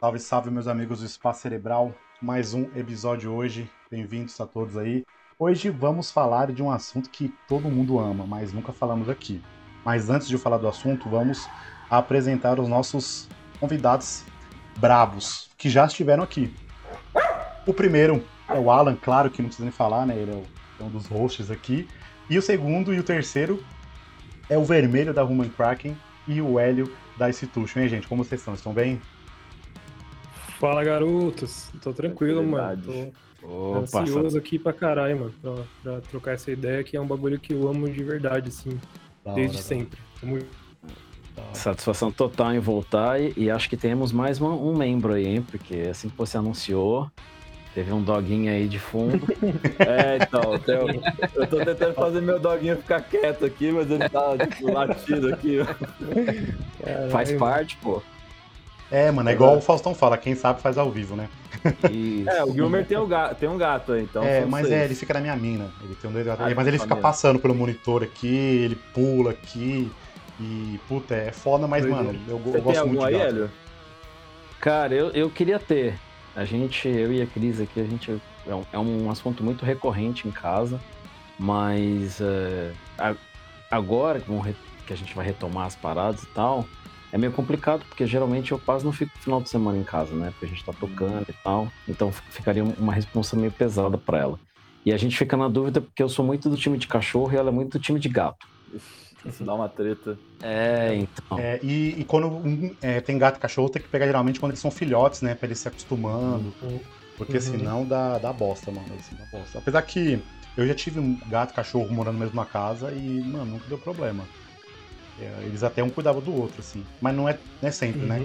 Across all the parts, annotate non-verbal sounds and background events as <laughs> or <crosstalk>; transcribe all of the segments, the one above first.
Salve, salve, meus amigos do Espaço Cerebral. Mais um episódio hoje. Bem-vindos a todos aí. Hoje vamos falar de um assunto que todo mundo ama, mas nunca falamos aqui. Mas antes de eu falar do assunto, vamos apresentar os nossos convidados brabos que já estiveram aqui. O primeiro é o Alan, claro que não precisa nem falar, né? Ele é um dos hosts aqui. E o segundo e o terceiro é o Vermelho da Human Kraken e o Hélio da Institution. Hein, gente? Como vocês estão? Estão bem? Fala, garotos. Tô tranquilo, mano. Tô Tá Opa, ansioso aqui pra caralho, mano, pra, pra trocar essa ideia que é um bagulho que eu amo de verdade, assim, Da desde hora, da sempre. Tô muito- hora. satisfação total em voltar e, e acho que temos mais uma- um membro aí, hein? Porque assim que você anunciou, teve um doguinho aí de fundo. É, então, eu, eu tô tentando fazer meu doguinho ficar quieto aqui, mas ele tá tipo, latido aqui. ó. Caralho, Faz mano. parte, pô. É, mano, é igual o Faustão fala, quem sabe faz ao vivo, né? E É, o Gilmer tem, um ga- tem um gato aí, então. é, são mas seis. é, ele fica na minha mina. Ele tem um dois gatos. Ah, É, mas ele tá fica mesmo. passando pelo monitor aqui, ele pula aqui. E, puta, é foda, mas, Doideira. mano, eu, go- Você eu tem gosto algum muito de aí, gato. Hélio? Cara, eu, eu queria ter. A gente, eu e a Cris aqui, a gente é um, é um assunto muito recorrente em casa, mas é, a- agora que, vão re- que a gente vai retomar as paradas e tal, é meio complicado, porque geralmente eu quase não fico no final de semana em casa, né? Porque a gente tá tocando e tal, então fi- ficaria uma responsa meio pesada pra ela. E a gente fica na dúvida porque eu sou muito do time de cachorro e ela é muito do time de gato. Isso dá uma treta. É, então. É, e, e quando um, é, tem gato e cachorro, tem que pegar geralmente quando eles são filhotes, né? Pra eles se acostumando. Uhum. Porque Uhum. senão dá, dá bosta, mano. Assim, dá bosta. Apesar que eu já tive um gato e cachorro morando na mesma casa e, mano, nunca deu problema. É, eles até um cuidava do outro, assim. Mas não é, não é sempre, né?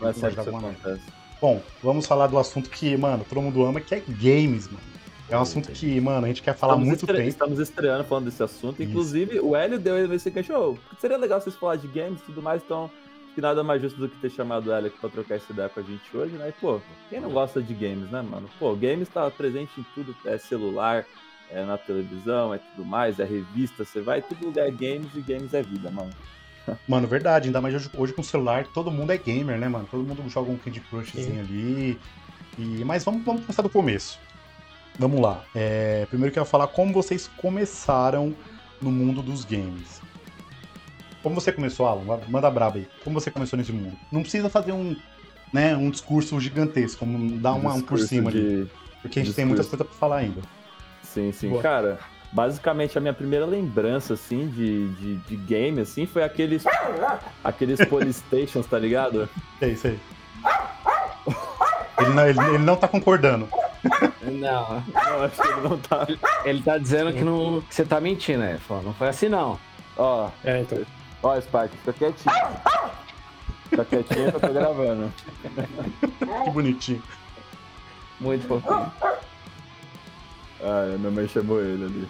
Não é Pode sempre dar que isso alguma acontece. Bom, vamos falar do assunto que, mano, todo mundo ama, que é games, mano. É um assunto que, mano, a gente quer falar há Tá muito estre- tempo. Estamos estreando falando desse assunto. Isso. Inclusive, o Hélio deu ele esse cachorro. Seria legal vocês falar de games e tudo mais, então. acho Que nada mais justo do que ter chamado o Hélio aqui pra trocar essa ideia com a gente hoje, né? E, pô, quem não gosta de games, né, mano? Pô, games tá presente em tudo, é celular, é na televisão, é tudo mais, é revista, você vai, todo lugar é games e games é vida, mano. Mano, verdade, ainda mais hoje, hoje com o celular, todo mundo é gamer, né, mano? Todo mundo joga um Candy Crushzinho ali. E, mas vamos, vamos começar do começo. Vamos lá. É, primeiro eu quero falar como vocês começaram no mundo dos games. Como você começou, Alan? Vai, Manda braba aí. Como você começou nesse mundo? Não precisa fazer um, né, um discurso gigantesco, um- dar uma, um por Discurso cima ali. de- Porque a gente tem muitas coisas pra falar ainda. Sim, sim. Boa. Cara, basicamente a minha primeira lembrança, assim, de, de, de game, assim, foi aqueles. aqueles <laughs> Polystations, tá ligado? É isso aí. Ele não, ele, ele não tá concordando. Não, Não, acho que ele não tá. ele tá dizendo que, não, que você tá mentindo, né? Falou, não foi assim, não. Ó, É, então. ó, Spark, fica quietinho. Fica quietinho que eu tô gravando. Que bonitinho. Muito fofinho. Ah, minha mãe chamou ele ali.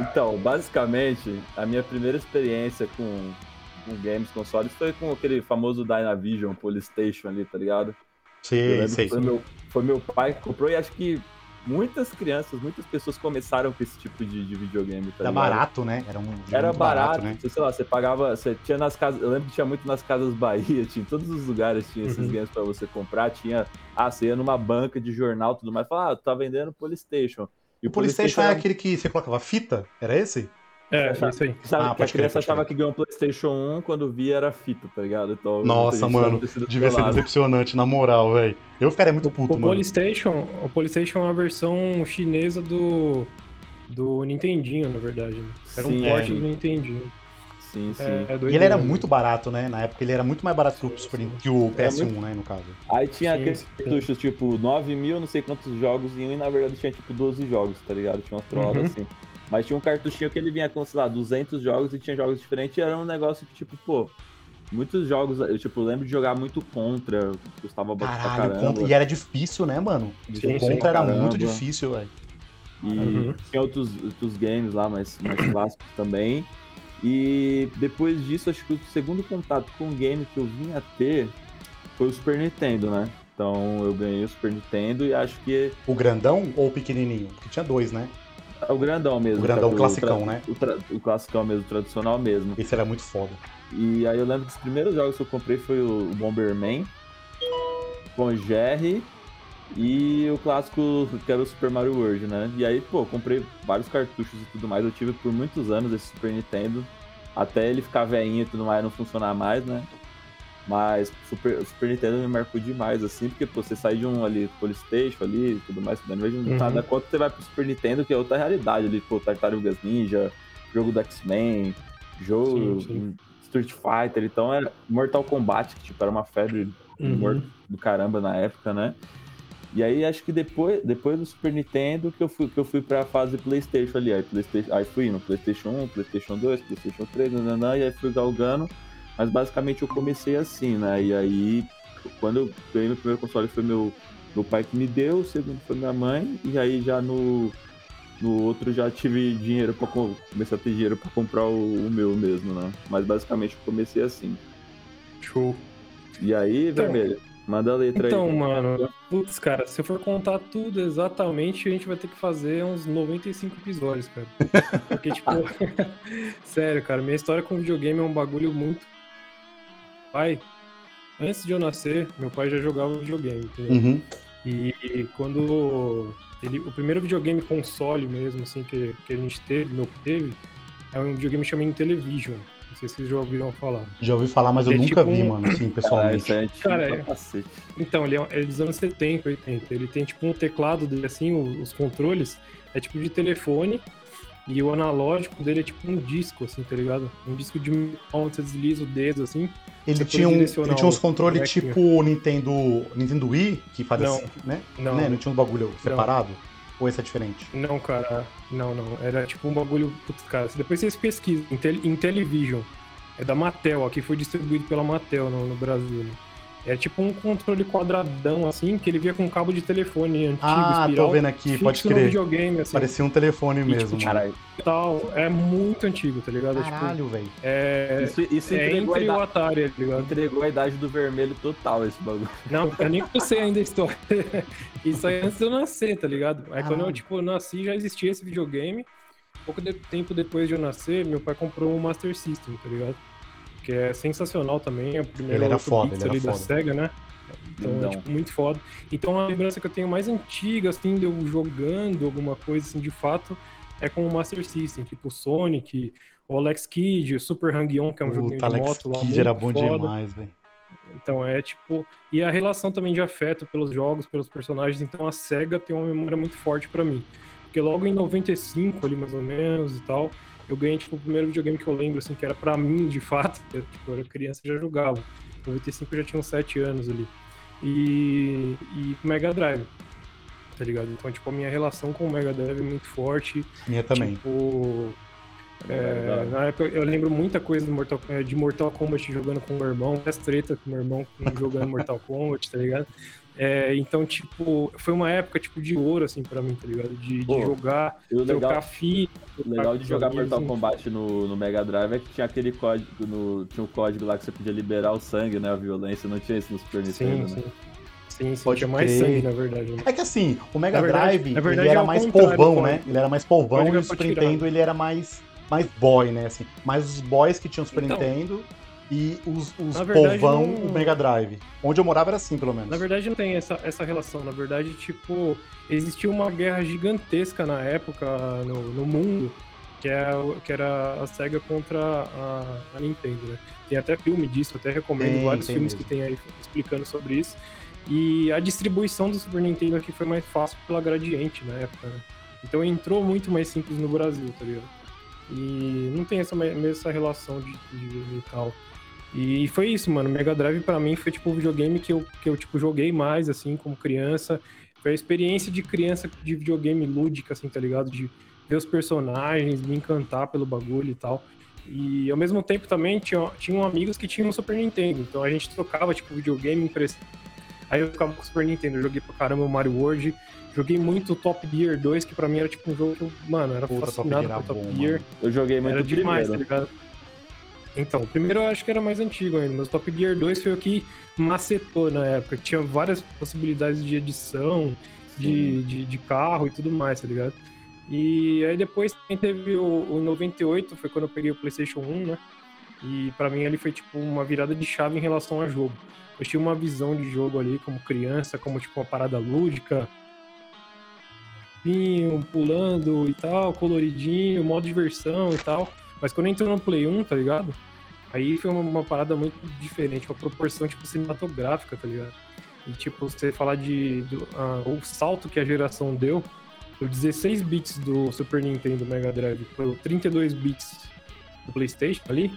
Então, basicamente, a minha primeira experiência com, com games, consoles, foi com aquele famoso Dynavision Polystation ali, tá ligado? Sei, Eu lembro sei. que Foi meu, foi meu pai que comprou e acho que muitas crianças, muitas pessoas começaram com esse tipo de, de videogame. Tá Era ligado? barato, né? Era, um, jogo Era muito barato, tipo, né? sei lá, você pagava, você tinha nas casas, eu lembro que tinha muito nas casas Bahia, <laughs> tinha em todos os lugares tinha esses Uhum. games pra você comprar, tinha, ah, você ia numa banca de jornal e tudo mais, falava, ah, tá vendendo Polystation. E O Polystation é aquele que você colocava fita? Era esse? É, é isso aí. Sabe, Ah, que a pode crer, criança pode achava crer. que ganhou um Playstation 1, quando via era fita, tá ligado? Então, Nossa, isso deve mano, ter sido Devia ser pelado. decepcionante, na moral, velho. Eu ficaria muito puto, o mano. Polystation, o Polystation é uma versão chinesa do, do Nintendinho, na verdade. né? Era um Sim, porte é. do Nintendinho. Sim, sim. É, é E ele era muito barato, né? Na época ele era muito mais barato que o, Super, que o PS1, né? No caso. Aí tinha Sim, aqueles sim. cartuchos, tipo, 9 mil, não sei quantos jogos, e na verdade tinha, tipo, 12 jogos, tá ligado? Tinha umas trolas, Uhum. assim. Mas tinha um cartuchinho que ele vinha com, sei lá, 200 jogos e tinha jogos diferentes, e era um negócio que, tipo, pô, muitos jogos, eu, tipo, lembro de jogar muito Contra, custava bastante pra Caralho, caramba. contra... e era difícil, né, mano? Sim, o sim, contra era caramba. muito difícil, velho. E Uhum. tinha outros, outros games lá, mais, mais clássicos também. E depois disso, acho que o segundo contato com o game que eu vim a ter foi o Super Nintendo, né? Então eu ganhei o Super Nintendo e acho que O grandão ou o pequenininho? Porque tinha dois, né? é o grandão mesmo. O grandão, que é classicão, né? O, tra- o classicão mesmo, o tradicional mesmo. Esse era muito foda. E aí eu lembro que os primeiros jogos que eu comprei foi o Bomberman. com GR e o clássico que era o Super Mario World, né? E aí, pô, comprei vários cartuchos e tudo mais. Eu tive por muitos anos esse Super Nintendo, até ele ficar velhinho e tudo mais, não funcionar mais, né? Mas Super, Super Nintendo me marcou demais, assim, porque pô, você sai de um ali Polystation ali e tudo mais, tudo mais, Uhum. uhum. nada quanto você vai pro Super Nintendo, que é outra realidade ali, pô, Tartarugas Ninja, jogo do X-Men, Sim, jogo sim. Street Fighter, então era Mortal Kombat, que tipo, era uma febre Uhum. humor do caramba na época, né? E aí acho que depois, depois do Super Nintendo que eu fui, que eu fui pra fase Playstation ali, aí, PlayStation, aí fui no Playstation 1, Playstation 2, Playstation 3, nananã, né, e aí fui galgando, mas basicamente eu comecei assim, né? E aí quando eu ganhei meu primeiro console foi meu, meu pai que me deu, o segundo foi minha mãe, e aí já no, no outro já tive dinheiro para comecei a ter dinheiro pra comprar o, o meu mesmo, né? Mas basicamente eu comecei assim. Show. E aí, Então- vermelho, manda a letra Então, aí. mano, putz, cara, se eu for contar tudo exatamente, a gente vai ter que fazer uns 95 episódios, cara. Porque, tipo, <laughs> sério, cara, minha história com videogame é um bagulho muito. Pai, antes de eu nascer, meu pai já jogava videogame, entendeu? Uhum. E quando ele, o primeiro videogame console mesmo, assim, que, que a gente teve, meu que teve, é um videogame chamado Intellivision. Não sei se vocês já ouviram falar. Já ouvi falar, mas eu É nunca tipo vi, um- mano, assim, Ah, pessoalmente. isso é antigo Cara, pra é. cacete. Então, ele é, ele é dos anos 70, 80. Ele tem tipo um teclado dele, assim, o- os, controles, é tipo de telefone. E o analógico dele é tipo um disco, assim, tá ligado? Um disco de metal, onde você desliza o dedo, assim. ele, Você tinha um, pode direcionar ele tinha uns o controles bonequinho. tipo Nintendo, Nintendo Wii, que fazia Não. assim, né? Não, né? Não tinha um bagulho separado? Ou esse é diferente? não, cara. Não, não. Era tipo um bagulho... Putz, cara, depois vocês pesquisam. Intel, Intellivision. É da Mattel, aqui foi distribuído pela Mattel no, no Brasil, né? É tipo um controle quadradão, assim, que ele via com cabo de telefone antigo, ah, espiral. tô vendo aqui, fixo pode no crer. videogame, assim. Parecia um telefone E, mesmo, tipo, mano. Caralho, tal, é muito antigo, tá ligado? É, Tipo, Caralho, velho. é, isso, isso é entregou, a entre o idade, Atari, tá ligado? entregou a idade do vermelho total, esse bagulho. Não, eu nem sei ainda a história. <laughs> Isso aí é antes de eu nascer, tá ligado? Aí quando eu, Caralho. tipo, nasci, já existia esse videogame. Pouco de- tempo depois de eu nascer, meu pai comprou o Master System, tá ligado? Que é sensacional também, é o primeiro Ele era 8 foda, ele bits era ali da foda. SEGA, né? Então Lindão. é tipo, muito foda. Então a lembrança que eu tenho mais antiga, assim, de eu jogando alguma coisa, assim, de fato, é com o Master System, tipo Sonic, o Alex Kidd, o Super Hang-On, que é um joguinho Puta, de Alex moto lá. Kidd era muito bom foda. demais, velho. Então é tipo. E a relação também de afeto pelos jogos, pelos personagens. Então a SEGA tem uma memória muito forte pra mim. Porque logo em 95, ali mais ou menos e tal, eu ganhei tipo, o primeiro videogame que eu lembro, assim, que era pra mim de fato. <laughs> Eu, tipo, eu era criança e já jogava. Em 95 eu já tinha uns 7 anos ali. E, e Mega Drive, tá ligado? Então, tipo, a minha relação com o Mega Drive é muito forte. Minha também. Tipo, é, na época eu lembro muita coisa do Mortal, eh, de Mortal Kombat jogando com o meu irmão, as treta com <laughs> o meu irmão jogando Mortal Kombat, tá ligado? É, então, tipo, foi uma época tipo de ouro, assim, pra mim, tá ligado? De, de Pô, jogar, E o trocar legal, fita. o legal de jogar amigos, Mortal enfim. Kombat no, no Mega Drive é que tinha aquele código, no, tinha um código lá que você podia liberar o sangue, né, a violência, não tinha isso no Super Sim, Nintendo, né? sim. Sim, sim, Pode tinha mais crer. sangue, na verdade. né? É que assim, o Mega Na verdade- Drive, na verdade, ele era é o mais contrário, polvão, pode- né? Ele era mais polvão e pode o jogar Super pra tirar. Nintendo ele era mais, mais boy, né? Assim, mais os boys que tinham o Super Então. Nintendo e os, os Na verdade, polvão, não- o Mega Drive. Onde eu morava era assim, pelo menos. Na verdade, não tem essa, essa relação. Na verdade, tipo, existiu uma guerra gigantesca na época no, no mundo, que, é, o- que era a SEGA contra a, a Nintendo, né? Tem até filme disso, até recomendo Tem, vários tem filmes mesmo. que tem aí explicando sobre isso. E a distribuição do Super Nintendo aqui foi mais fácil pela Gradiente na época, né? Então entrou muito mais simples no Brasil, tá ligado? E não tem essa me- mesma essa relação de, de, de tal. E foi isso, mano. O Mega Drive pra mim foi tipo o videogame que eu, que eu tipo, joguei mais, assim, como criança. Foi a experiência de criança de videogame lúdica, assim, tá ligado? De ver os personagens, me encantar pelo bagulho e tal. E ao mesmo tempo também tinha, tinham amigos que tinham Super Nintendo. Então a gente trocava, tipo, videogame emprestado. Aí eu ficava com o Super Nintendo, eu joguei pra caramba o Mario World. Joguei muito o Top Gear 2, que pra mim era tipo um jogo que eu, mano, era Puta, Top Gear fascinado era por Top bom, Gear. mano. Eu joguei muito Era demais, primeiro. tá ligado? Então, o primeiro eu acho que era mais antigo ainda, mas o Top Gear 2 foi o que macetou na época. que Tinha várias possibilidades de edição, de, de, de carro e tudo mais, tá ligado? E aí depois também teve o, o 98, foi quando eu peguei o PlayStation 1, né? E pra mim ele foi tipo uma virada de chave em relação a jogo. Eu tinha uma visão de jogo ali como criança, como tipo uma parada lúdica, pinho, pulando e tal, coloridinho, modo diversão e tal. Mas quando entrou no Play 1, tá ligado? Aí foi uma, uma parada muito diferente, uma proporção tipo cinematográfica, tá ligado? E tipo, você falar de do- ah, o salto que a geração deu do 16 bits do Super Nintendo Mega Drive pro 32 bits do PlayStation ali,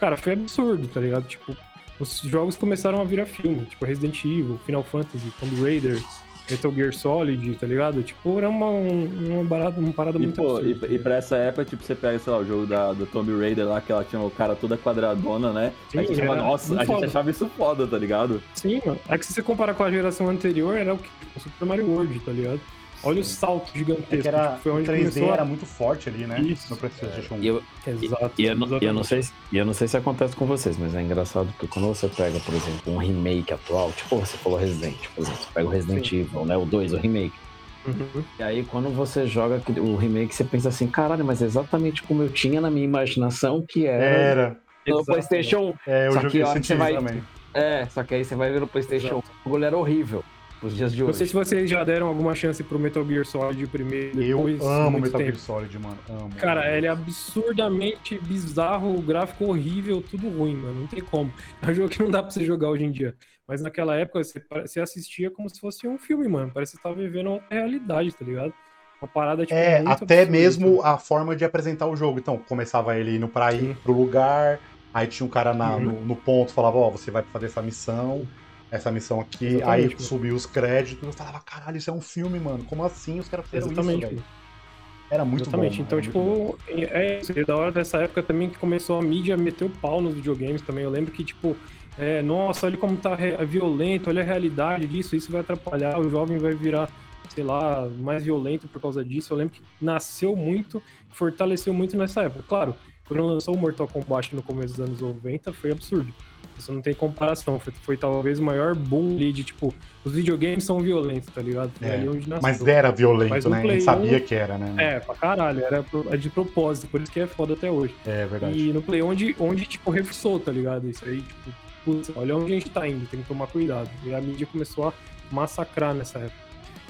cara, foi absurdo, tá ligado? Tipo, os jogos começaram a virar filme, tipo Resident Evil, Final Fantasy, Tomb Raider, Metal Gear Solid, tá ligado? Tipo, era uma, um- uma, parada, uma parada E, muito pô, absurda. e, tá e ligado? pra essa época, tipo, você pega, sei lá, o jogo da, do Tomb Raider lá, que ela tinha o cara toda quadradona, né? Sim, a gente era achava, nossa, muito a gente foda. achava isso foda, tá ligado? Sim, mano. É que se você comparar com a geração anterior, era o que? O Super Mario World, tá ligado? Olha o salto gigantesco. É que era, tipo, foi onde o 3D começou a- era muito forte ali, né? Isso. No PlayStation 1. E eu- Exato. E eu, não- e eu não exatamente. sei, se- e eu não sei se acontece com vocês, mas é engraçado porque quando você pega, por exemplo, um remake atual, tipo você falou Resident, por exemplo, você pega o Resident Evil, né? O 2, o remake. Uhum. E aí quando você joga aquele- o remake, você pensa assim, caralho, mas é exatamente como eu tinha na minha imaginação que era Era. no É, Exato. Playstation É, eu Só que joguei a hora esse que você time vai- também. É, só que aí você vai ver no Playstation, um, o bagulho era horrível nos dias de Não sei hoje. se vocês já deram alguma chance pro Metal Gear Solid primeiro. Eu depois, amo muito Metal tempo. Gear Solid, mano. Amo. Cara, ele é absurdamente bizarro, o gráfico horrível, tudo ruim, mano. Não tem como. É um jogo que não dá pra você jogar hoje em dia. Mas naquela época você, pare- você assistia como se fosse um filme, mano. Parece que você tava vivendo outra realidade, tá ligado? Uma parada tipo. É, muito até absurda, mesmo a forma de apresentar o jogo. Então, começava ele indo pra ir pro lugar, aí tinha um cara na- Uhum. no, no ponto, falava, ó, você vai fazer essa missão, essa missão aqui, aí Exatamente, mano. subiu os créditos, eu falava, caralho, isso é um filme, mano. Como assim os tipo, caras fizeram Exatamente. isso, velho? Era muito Exatamente. bom. então, era muito bom. tipo, é isso. E da hora dessa época também que começou a mídia a meter o pau nos videogames também. Eu lembro que, tipo, é, nossa, olha como tá re- violento, olha a realidade disso, isso vai atrapalhar, o jovem vai virar, sei lá, mais violento por causa disso. Eu lembro que nasceu muito, fortaleceu muito nessa época. Claro, quando lançou o Mortal Kombat no começo dos anos 90, foi absurdo. Isso não tem comparação. Foi, foi talvez o maior boom ali de, tipo, os videogames são violentos, tá ligado? Foi É, ali onde nasceu. Mas era Mas violento, no né? A Play gente sabia que era, né? É, pra caralho, era pro- é de propósito, por isso que é foda até hoje. É, verdade. E no Play onde, onde tipo, reforçou, tá ligado? Isso aí, tipo, putz, olha onde a gente tá indo, tem que tomar cuidado. E a mídia começou a massacrar nessa época.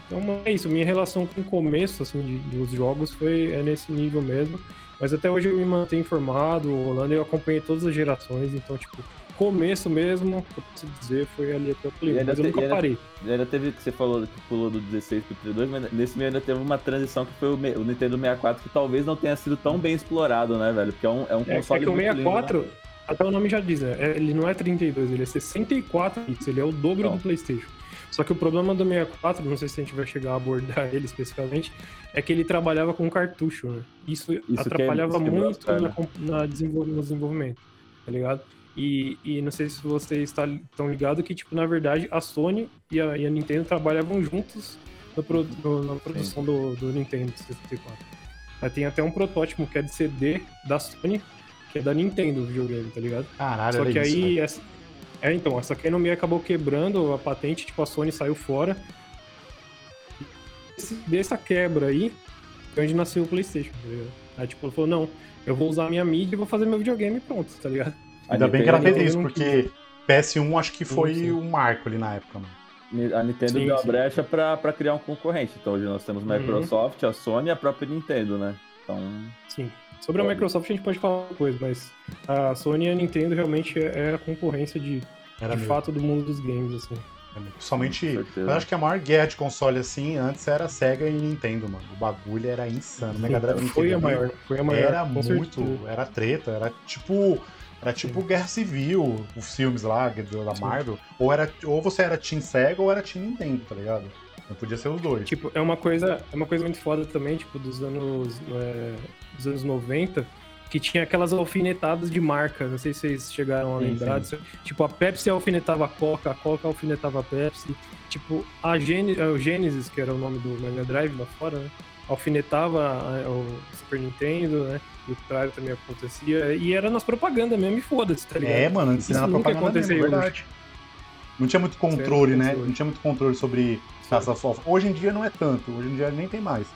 Então mano, é isso, minha relação com o começo, assim, de- dos jogos foi é nesse nível mesmo. Mas até hoje eu me mantenho informado, o Holanda eu acompanhei todas as gerações, então, tipo, começo mesmo, eu posso dizer, foi ali até o Play E 1, ainda mas eu tem- e nunca ainda- parei. E ainda teve, que você falou que pulou do 16 pro 32, mas nesse meio ainda teve uma transição que foi o, me- o Nintendo 64, que talvez não tenha sido tão bem explorado, né, velho? Porque é um, é um É, é console que o muito lindo, né? 64, até o nome já diz, né? É, Ele não é 32, ele é 64 bits, ele é o dobro Então. do PlayStation. Só que o problema do 64, não sei se a gente vai chegar a abordar <laughs> ele especificamente, é que ele trabalhava com cartucho, né? Isso, que é- atrapalhava isso que é muito bacana. na, com- na desenvol- no desenvolvimento, tá ligado? E, e não sei se vocês tá- estão ligados que, tipo, na verdade, a Sony e a, e a Nintendo trabalhavam juntos no pro- no- na produção do, do Nintendo 64. Aí tem até um protótipo que é de CD da Sony, que é da Nintendo o videogame, tá ligado? Caralho, Só era que isso, aí. né? essa- É, então, essa que aí no meio acabou quebrando a patente, tipo, a Sony saiu fora. Esse- dessa quebra aí, foi onde nasceu o PlayStation, tá ligado? Aí, tipo, ele falou: não, eu vou usar minha mídia e vou fazer meu videogame e pronto, tá ligado? <laughs> A Ainda bem que Nintendo- era Nintendo feliz, não- porque PS1 acho que foi um sim. um marco ali na época, mano. A Nintendo Sim, deu a sim. brecha pra, pra criar um concorrente. Então hoje nós temos a Uhum. Microsoft, a Sony e a própria Nintendo, né? Então. Sim. Sobre a Olha. Microsoft a gente pode falar uma coisa, mas a Sony e a Nintendo realmente é é a concorrência de, Era de mesmo. fato do mundo dos games, assim. Somente. Com Eu certeza. acho que a maior guerra de console assim antes era Sega e Nintendo, mano. O bagulho era insano. Mega Drive e foi a Nintendo maior, foi a maior. Era com muito. certeza. Era treta. Era tipo. Era tipo Guerra Civil, os filmes lá da Sim. Marvel. Ou, era, ou você era Team Sega ou era Team Nintendo, tá ligado? Não podia ser os dois. Tipo, é uma coisa, é uma coisa muito foda também, tipo, dos anos, é, dos anos 90, que tinha aquelas alfinetadas de marca. Não sei se vocês chegaram a Sim, lembrar disso. Tipo, a Pepsi alfinetava a Coca, a Coca alfinetava a Pepsi. Tipo, a Gene- é, o Genesis, que era o nome do Mega Drive lá fora, né? Alfinetava a- o Super Nintendo, né? E o contrário também acontecia. E era nas propagandas mesmo, e foda-se, tá ligado? É, mano, antes Isso era nunca propaganda mesmo, é aconteceu verdade. Não tinha muito controle, Sério, né? aconteceu. Não tinha muito controle sobre essas software. Hoje em dia não é tanto, hoje em dia nem tem mais.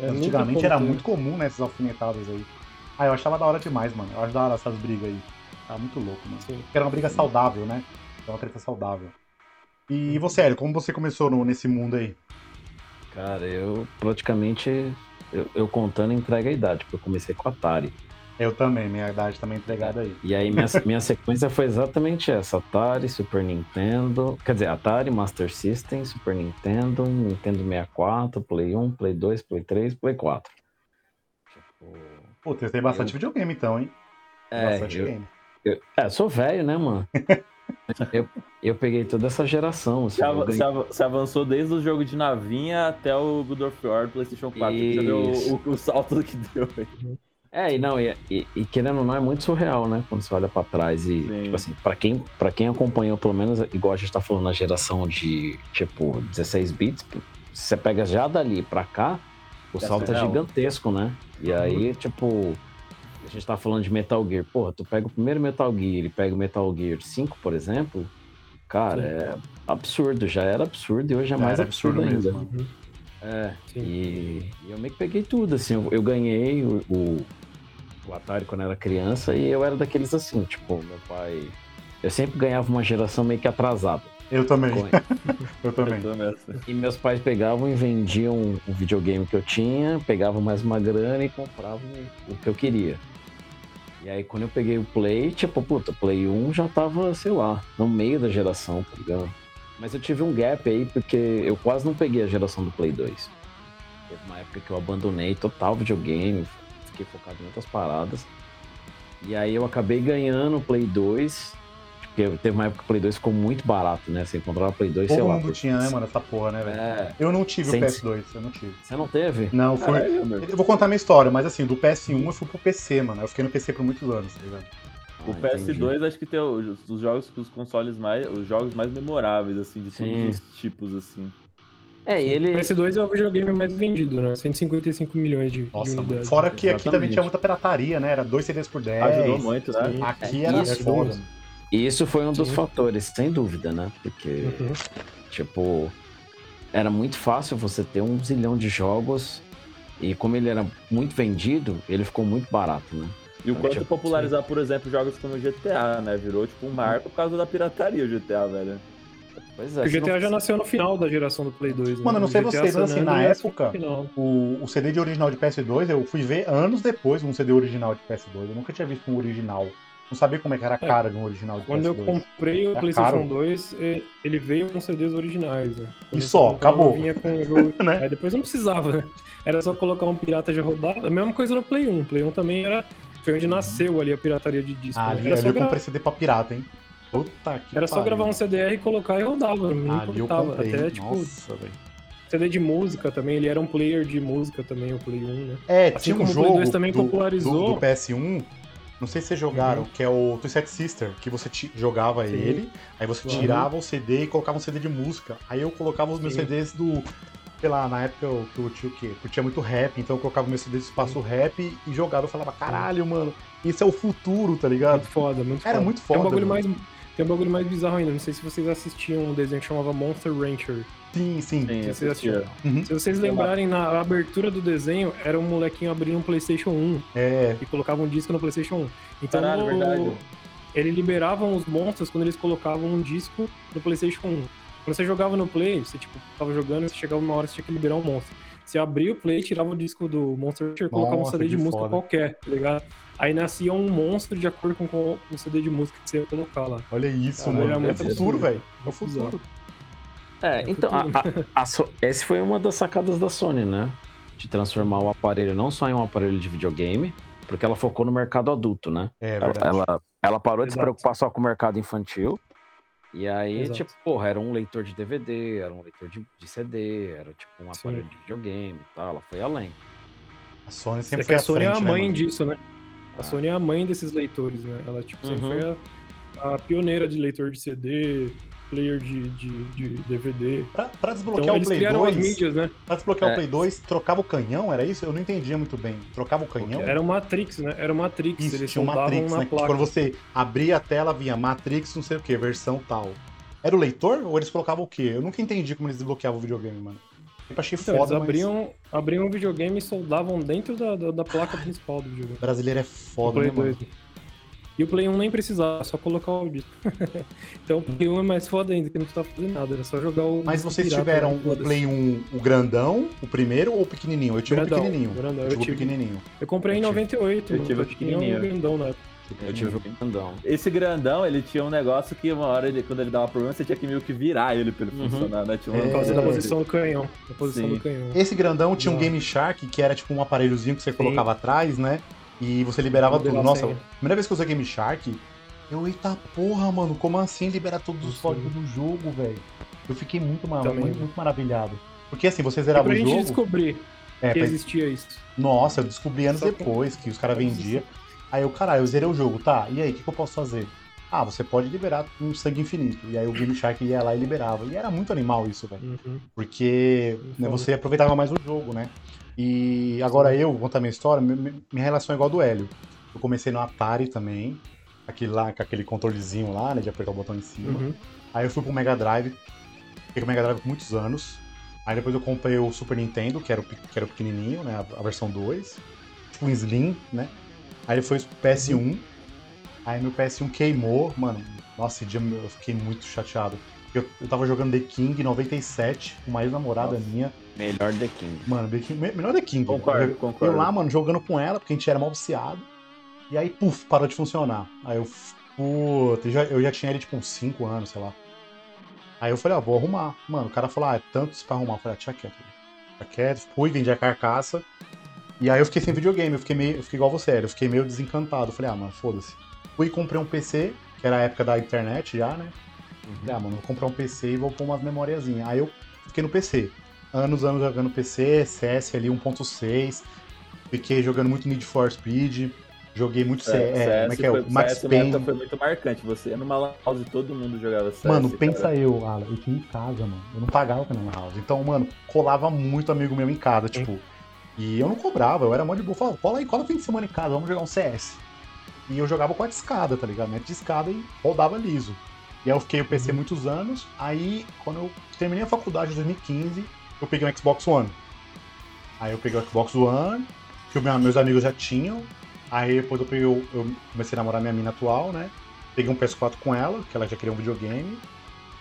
É, nunca Antigamente era né, aconteceu. muito comum, né, essas alfinetadas aí. Ah, eu achava da hora demais, mano. Eu acho da hora essas brigas aí. Tá muito louco, mano. Sim. Era uma briga saudável, né? Era uma treta saudável. E você, Hélio, como você começou no- nesse mundo aí? Cara, eu praticamente. Eu, eu contando entrega a idade, porque eu comecei com Atari. Eu também, minha idade também entregada aí. E aí minha, <laughs> minha sequência foi exatamente essa: Atari, Super Nintendo. Quer dizer, Atari, Master System, Super Nintendo, Nintendo 64, Play 1, Play 2, Play 3, Play 4. Tipo, Pô, você tem bastante videogame então, hein? é, bastante eu, game. eu- é, sou velho, né, <laughs> mano? Eu, eu peguei toda essa geração. Assim, Você, eu av- ganhei- você av- você avançou desde o jogo de navinha até o God of War PlayStation 4. que Já deu Isso. o, o- o salto que deu aí. É, e não, e, e- e querendo ou não, é muito surreal, né? Quando você olha pra trás e, Sim. tipo assim, pra quem, pra quem acompanhou, pelo menos, igual a gente tá falando, na geração de, tipo, 16 bits, se você pega já dali pra cá, o Já salto é surreal. gigantesco, né? E aí, tipo, a gente tá falando de Metal Gear. Porra, tu pega o primeiro Metal Gear e pega o Metal Gear 5, por exemplo, cara, é absurdo. Já era absurdo e hoje Já é mais era absurdo, ainda. mano. É. Sim. E, e eu meio que peguei tudo, assim. Eu, eu ganhei o, o, o Atari quando era criança e eu era daqueles assim, tipo, meu pai. Eu sempre ganhava uma geração meio que atrasada. Eu também, Com- eu também. Então, essa. E meus pais pegavam e vendiam o videogame que eu tinha, pegavam mais uma grana e compravam o que eu queria. E aí quando eu peguei o Play, tipo, puta, Play 1 já tava, sei lá, no meio da geração, tá ligado? Mas eu tive um gap aí porque eu quase não peguei a geração do Play 2. Teve uma época que eu abandonei total videogame, fiquei focado em outras paradas. E aí eu acabei ganhando o Play 2, porque teve uma época que o Play 2 ficou muito barato, né? Você encontrava o Play 2, sei Todo lá. mundo por- tinha, né, mano, essa porra, né, velho? É, Eu não tive Sem- o PS2, eu não tive. você não teve? Não, foi. Caralho, meu. Eu vou contar minha história, mas assim, do PS1 eu fui pro PC, mano. Eu fiquei no PC por muitos anos, tá ligado? O Ah, entendi. PS2 acho que tem os, os jogos os consoles mais os jogos mais memoráveis assim de Sim. todos os tipos assim. É, e O ele. PS2 é o videogame mais vendido, né? 155 milhões de, de Nossa, mano. unidades. Fora que aqui também Exatamente. tinha muita pirataria, né? Era dois CDs por 10. Ajudou muito, né? Sim. Aqui É, era isso. foda. mano. E isso foi um dos Sim. fatores, sem dúvida, né? Porque, Uhum. tipo, era muito fácil você ter um zilhão de jogos. E como ele era muito vendido, ele ficou muito barato, né? E o Então, quanto tipo, popularizar, por exemplo, jogos como GTA, né? Virou tipo um marco por causa da pirataria o GTA, velho. Pois é. O se GTA não- já nasceu no final da geração do Play 2. né? Mano, eu não sei O GTA vocês, mas San assim, na Andreas época, foi no final. O, o CD de original de PS2, eu fui ver anos depois um CD original de PS2. Eu nunca tinha visto um original. Não sabia como é que era a cara de um original de Quando eu PS2. comprei o Era PlayStation Tá caro. 2, eh, ele veio com CDs originais. Né? Quando só, eu comprava, acabou. Vinha com o jogo. <laughs> Né? Aí depois não precisava, né? Era só colocar um pirata já roubado. A mesma coisa no Play 1. Play 1 também era. Foi onde nasceu ali a pirataria de disco. Uhum. Ah, né? ali, era ali só, eu gra- comprei CD pra pirata, hein? Puta que era só pariu. gravar um CDR e colocar e rodava. Não Ali eu importava. comprei. Até tipo, Nossa, velho. CD de música também. Ele era um player de música também, o Play 1, né? É, Assim tinha um como o Play jogo 2 também do, popularizou. Uhum. do- do PS1, não sei se vocês jogaram, que é o Twisted Sister, que você ti- jogava Sim. ele, aí você Claro. tirava o CD e colocava um CD de música. Aí eu colocava os meus Sim. CDs do, sei lá, na época eu curtia o quê? Curtia muito rap, então eu colocava meus CDs do espaço rap e jogava. Eu falava, caralho, mano, isso é o futuro, tá ligado? Muito foda, muito Era foda. muito Tem foda. um bagulho mano. mais. Tem um bagulho mais bizarro ainda, não sei se vocês assistiam um desenho que chamava Monster Rancher. Sim, sim. Uhum. Sim, Você assistiu? assistia. Se vocês lembrarem, na abertura do desenho, era um molequinho abrindo um Playstation 1 É, e colocava um disco no Playstation 1. Então, Caralho, o- verdade. ele liberavam os monstros quando eles colocavam um disco no Playstation 1. Quando você jogava no Play, você, tipo, tava jogando, você chegava uma hora, você tinha que liberar um monstro. Você abria o Play, tirava o disco do Monster Hunter, colocava um Nossa, CD de que música foda. qualquer, tá ligado? Aí nascia um monstro de acordo com qual- com o CD de música que você ia colocar lá. olha isso, Caralho, mano. era É o muito futuro, absurdo. velho. É o Muito futuro. É, então, a, a- a So- essa foi uma das sacadas da Sony, né? De transformar o aparelho não só em um aparelho de videogame, porque ela focou no mercado adulto, né? É Ela, verdade. ela, ela parou de se Exato. preocupar só com o mercado infantil. E aí, Exato. tipo, porra, era um leitor de DVD, era um leitor de, de CD, era tipo um Sim. aparelho de videogame e tal. Ela foi além. A Sony É sempre que foi a à Sony é a frente, né, mãe mano? disso, né? A Ah. Sony é a mãe desses leitores, né? Ela tipo, sempre Uhum. foi a, a pioneira de leitor de CD, player de, de, de DVD. Pra, pra desbloquear Então o eles Play criaram 2, as mídias, né? Pra desbloquear o É. Play 2, trocava o canhão, era isso? Eu não entendia muito bem. Trocava o canhão? Era o Matrix, né? Era o Matrix, Isso, eles tinha um soltavam Matrix, na né? Que placa. Quando você abria a tela, vinha Matrix, não sei o que, versão tal. Era o leitor ou eles colocavam o quê? Eu nunca entendi como eles desbloqueavam o videogame, mano. Eu achei Então, foda, eles mas abriam, abriam um o videogame e soldavam dentro da, da, da placa principal do videogame. brasileiro é do foda, né, Play mano? 2. E o Play 1 nem precisava, só colocar o disco. <laughs> então o Play 1 é mais foda ainda, que não precisava fazer nada, era só jogar o. Mas disco vocês pirata, né? tiveram o foda-se. Play 1, o grandão, o primeiro ou o pequenininho? Eu tive Grandão, o pequenininho. grandão, eu eu tive o tive. pequenininho. Eu comprei em Eu tive- 98, eu mano, tive o tinha um pequenininho. grandão na época. Eu tive o grandão. Esse grandão, ele tinha um negócio que uma hora, ele, quando ele dava problema, você tinha que meio que virar ele pra ele Uhum. funcionar, né? Tinha um É, Por causa é, da é. posição do canhão. Da posição Sim. do canhão. Esse grandão tinha um Não. Game Shark, que era tipo um aparelhozinho que você colocava atrás, né? E você liberava tudo. Modelar Nossa, a senha. primeira vez que eu usei Game Shark, eu, eita porra, mano, como assim liberar todos os Sim. códigos do jogo, velho? Eu fiquei muito, mar... Também, muito, né? muito maravilhado. Porque assim, você E zerava pra o gente jogo. descobrir É, que pra- existia isso. Nossa, eu descobri anos Só que- depois que os caras vendiam. Aí eu, caralho, eu zerei o jogo, tá? E aí, o que, que eu posso fazer? Ah, você pode liberar um sangue infinito. E aí o Game Shark ia lá e liberava. E era muito animal isso, velho. Uhum. Porque né, Foda. você aproveitava mais o jogo, né? E agora eu, vou contar minha história, mi- mi- minha relação é igual a do Hélio. Eu comecei no Atari também, aquele lá, com aquele controlezinho lá, né, de apertar o botão em cima. Uhum. Aí eu fui pro Mega Drive, fiquei com o Mega Drive por muitos anos. Aí depois eu comprei o Super Nintendo, que era o, pe- que era o pequenininho, né, a, a versão 2. Tipo um Slim, né? Aí foi o PS1. Aí meu PS1 queimou, mano. Nossa, esse dia eu fiquei muito chateado. Eu, eu tava jogando The King 97, uma ex-namorada Nossa. minha. Melhor The King. Mano, The King, me- melhor The King. Concordo, Eu- concordo. Eu lá, mano, jogando com ela, porque a gente era mal viciado. E aí, puf, parou de funcionar. Aí eu, f- puta, eu já, eu já tinha ele tipo uns 5 anos, sei lá. Aí eu falei, ó, vou arrumar. Mano, o cara falou, ah, é tantos pra arrumar. Eu falei, ah, tinha quieto. Tinha quieto, fui, vendi a carcaça. E aí eu fiquei sem videogame, eu fiquei meio, eu fiquei igual você, Hélio, eu fiquei meio desencantado. Eu falei, ah, mano, foda-se. Fui e comprei um PC, que era a época da internet já, né? Uhum. Falei, Ah, mano, vou comprar um PC e vou pôr umas memoriazinhas. Aí eu fiquei no PC. Anos, anos jogando PC, CS ali 1.6. Fiquei jogando muito Need for Speed. Joguei muito CS, é, como é que é? foi, O Max CS na Payne. época foi muito marcante. Você ia numa house e todo mundo jogava CS. Mano, cara. pensa eu, Ala, eu tinha em casa, mano. Eu não pagava pra Lan House. Então, mano, colava muito amigo meu em casa, tipo. E eu não cobrava, eu era mó de boa. Falava, cola aí, cola fim de semana em casa, vamos jogar um CS. E eu jogava com a discada, tá ligado? Mete de escada e rodava liso. E aí eu fiquei o PC muitos anos. Aí, quando eu terminei a faculdade em 2015, eu peguei um Xbox One. Aí eu peguei o Xbox One, que o meu- meus amigos já tinham. Aí depois eu, peguei, o- eu comecei a namorar minha mina atual, né? Peguei um PS4 com ela, que ela já queria um videogame.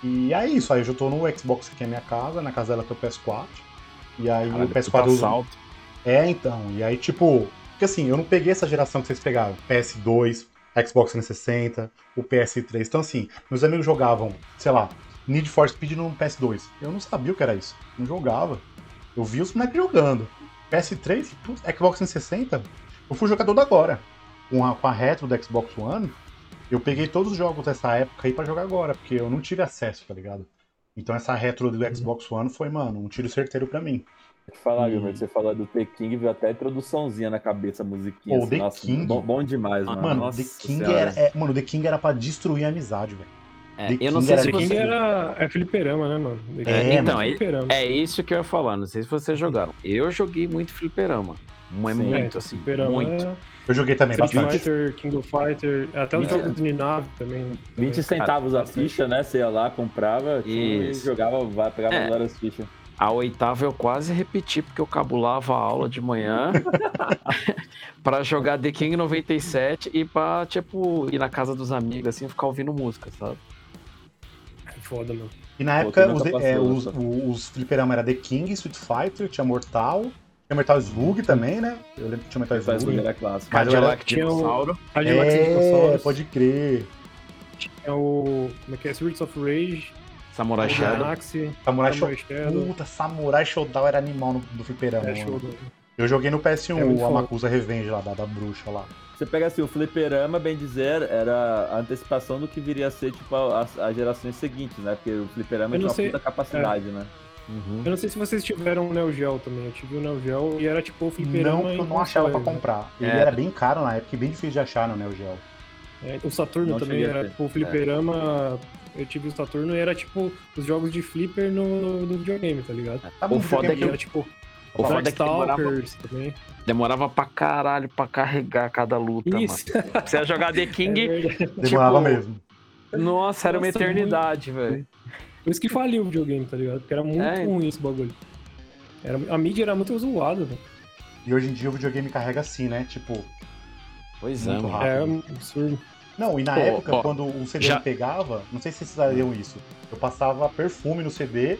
E é isso, aí eu já tô no Xbox que é minha casa, na casa dela tem o PS4. E aí o PS4 eu uso- salto. é, então. E aí, tipo, porque assim, eu não peguei essa geração que vocês pegaram. PS2, Xbox 360, o PS3. Então, assim, meus amigos jogavam, sei lá, Need for Speed no PS2. Eu não sabia o que era isso. Não jogava. Eu vi os moleques jogando. PS3, putz, Xbox 360. Eu fui jogador da agora. Com a, com a retro do Xbox One, eu peguei todos os jogos dessa época aí pra jogar agora, porque eu não tive acesso, tá ligado? Então essa retro do Xbox One foi, mano, um tiro certeiro pra mim. Deixa eu falar, Hum. Gilberto, você falar do The King, viu até a introduçãozinha na cabeça, a musiquinha. assim, Pô, The King. Bom, bom demais, Ah, mano. Mano, Nossa The King Senhora. era, é- mano, The King era pra destruir a amizade, velho. É, The eu não King sei era se The bem- você... King era é fliperama, né, mano? The É, King era então, aí- fliperama. É isso que eu ia falar, não sei se vocês jogaram. Eu joguei muito fliperama. Mas Sim, muito, assim, fliperama muito. é Eu joguei também Street bastante. Fighter, King of Fighter, até os É. jogos de nave também. 20 centavos a Cara, ficha, né? Você ia lá, comprava tinha, e Isso. jogava, vai- pegava É. várias fichas. A oitava eu quase repeti, porque eu cabulava a aula de manhã <laughs> pra jogar The King 97 e pra, tipo, ir na casa dos amigos, assim, ficar ouvindo música, sabe? É foda, mano. E na Pô, época, também os, tá é, passando, os, tá. o- os fliperama era The King, Street Fighter, tinha Mortal, tinha Mortal Slug também, né? Eu lembro que tinha Mortal Faz Slug. era clássico. Mas eu era- tipo Cadillac tinha o- Dinossauro. Cadillac É, Dinossauros, pode crer. É o. Como é que é? Streets of Rage, Samurai Shadow. Galaxy, Samurai Shodown. Samurai Shadow. Puta, Samurai Shodown era animal no, do fliperama. É, mano. show, mano. Eu joguei no PS1, É muito o foda. Amakusa Revenge lá, da, da bruxa lá. Você pega assim, o fliperama, bem dizer, era a antecipação do que viria a ser, tipo, as, as gerações seguintes, né? Porque o fliperama Eu tinha não uma sei- puta capacidade, né? Uhum. Eu não sei se vocês tiveram o Neo Geo também. Eu tive o Neo Geo e era tipo o fliperama. Não que em eu não achava pra console, né? comprar. Ele É. era bem caro na época e bem difícil de achar no Neo Geo. É, o Saturno Não também cheguei a era ter. tipo o fliperama. Eu tive o Saturno e era tipo os jogos de flipper no, no videogame, tá ligado? Tá bom, O foda é E videogame era tipo O foda é que demorava, Darkstalkers também. demorava pra caralho pra carregar cada luta, <laughs> mano. Isso, Você ia jogar The é <laughs> King, verdade. demorava tipo, mesmo. nossa, era uma Nossa, eternidade, velho. Por isso que faliu o videogame, tá ligado? Porque era muito É. então. ruim esse bagulho. Era, a mídia era muito zoada, velho. E hoje em dia o videogame carrega assim, né? Tipo, Pois é, Muito mano. rápido. É absurdo. Não, e na Pô, época, ó, quando um CD já- me pegava, não sei se vocês sabiam isso, eu passava perfume no CD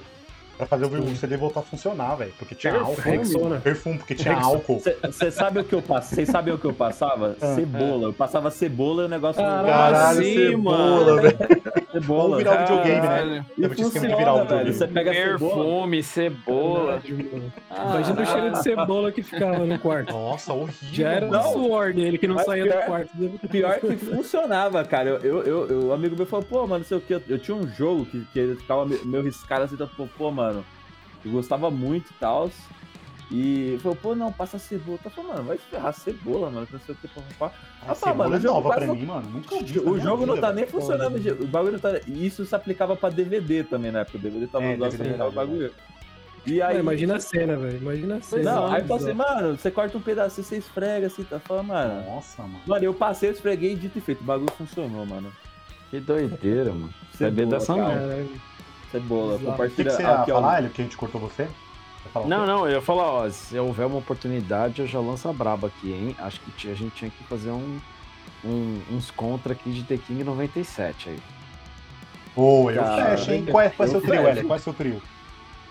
pra fazer o o CD voltar a funcionar, velho. Porque tinha álcool. né? Rexona. Perfume, porque tinha álcool. Vocês sabem o que eu passava? Vocês sabem o que eu passava? Ah. Cebola. Eu passava cebola e o negócio. Caralho, Caralho, sim, cebola, mano. né? velho. Cebola. Vamos virar o videogame, né? Caralho. Tava E de esquema de funciona, virar o velho. videogame. Você pega assim, cebola. Perfume, cebola. Verdade, mano. Ah, Imagina o cheiro de cebola que ficava no quarto. Nossa, horrível. Já era o mano. suor dele que não Mas saía pior- do quarto. Pior é que funcionava, cara. Eu, eu, eu, eu- um amigo meu falou, pô, mano, não sei o que. Eu, eu tinha um jogo que, que ele ficava me- meio riscado assim, então, pô, pô, mano, eu gostava muito e tal. E falou, pô, não, passa cebola. Tá falando, mano, vai ferrar cebola, mano, que não sei o que. Pô, pô, pô. A Ah, cebola mano, é o jogo nova quase pra não- mim, mano. Nunca vi. O jogo não tá né? nem funcionando. gente. O bagulho não tá. E isso se aplicava pra DVD também na época. O DVD tava É, usando DVD, pra tá o verdade, bagulho. E aí. Mano, imagina a cena, velho. Imagina a cena. Não, aí eu Mano, falei assim, mano, você corta um pedacinho, você esfrega assim, tá falando, mano. Nossa, mano. Mano, eu passei, eu esfreguei e dito e feito. O bagulho funcionou, mano. Ah, é Que doideira, mano. Saber dessa cara. não. caralho. Cebola, Exato. O que, compartilha que você ia aqui, ó. falar, Hélio, que a gente cortou você? Quer falar o Não, quê? não, eu ia falar, ó, se houver uma oportunidade, eu já lanço a braba aqui, hein? Acho que ti- a gente tinha que fazer um, um- uns contra aqui de The King 97 aí. Boa, eu Cara, fecho, hein? Qual é, qual é Tá. seu eu trio, fecho. Hélio? Qual é seu trio?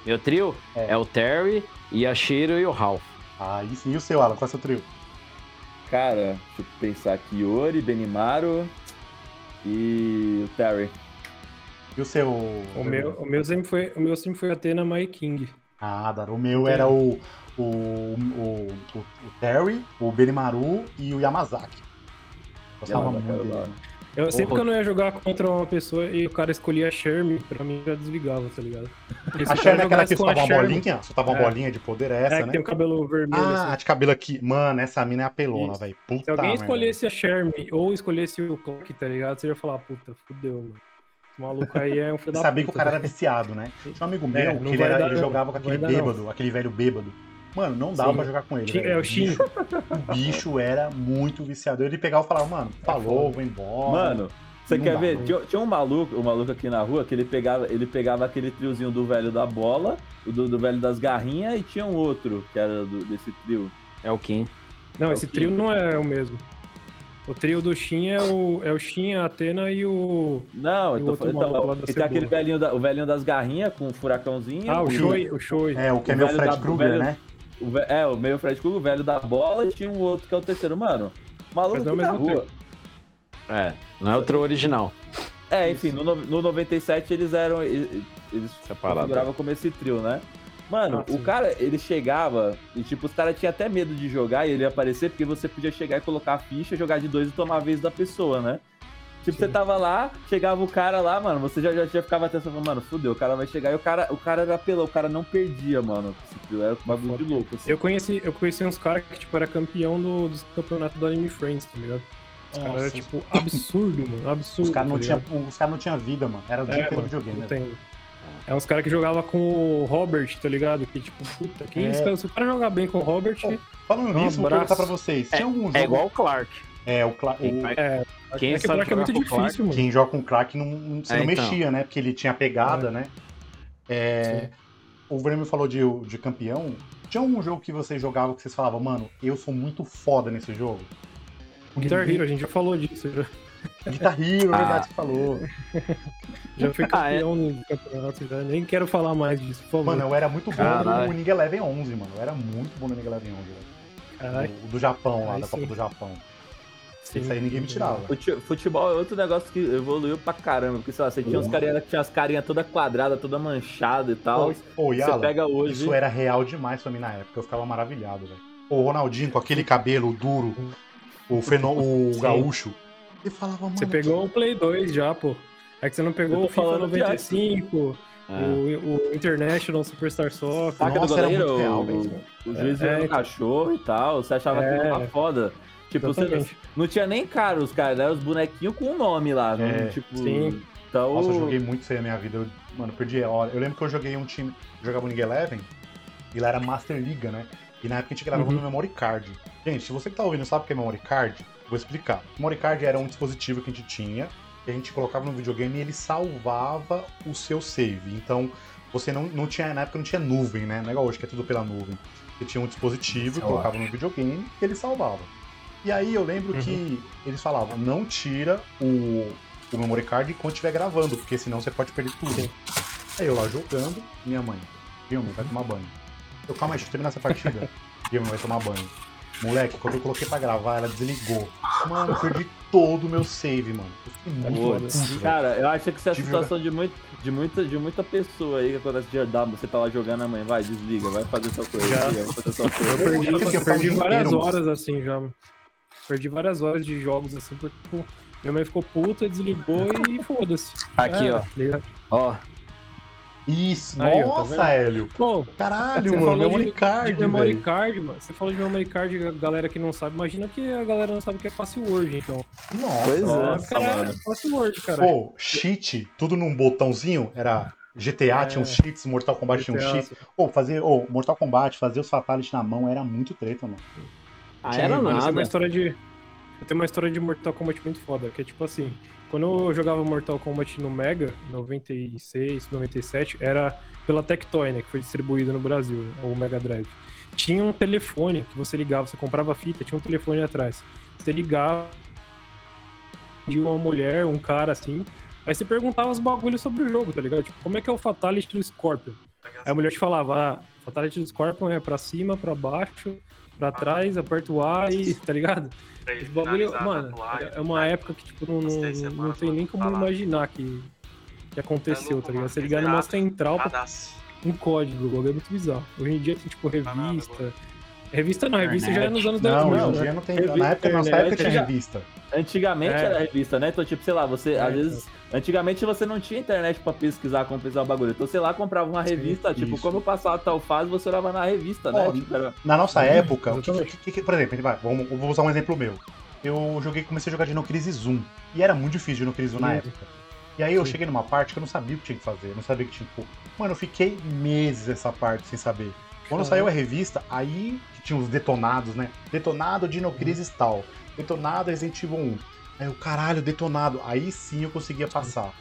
Meu trio É. é, o Terry, Yashiro e o Ralph. Aí sim. E o seu, Alan? Qual é seu trio? Cara, deixa eu pensar aqui. Yori, Benimaru e o Terry. E o seu? O meu, o, meu sempre foi, o meu sempre foi Atena My King. Ah, Dara, o meu É. era o, o, o, o, o Terry, o Benimaru e o Yamazaki. Gostava Yamazaki muito era dele. da hora. Eu sempre que Porra. eu não ia jogar contra uma pessoa e o cara escolhia a Sherm, pra mim já desligava, tá ligado? Porque se A o cara Sherry é aquela que jogasse com a soltava uma Sherm- bolinha? Soltava uma É. bolinha de poder, é É, essa, que né? tem o cabelo vermelho. Ah, assim. a de cabelo aqui. Mano, essa mina é apelona, Isso. velho. Puta Se alguém merda. escolhesse a Sherm ou escolhesse o Clock, tá ligado? Você ia falar, puta, fudeu, mano. Esse maluco aí é um filho Eu da sabia que puta. o cara era velho. viciado, né? Tinha um amigo meu É, que não ele, vai era- dar ele não. jogava com Não aquele vai dar não. bêbado, aquele velho bêbado. Mano, não dava Sim. pra jogar com ele. Shin- velho. né? é o Shin. bicho, o bicho era muito viciado. Ele pegava e falava, mano, É falou, vou embora. Mano, você Não quer dá, ver? né? mano. Tinha, tinha um maluco, um maluco aqui na rua que ele pegava, ele pegava aquele triozinho do velho da bola, o do, do velho das garrinhas e tinha um outro que era do- desse trio. É o Kim. Não, esse trio não é o mesmo. O trio do Shin é o, é o Shin, a Atena e o. Não, E eu o tô outro falando. maluco lá Então, da e tem aquele cebola. velhinho da- o velhinho das garrinhas com um furacãozinho. Ah, o o- Shoei, o Shoei. É, o que é o meu velho Fred da- Krueger, velho- né? o ve- é, o meio Fred Krueger, o velho da bola, e tinha um outro que é o terceiro. Mano, o maluco Mas não aqui na ao mesmo rua. É, não é o trio original. É, enfim, no, no- no 97 eles eram. e- e- Eles Separado. É configuravam como esse trio, né? Mano, Ah, o sim. cara, ele chegava e, tipo, os caras tinham até medo de jogar e ele ia aparecer, porque você podia chegar e colocar a ficha, jogar de dois e tomar a vez da pessoa, né? Tipo, você Sim. tava lá, chegava o cara lá, mano, você já, já, já ficava atenção, falando, mano, fudeu, o cara vai chegar. E o cara, o cara era apelão, o cara não perdia, mano. Esse trio era um bagulho de louco, assim. Eu conheci, eu conheci uns caras que, tipo, era campeão do, dos campeonatos do Anime Friends, tá ligado? Os caras Nossa, eram, tipo, absurdo, mano. Absurdo. Os caras não tá ligado? tinham cara tinha vida, mano. Era o dia É, inteiro mano, videogame, né? não tem. É uns caras que jogavam com o Robert, tá ligado? Que tipo, puta, que É. isso, cara? Se o cara jogar bem com o Robert, Falando Um nisso, vou abraço. perguntar pra vocês. Tinha algum jogo. É igual o Clark. É, o, Cla- o- Quem é que sabe Black é muito jogar com o Clark? difícil, mano. Quem joga com crack não, não- você É, não então. mexia, né? Porque ele tinha pegada, né? É, o Grêmio falou de, de campeão. Tinha um jogo que vocês jogavam que vocês falavam, mano, eu sou muito foda nesse jogo? Guitar Hero, a gente já falou disso, já, Guitar Hero, é Ah. verdade, que <laughs> falou. já <laughs> fui Ah, é. campeão no campeonato, já nem quero falar mais disso, por favor. Mano, é eu era muito bom Caralho. no Ninja Eleven 11, mano. Eu era muito bom no Ninja Eleven 11. velho. Caralho, O do Japão, lá, Aí da Copa sim. do Japão. sim. Isso aí ninguém me tirava. Fute- Futebol é outro negócio que evoluiu pra caramba, porque, sei lá, você tinha uns Uhum. carinhas que tinha as carinhas toda quadrada, toda manchada e tal. Ô, ô, Você Yala, pega hoje. isso é- era real demais pra mim na época. Eu ficava maravilhado, velho. O Ronaldinho com aquele cabelo duro, o, fenô, o Sim. gaúcho. Ele falava, mano. Você pegou o Play 2 já, pô. É que você não Eu pegou tô o FIFA falando de 95, É. o, o International Superstar Soccer. Saca Nossa, do era goleiro, muito real, o- velho. O juiz É, era um então. cachorro e tal, você achava É. aquilo uma foda. Tipo, você não, Exatamente. não tinha nem cara os caras, eram os bonequinhos com o nome lá, né? É, Tipo, sim. então. Nossa, eu joguei muito isso aí na minha vida. Eu, mano, perdi a hora. Eu lembro que eu joguei um time, jogava o League Eleven, e lá era Master Liga, né? E na época a gente gravava Uhum. no Memory Card. Gente, se você que tá ouvindo sabe o que é Memory Card, vou explicar. Memory Card era um dispositivo que a gente tinha, que a gente colocava no videogame e ele salvava o seu save. Então, você não, não tinha, na época não tinha nuvem, né? Não é igual hoje que é tudo pela nuvem. Você tinha um dispositivo, Sei lá. colocava no videogame e ele salvava. E aí eu lembro Uhum. que eles falavam, não tira o, o memory card enquanto estiver gravando, porque senão você pode perder tudo. Aí eu lá jogando, minha mãe, Gilman, vai tomar banho. Eu, calma aí, deixa eu terminar essa <laughs> partida. Gilman vai tomar banho. Moleque, quando eu coloquei pra gravar, ela desligou. Mano, eu perdi todo o meu save, mano. Eu fiquei muito Putz, puto, velho. cara, eu acho que isso é a Tive situação de, muito, de, muita, de muita pessoa aí que acontece de herdar, você tá lá jogando amanhã, vai, desliga, vai fazer sua coisa, Já. vai fazer sua coisa. Eu perdi, Eu perdi É eu perdi inteiro, várias mano. horas assim já. mano. Perdi várias horas de jogos assim, porque tipo, minha mãe ficou puta, desligou <laughs> e foda-se. Aqui, É, ó. tá ligado? Ó, Isso, Aí, ó, tá nossa, vendo? Hélio. Bom, Caralho, Você mano, falou memory de- card, de memory velho. card, mano. Você falou de memory card, a galera que não sabe, imagina que a galera não sabe o que é password, então. Nossa. Pois é, Nossa, cara, mano. password, cara. Pô, cheat, tudo num botãozinho, era... GTA tinha uns cheats, Mortal Kombat tinha uns cheats. Pô, fazer, ô, Mortal Kombat, fazer os fatalities na mão era muito treta, mano. ah, Tinha era revista, Mano, isso é uma nada. história de. Eu tenho uma história de Mortal Kombat muito foda, que é tipo assim, quando eu jogava Mortal Kombat no Mega, 96, 97, era pela Tectoy, né, que foi distribuído no Brasil, né, o Mega Drive. Tinha um telefone que você ligava, você comprava a fita, tinha um telefone atrás. Você ligava de uma mulher, um cara assim, aí você perguntava os bagulhos sobre o jogo, tá ligado? Tipo, como é que é o Fatality do Scorpion? Aí a mulher te falava, ah, Fatality do Scorpion é pra cima, pra baixo, pra trás, aperta o A e, tá ligado? Esse bagulho, mano, é né? uma época que, tipo, não, não, não tem nem como imaginar que, que aconteceu, tá ligado? Você ligar numa central pra um código, o bagulho é muito bizarro. Hoje em dia tem, tipo, revista... Revista não, revista já é nos anos Não, 2000, hoje em né? dia não tem. Revista, na época, na nossa internet, época tinha já- revista. Antigamente É. era revista, né? Então, tipo, sei lá, você, É, às vezes, antigamente você não tinha internet pra pesquisar como pesquisar o bagulho. Então, sei lá, comprava uma revista, tipo, isso. como passar tal fase, você olhava na revista, né? Ó, Tipo, era- Na nossa época, o que- exatamente. que- que- por exemplo, vai, vamos- eu vou usar um exemplo meu. Eu joguei, comecei a jogar de no Crise Zoom. E era muito difícil de no Crise Zoom na Sim. época. E aí eu Sim. cheguei numa parte que eu não sabia o que tinha que fazer. Eu não sabia o que tinha que. pôr. Mano, eu fiquei meses essa parte sem saber. Quando Caramba. saiu a revista, aí que tinha os detonados, né? Detonado Dino Crisis Uhum. tal. Detonado Resident Evil 1. Aí o caralho, detonado. Aí sim eu conseguia passar.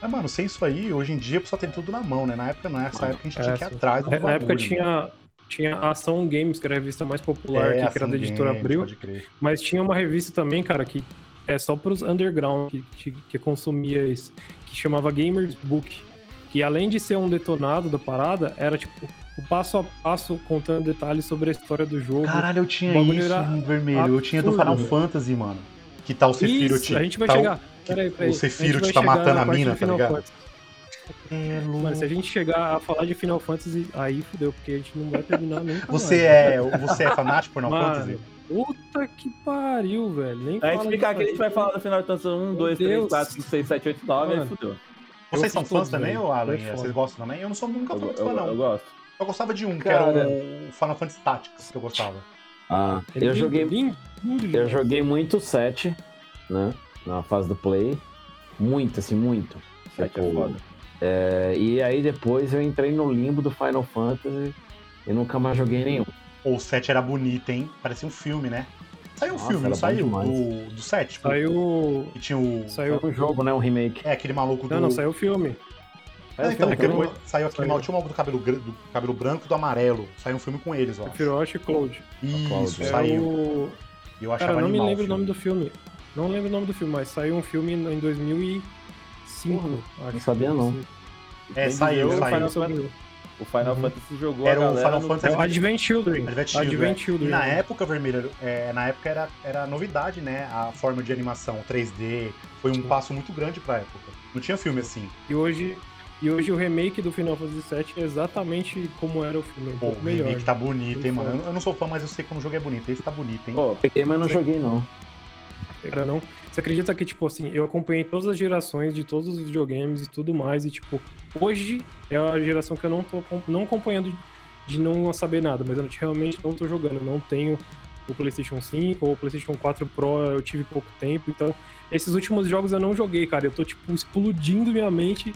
Mas, mano, sem isso aí, hoje em dia a pessoa tem tudo na mão, né? Na época não é essa época a gente É, tinha que ir sim. atrás do Na na época bagulho, né? tinha, tinha a Ação Games, que era a revista mais popular, É, aqui, que era assim, da editora games, Abril. Pode crer. Mas tinha uma revista também, cara, que é só pros underground que, que, que consumia isso, que chamava Gamers Book. Que além de ser um detonado da parada, era tipo o passo a passo contando detalhes sobre a história do jogo. Caralho, eu tinha O bagulho isso era no vermelho. Eu tinha do absurdo, Final velho. Fantasy, mano. Que tal o Sephiroth? Isso, a gente vai tá o- chegar. Peraí, peraí. o Sephiroth A gente vai tá chegar matando na a parte mina, do tá Final ligado? Fantasy. É Mano, se a louco. gente chegar a falar de Final Fantasy, aí fudeu, porque a gente não vai terminar nunca. Você mais. é, você é fanático por Final Mano, Fantasy? Puta que pariu, velho. Nem A fala gente fica disso aqui, a gente vai aí. falar no final um, de tanto 1, 2, Deus. 3, 4, 5, 6, 7, 8, 9, aí Mano. fudeu. Vocês são fiz fãs todos, também, velho. ou Alan? Foi foda. Vocês gostam também? Eu não sou nunca Eu, fui muito eu- fã, eu não. gosto. Eu gostava de um, que Cara. era o Final Fantasy Tactics, que eu gostava. Ah, Ele é eu lindo, joguei lindo, lindo, Eu demais. joguei muito 7, né? Na fase do play. Muito, assim, muito. Tipo, Sete é foda. É, e aí depois eu entrei no limbo do Final Fantasy e nunca mais joguei nenhum. Ou o 7 era bonito, hein? Parecia um filme, né? Saiu um Nossa, filme, era não bom saiu? demais. Do, do 7? Tipo, Saiu. Que tinha o... Saiu. Foi um jogo, né? Um remake. É, aquele maluco do... Não, não, saiu o filme. É, então, É, porque filme, depois saiu aquele Saiu. mal, tinha um maluco do cabelo, gran- do cabelo branco e do amarelo. Saiu um filme com eles, ó. Sephiroth e Cloud. Isso, Cláudio. É saiu. o- Eu achava Cara, não me animal lembro o filme. nome do filme. Não lembro o nome do filme, mas saiu um filme em 2005. acho. não sabia, não. É, Tem saiu, dinheiro, saiu. Fala sobre o- O Final Uhum. Fantasy jogou Era a o galera Final no- Fantasy É o Advent Children. Advent Children, Advent é. E Children. na época, Vermelho, é, na época era, era novidade, né? A forma de animação 3D. Foi um passo muito grande pra época. Não tinha filme assim. E hoje, e hoje o remake do Final Fantasy VII é exatamente como era o filme. Um Pô, pouco o melhor. remake tá bonito, hein, Muito mano? Eu- Eu não sou fã, mas eu sei como o jogo é bonito. Esse tá bonito, hein? Pô, Peguei, mas não joguei, não. Era não. Você acredita que, tipo assim, eu acompanhei todas as gerações de todos os videogames e tudo mais, e, tipo, hoje é a geração que eu não tô acom- não acompanhando de não saber nada, mas eu realmente não tô jogando, eu não tenho o PlayStation 5 ou o PlayStation 4 Pro, eu tive pouco tempo, então esses últimos jogos eu não joguei, cara, eu tô, tipo, explodindo minha mente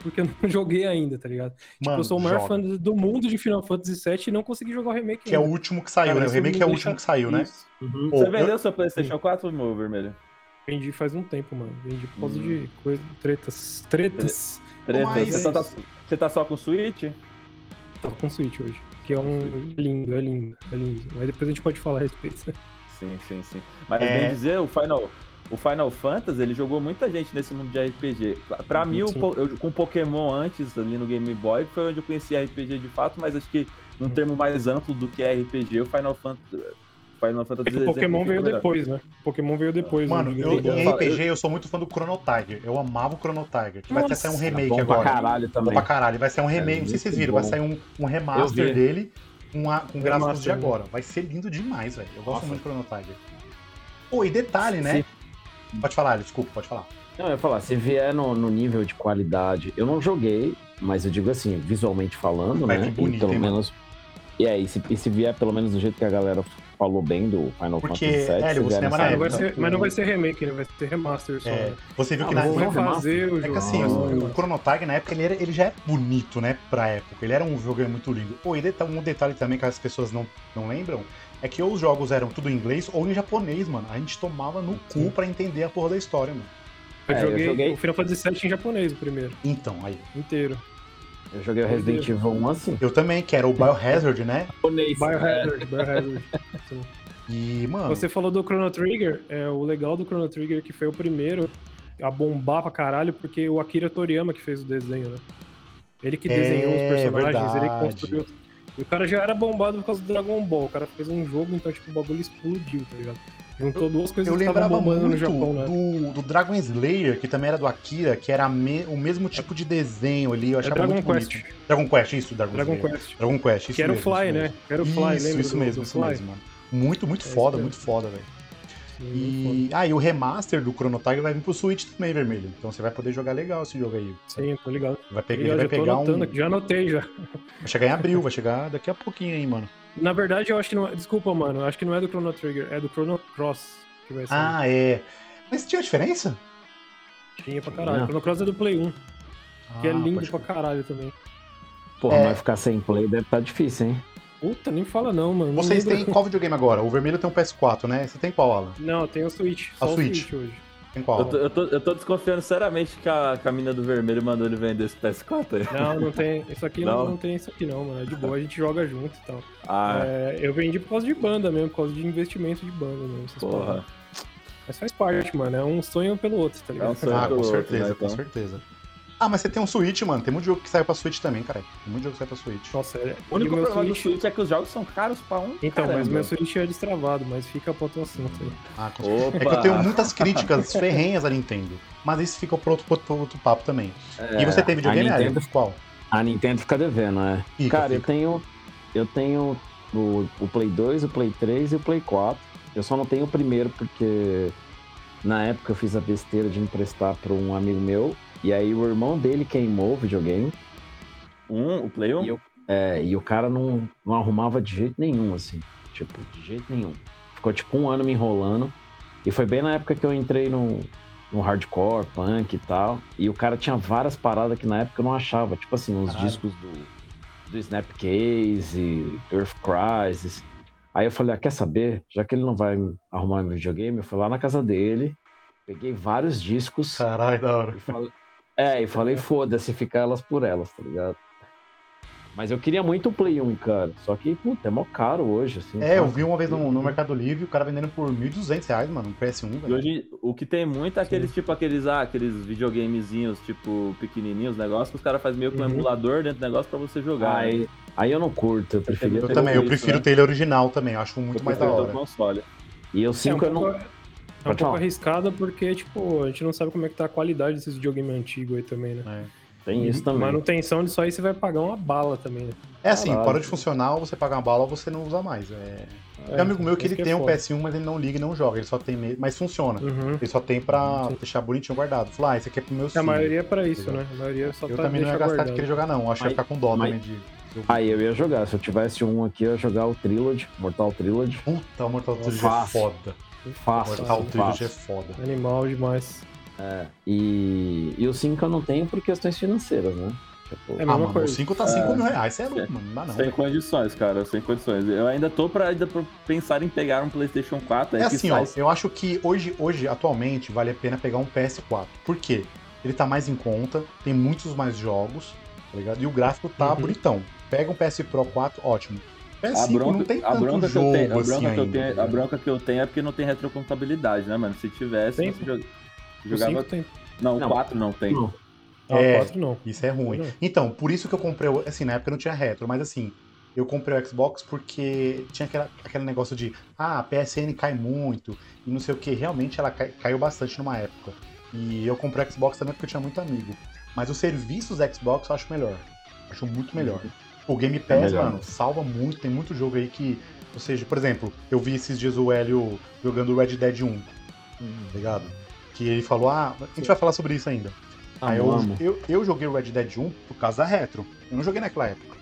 porque eu não <laughs> joguei ainda, tá ligado? mano, eu sou o maior joga. fã do do mundo de Final Fantasy VII e não consegui jogar o remake Que é o ainda. último que saiu, Cara, né? O isso remake me é o deixa- último que saiu, né? Isso. Uhum. Pô, Você eu- vendeu seu PlayStation 4, meu vermelho? Vendi faz um tempo, mano. Vendi por causa Hum. de coisa, tretas. Tretas. Treta, Mas- você, só tá, você tá só com o Switch? Tô com Switch hoje. Que é um. é lindo, é lindo, é lindo. Mas depois a gente pode falar a respeito. Sim, sim, sim. Mas É. bem dizer, o Final, o Final Fantasy, ele jogou muita gente nesse mundo de RPG. Pra- Pra mim, o Sim. po- eu- com Pokémon antes, ali no Game Boy, foi onde eu conheci RPG de fato, mas acho que um termo mais amplo do que é RPG, o Final Fantasy. Final Fantasy É que o Pokémon exemplifica veio melhor. depois, né? O Pokémon veio depois. Mano, né? eu, eu- em eu- RPG eu sou muito fã do Chrono Tiger. Eu amava o Chrono Tiger. Que vai até sair um Nossa, tá remake bom agora. Tá Pra caralho Bom também. pra caralho. Vai sair um remake, É não sei se vocês muito viram, vai bom. sair um, um remaster vi. dele com, a, com gráficos de Remaster, né? agora. Vai ser lindo demais, velho. Eu gosto Nossa. muito do Chrono Tiger. Pô, e detalhe, né? Se, Pode falar, Ali, desculpa, pode falar. não, eu ia falar, se vier no, no nível de qualidade, eu não joguei, mas eu digo assim, visualmente falando, Vai né? que é bonito, e pelo hein, mano? menos. E aí, se, e se vier pelo menos do jeito que a galera falou bem do Final Porque, Fantasy VII, Hélio, se o cinema vier nessa na Ah, não vai época. ser- mas não vai ser remake, né? Vai ser remaster só. É, né? você viu que Ah, na mas época. Vão fazer o É jogo. que assim, vai ser um o, o remaster. Chrono Tiger na época ele, era- ele já é bonito, né? Pra época. Ele era um jogo muito lindo. Pô, e deta- um detalhe também que as pessoas não, não lembram é que ou os jogos eram tudo em inglês ou em japonês, mano. A gente tomava no cu pra entender a porra da história, mano. eu, É, eu joguei, joguei- o Final Fantasy VII em japonês o primeiro, Então, aí. inteiro. Eu joguei o Resident Evil 1 assim. Eu também, que era o Biohazard, né? Biohazard, Biohazard. E, mano. Você falou do Chrono Trigger, é, o legal do Chrono Trigger é que foi o primeiro a bombar pra caralho, porque o Akira Toriyama que fez o desenho, né? Ele que É, desenhou os personagens, ele que verdade. construiu. E o cara já era bombado por causa do Dragon Ball, o cara fez um jogo, então tipo, o bagulho explodiu, tá ligado? Juntou duas coisas Eu que estavam lembrava bombando muito no Japão, né? do, do Dragon Slayer, que também era do Akira, que era me- o mesmo tipo de desenho ali. Eu É achava Dragon muito Quest, bonito. Dragon Quest, isso, Dragon, Dragon Slayer. Quest. Dragon Quest, isso Que era o mesmo, Fly, isso né? mesmo. Que era o Fly, isso, lembra? isso do- mesmo, do isso Fly? mesmo, mano. Muito, muito É isso foda, mesmo. muito foda, velho. Sim, E... muito Ah, e o remaster do Chrono Tiger vai vir pro Switch também, vermelho. Então você vai poder jogar legal esse jogo aí. foda. Sim, tô ligado. Vai pegar, ele Eu vai já tô pegar um. anotando aqui, já anotei já. Vai chegar em abril, vai chegar daqui a pouquinho aí, mano. Na verdade, eu acho que não é. Desculpa, mano. Eu acho que não é do Chrono Trigger, é do Chrono Cross. Que vai sair. Ah, é. Mas tinha diferença? Tinha pra caralho. Tinha. Chrono Cross é do Play 1, que é Ah, lindo pode pra caralho também. Porra, É. vai ficar sem play, deve estar difícil, hein? Puta, nem fala não, mano. Não Vocês lembro- têm qual videogame agora? O vermelho tem um PS4, né? Você tem qual, Alan? Não, tem o Switch. Ah, Só o Switch. Switch, hoje. Tem qual? Eu tô, eu, tô, eu tô desconfiando seriamente que a, que a mina do vermelho mandou ele vender esse PS4 aí. Não, não tem. Isso aqui não. Não. Não, tem isso aqui não, mano. É de boa, a gente joga junto e tal. Ah, É, eu vendi por causa de banda mesmo, por causa de investimento de banda mesmo. essas paradas. porra. Mas faz parte, mano. É um sonho pelo outro, tá ligado? É um sonho. Ah, pelo com outro, certeza, né, com então. certeza. Ah, mas você tem um Switch, mano. Tem muito jogo que saiu pra Switch também, cara. Tem muito jogo que saiu pra Switch. Nossa, é... O único e o meu problema do Switch... Switch é que os jogos são caros pra um. Então, mas caramba. o meu Switch é destravado, mas fica pra outro assunto aí. Ah, com certeza. Opa. É que eu tenho muitas críticas ferrenhas à Nintendo. Mas isso fica pro outro, pro outro papo também. e você tem videogame, a Nintendo... Nintendo- Qual? A Nintendo fica devendo, é. Fica, Cara, eu fica. tenho. Eu tenho o, o Play 2, o Play 3 e o Play 4. Eu só não tenho o primeiro porque na época eu fiz a besteira de emprestar para um amigo meu. E aí o irmão dele queimou o videogame. Um, o Play 1? E eu- É, e o cara não, não arrumava de jeito nenhum, assim. Tipo, de jeito nenhum. Ficou tipo um ano me enrolando. E foi bem na época que eu entrei no, no hardcore, punk e tal. E o cara tinha várias paradas que na época eu não achava. Tipo assim, uns Caralho. discos do, do Snapcase, Earth Crisis. Aí eu falei, ah, quer saber? Já que ele não vai arrumar meu videogame, eu fui lá na casa dele, peguei vários discos. Caralho, da hora. E fala- É, e falei, foda-se, ficar elas por elas, tá ligado? Mas eu queria muito o Play 1, cara. Só que, puta, é mó caro hoje, assim. É, eu sabe? vi uma vez no, no Mercado Livre o cara vendendo por 1.200 reais, mano. Um PS1, E velho. hoje, o que tem muito é aqueles, tipo, aqueles, ah, aqueles videogamezinhos, tipo, pequenininhos, negócio, que os caras fazem meio que um Uhum. emulador dentro do negócio pra você um jogar. Ah, é né? Aí, aí eu não curto, eu preferia. Eu Eu também, eu isso, prefiro né? ter ele original também. Eu acho muito Eu mais da prefiro ter o hora. console. E o É um 5 eu pouco- não. É um Pode pouco falar. arriscada porque, tipo, a gente não sabe como é que tá a qualidade desses videogame antigo aí também, né? É. Tem isso também. Manutenção disso aí você vai pagar uma bala também, né? É assim, Caralho. para de funcionar, você paga uma bala, você não usa mais. É... Tem um amigo meu que isso ele é tem um foda. PS1, mas ele não liga e não joga. Ele só tem mesmo, mas funciona. Uhum. Ele só tem pra deixar bonitinho guardado. Falou, ah, esse aqui é pro meu A filho. maioria é pra isso, né? A maioria só Eu tá também não ia deixa gastar de guardado. querer jogar, não. Eu Acho que ia Mas- ficar com dó mas- também de. Aí eu ia jogar. Se eu tivesse um aqui, eu ia jogar o Trilogy, Mortal Trilogy. Puta, o Mortal Kombat é Fácil. foda. Fácil. assim, Mortal Kombat é fácil. foda. Animal demais. E, e o 5 eu não tenho por questões financeiras, né? É Tipo, a Ah, mesma mano, o coisa. 5 tá 5 mil reais. Você é louco, mano. Não dá, não. Sem condições, cara, sem condições. Eu ainda tô pra, ainda pra pensar em pegar um PlayStation 4. Aí É que assim, ó. sai- Eu acho que hoje, hoje, atualmente, vale a pena pegar um PS4. Por quê? Ele tá mais em conta, tem muitos mais jogos, tá ligado? E o gráfico tá Uhum. bonitão. Pega um PS Pro 4, ótimo. A PS5 não tem bronca, a tanto bronca que eu jogo tenho, a assim bronca que eu ainda, tenho, a né? bronca que eu tenho é porque não tem retrocomputabilidade, né, mano? Se tivesse, Tem. você jog- O jogava 5 tem. Não, Não. o 4 não tem. Não. Ah, É. o 4 não. Isso é ruim. Não. Então, por isso que eu comprei, o- assim, na época não tinha retro, mas assim, eu comprei o Xbox porque tinha aquela, aquele negócio de, ah, a PSN cai muito, e não sei o que, realmente ela cai- caiu bastante numa época. E eu comprei o Xbox também porque eu tinha muito amigo. Mas os serviços da Xbox eu acho melhor. Acho muito melhor. O Game Pass, melhor. mano, salva muito, tem muito jogo aí que. Ou seja, por exemplo, eu vi esses dias o Hélio jogando Red Dead 1. tá ligado? Que ele falou, ah, a gente vai falar sobre isso ainda. Ah, Aí Ah, eu, amo. eu, eu joguei o Red Dead 1 por causa da retro. Eu não joguei naquela época.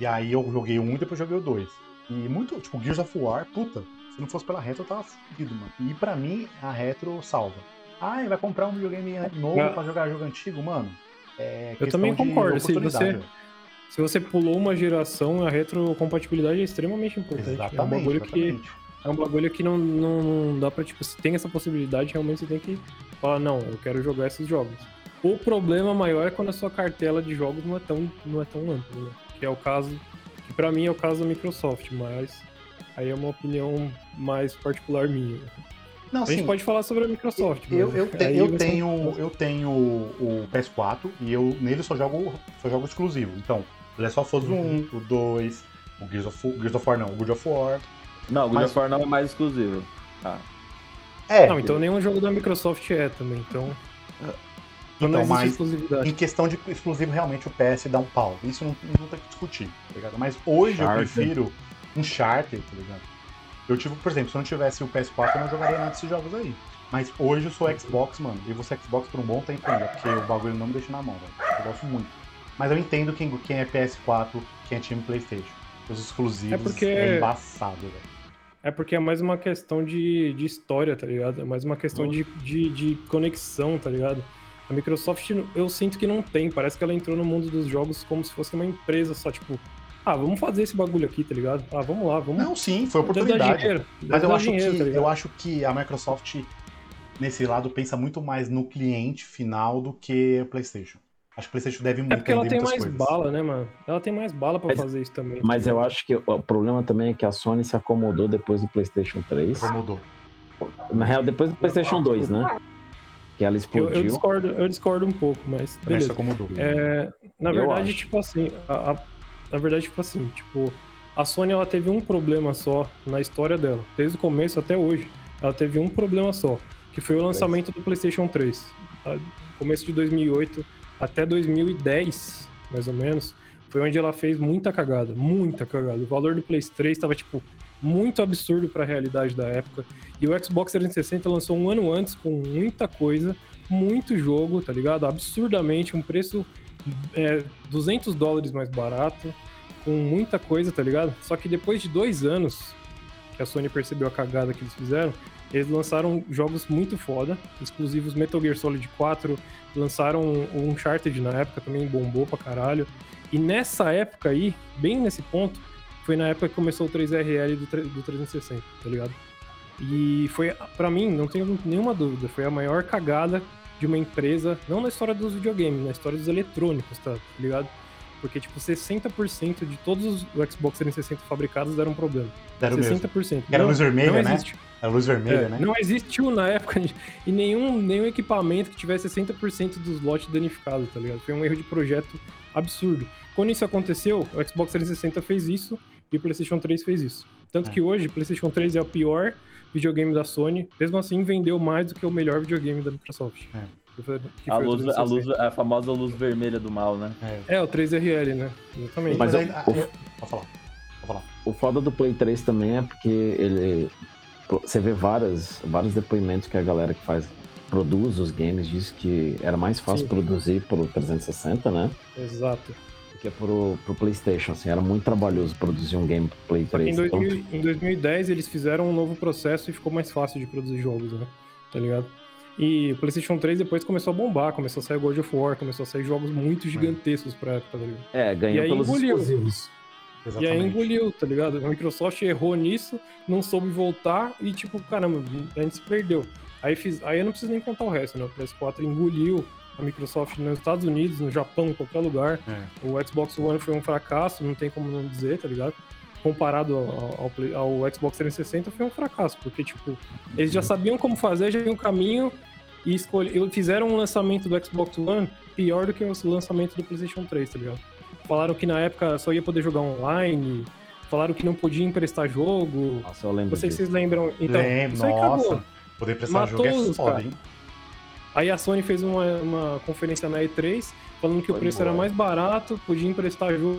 E aí eu joguei o 1 e depois joguei o 2. E muito, tipo, Gears of War, puta, se não fosse pela retro eu tava fudido, mano. E pra mim, a retro salva. Ah, e vai comprar um videogame novo Ah. pra jogar jogo antigo, mano? É Eu questão também de concordo, se oportunidade, você- velho. Se você pulou uma geração, a retrocompatibilidade é extremamente importante. Exatamente, é um bagulho que exatamente. é um bagulho que não, não, não dá pra, tipo, se tem essa possibilidade, realmente você tem que falar, não, eu quero jogar esses jogos. O problema maior é quando a sua cartela de jogos não é tão, não é tão ampla, né? Que é o caso, que pra mim é o caso da Microsoft, mas aí é uma opinião mais particular minha. Não, A gente sim, pode falar sobre a Microsoft. Assim, Eu, mas eu, te- aí eu você- tenho, eu tenho o PS4 e eu nele só jogo, só jogo exclusivo. Então, ele é só Us Uhum. 1, o 2, o Gears of, Gears of War não, o God of War. Não, o God Mas- of War não é mais exclusivo. Ah, É, Não, então nenhum jogo da Microsoft é também, então... Então, não então, existe mas exclusividade. em questão de exclusivo, realmente o PS dá um pau. Isso não, não tem o que discutir, tá ligado? Mas hoje eu Charter. prefiro um charter, tá ligado? Eu tive, por exemplo, se eu não tivesse o PS4, eu não jogaria nada desses jogos aí. Mas hoje eu sou Xbox, mano. E você Xbox por um bom tempo ainda, porque o bagulho não me deixa na mão, velho. Eu gosto muito. Mas eu entendo quem, quem é PS4, quem é time Playstation. Os exclusivos É porque- é embaçado, velho. É porque é mais uma questão de, de história, tá ligado? É mais uma questão de, de, de conexão, tá ligado? A Microsoft, eu sinto que não tem. Parece que ela entrou no mundo dos jogos como se fosse uma empresa só, tipo... Ah, vamos fazer esse bagulho aqui, tá ligado? Ah, vamos lá, vamos... Não, sim, foi Deve dar oportunidade. dinheiro, Mas deve eu dar acho, dinheiro, que, tá ligado? eu acho que a Microsoft, nesse lado, pensa muito mais no cliente final do que o PlayStation. Acho que o PlayStation deve É muito porque ela entender tem muitas mais coisas. é bala, né, mano? Ela tem mais bala pra Mas- fazer isso também. tá Mas eu ligado? acho que o problema também é que a Sony se acomodou depois do PlayStation 3. Incomodou. Na real, depois do PlayStation 2, né? Que ela Eu, eu explodiu. discordo, eu discordo um pouco, mas Também se beleza. acomodou. É, na Eu verdade, acho. tipo assim, a- a- na verdade, tipo assim, tipo, a Sony ela teve um problema só na história dela, desde o começo até hoje. Ela teve um problema só, que foi o lançamento do PlayStation 3. Tá? Começo de 2008 até 2010, mais ou menos, foi onde ela fez muita cagada, muita cagada. O valor do PlayStation 3 estava tipo muito absurdo para a realidade da época. E o Xbox 360 lançou um ano antes com muita coisa, muito jogo, tá ligado? Absurdamente um preço é, 200 dólares mais barato, com muita coisa, tá ligado? Só que depois de dois anos que a Sony percebeu a cagada que eles fizeram, eles lançaram jogos muito foda, exclusivos Metal Gear Solid 4, lançaram o Uncharted na época, também bombou pra caralho. E nessa época aí, bem nesse ponto, foi na época que começou o 3RL do, tre- do 360, tá ligado? E foi, pra mim, não tenho nenhuma dúvida, foi a maior cagada de uma empresa, não na história dos videogames, na história dos eletrônicos, tá ligado? Porque, tipo, 60% de todos os Xbox 360 fabricados deram um problema. Era o mesmo. 60%. Era não, luz vermelha, não né? existe. Era luz vermelha, É, né? Não existiu na época de- e nenhum, nenhum equipamento que tivesse 60% dos lotes danificados, tá ligado? Foi um erro de projeto absurdo. Quando isso aconteceu, o Xbox 360 fez isso e o PlayStation 3 fez isso. Tanto É. que hoje o PlayStation 3 é o pior videogame da Sony, mesmo assim vendeu mais do que o melhor videogame da Microsoft. É. Que foi- que a, foi o luz, a, 360. luz, a famosa luz vermelha do mal, né? É. É, o 3RL, né? Exatamente. Mas Mas eu- aí- ah, eu- Pode falar. Pode falar. O foda do Play 3 também é porque ele. Você vê várias, vários depoimentos que a galera que faz, produz os games, diz que era mais fácil Sim. produzir pro 360, né? Exato. Do que pro, pro PlayStation. Assim, era muito trabalhoso produzir um game pro Play Só que 3. em, então- 2000 em 2010 eles fizeram um novo processo e ficou mais fácil de produzir jogos, né? Tá ligado? E o PlayStation 3 depois começou a bombar, começou a sair God of War, começou a sair jogos muito gigantescos pra época, tá ligado? É, E Hum. ganhou aí pelos engoliu. exclusivos. E aí Exatamente. engoliu, tá ligado? A Microsoft errou nisso, não soube voltar e tipo, caramba, a gente se perdeu. Aí, fiz... aí eu não preciso nem contar o resto, né? O PS4 engoliu a Microsoft nos Estados Unidos, no Japão, em qualquer lugar. É. O Xbox One foi um fracasso, não tem como não dizer, tá ligado? comparado ao, ao, ao Xbox 360, foi um fracasso, porque, tipo, eles Uhum. já sabiam como fazer, já tinham um caminho e escolhe... fizeram um lançamento do Xbox One pior do que o lançamento do PlayStation 3, tá ligado? Falaram que na época só ia poder jogar online, falaram que não podia emprestar jogo. Nossa, eu lembro. Não sei se vocês disso. lembram. Então, Lembro, isso aí acabou. nossa. Poder emprestar Matou jogo é os foda, cara. hein? Aí a Sony fez uma, uma conferência na E3 falando que o Foi preço era embora. mais barato, podia emprestar jogo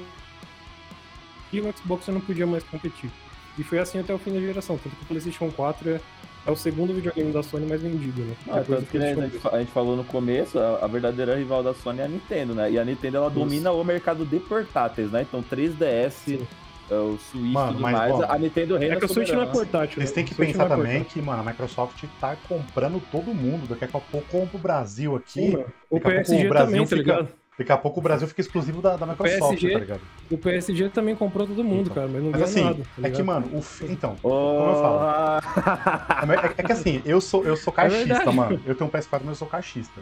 e o Xbox não podia mais competir. E foi assim até o fim da geração, tanto que o PlayStation 4 é, é o segundo videogame da Sony mais vendido, né? Ah, Depois tanto do que né, a, PlayStation gente, fa- a gente falou no começo, a, a verdadeira rival da Sony é a Nintendo, né? E a Nintendo ela domina o mercado de portáteis, né? Então 3DS, Sim. eh, o Switch e Mano, tudo mas, mais, ó, a Nintendo reina É que o Switch não é soberana. portátil. Vocês né? têm que O Switch pensar não é também portátil. que, mano, a Microsoft tá comprando todo mundo. Daqui a pouco compra o Brasil Sim, aqui. mano. O Daqui a pouco PSG o Brasil também, tá fica- ligado? Daqui a pouco o Brasil fica exclusivo da, da Microsoft, PSG, tá ligado? O PSG também comprou todo mundo, Então. cara, mas não Mas ganhou assim, nada. tá é que, ligado? mano, o. fi- <laughs> Então, Como eu falo? Um falo? É, é que assim, eu sou, eu sou caixista, É verdade. mano. Eu tenho um PS4, mas eu sou caixista.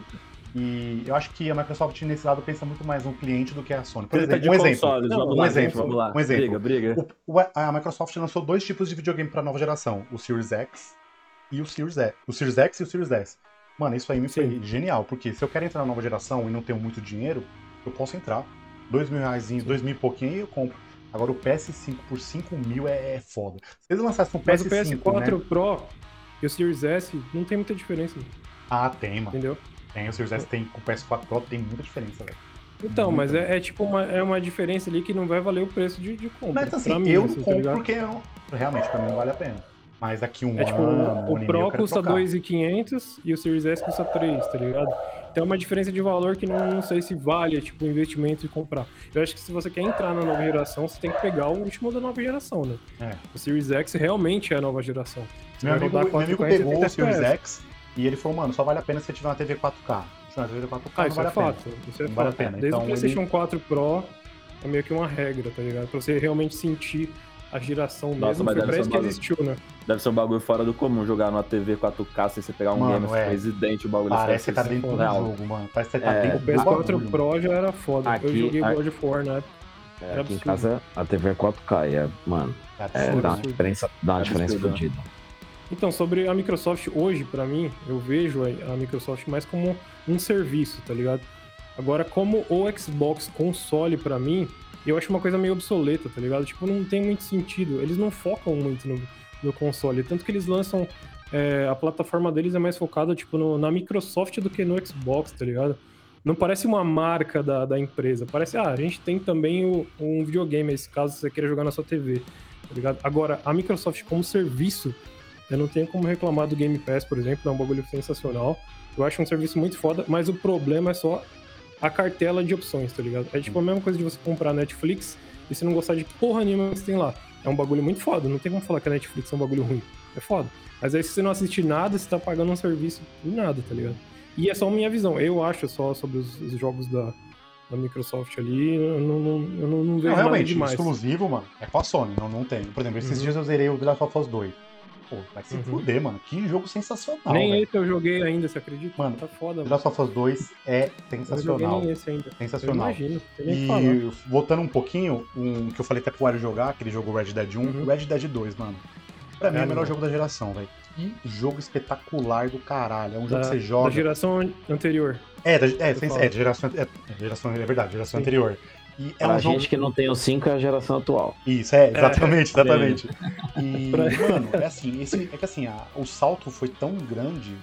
E eu acho que a Microsoft, nesse lado, pensa muito mais no cliente do que a Sony. Por exemplo, um exemplo. Consoles, Não, vamos um lá, exemplo, gente, vamos lá. um exemplo. Briga, briga. O- o- a Microsoft lançou dois tipos de videogame pra nova geração: o Series X e o Series E. O Series X e o Series S. Mano, isso aí me foi Sim. genial, porque se eu quero entrar na nova geração e não tenho muito dinheiro, eu posso entrar. Dois mil reais, dois mil e pouquinho, e eu compro. Agora o PS5 por 5 mil é, é foda. Se eles lançassem um Mas PS5, o PS4 né? Pro e o Series S não tem muita diferença, Ah, tem, mano. entendeu? Tem, o Series S tem com o PS4 Pro, tem muita diferença, velho. Então, Muito. mas é, é tipo uma, é uma diferença ali que não vai valer o preço de, de compra. Mas assim, pra mim, eu assim, tá compro ligado? porque eu, realmente pra mim não vale a pena. Mas daqui um É tipo, ano, um o, ano o e meio, eu Pro quero custa trocar. 2,500 e o Series S custa 3, tá ligado? Então é uma diferença de valor que não, não sei se vale, tipo, o investimento de comprar. Eu acho que se você quer entrar na nova geração, você tem que pegar o último da nova geração, né? É. O Series X realmente é a nova geração. Você Meu vai amigo, rodar meu amigo 440 pegou o Series FPS. X e ele falou, mano, só vale a pena se você tiver uma TV 4K. Se tiver uma TV 4K, Ah, não isso vale a pena. é fato. Isso é Não vale a fato. pena. Desde Então, o PlayStation 4 Pro é meio que uma regra, tá ligado? Pra você realmente sentir a geração Nossa, mesmo. mas Foi deve pra ser isso um que bagulho. existiu, né? Deve ser um bagulho fora do comum jogar numa TV 4K sem você pegar um Mano, game é. Resident, o bagulho Parece que tá dentro dentro do jogo, mano. Parece que tá É, dentro é o do PS4 bagulho. Pro já era foda. Eu Aqui- joguei a- God of War né? na época. É, Era aqui em absurdo. casa a TV é 4K e é, mano, Cara, é, absurdo. dá uma diferença, dá uma Absurdo, diferença né? fodida. Então, sobre a Microsoft hoje, pra mim, eu vejo a a Microsoft mais como um serviço, tá ligado? Agora, como o Xbox console pra mim, eu acho uma coisa meio obsoleta, tá ligado? Tipo, não tem muito sentido. Eles não focam muito no, no console. Tanto que eles lançam. é, a plataforma deles é mais focada, tipo, no- na Microsoft do que no Xbox, tá ligado? Não parece uma marca da, da empresa. Parece, ah, a gente tem também o- um videogame, esse caso você queira jogar na sua TV, tá ligado? Agora, a Microsoft como serviço, eu não tenho como reclamar do Game Pass, por exemplo, é um bagulho sensacional. Eu acho um serviço muito foda, mas o problema é só a cartela de opções, tá ligado? É tipo a mesma coisa de você comprar Netflix e você não gostar de porra nenhuma que você tem lá. É um bagulho muito foda, não tem como falar que a Netflix é um bagulho ruim. É foda. Mas aí se você não assistir nada, você tá pagando um serviço por nada, tá ligado? E é só minha visão. Eu acho só sobre os, os jogos da, da Microsoft ali, eu não, não, eu não, não vejo Não, nada realmente, demais. exclusivo, mano, é com a Sony, não, não tem. Por exemplo, esses Uhum. dias eu zerei o The Last of Us 2. Pô, vai se Uhum. fuder, mano. Que jogo sensacional, Nem velho. esse eu joguei ainda, você acredita? Mano, tá foda, The mano. Last of Us 2 é Eu não joguei sensacional. nem esse ainda. Eu Sensacional. imagino, não tem nem o que falar. E voltando um pouquinho, um que eu falei até pro Wario jogar, aquele jogo Red Dead 1, Uhum. Red Dead 2, mano. Pra mim é É, o melhor mano. jogo da geração, velho. Que jogo espetacular do caralho. É um jogo Da- que você Da joga. geração anterior. É, da, é, sem- falo. é, de geração, é, é, geração, é verdade, geração Sim. anterior. E é pra um jogo. gente que não tem o 5 é a geração atual. Isso, é, exatamente, exatamente. E, <laughs> Pra- mano, é assim, esse, é que assim, a- o salto foi tão grande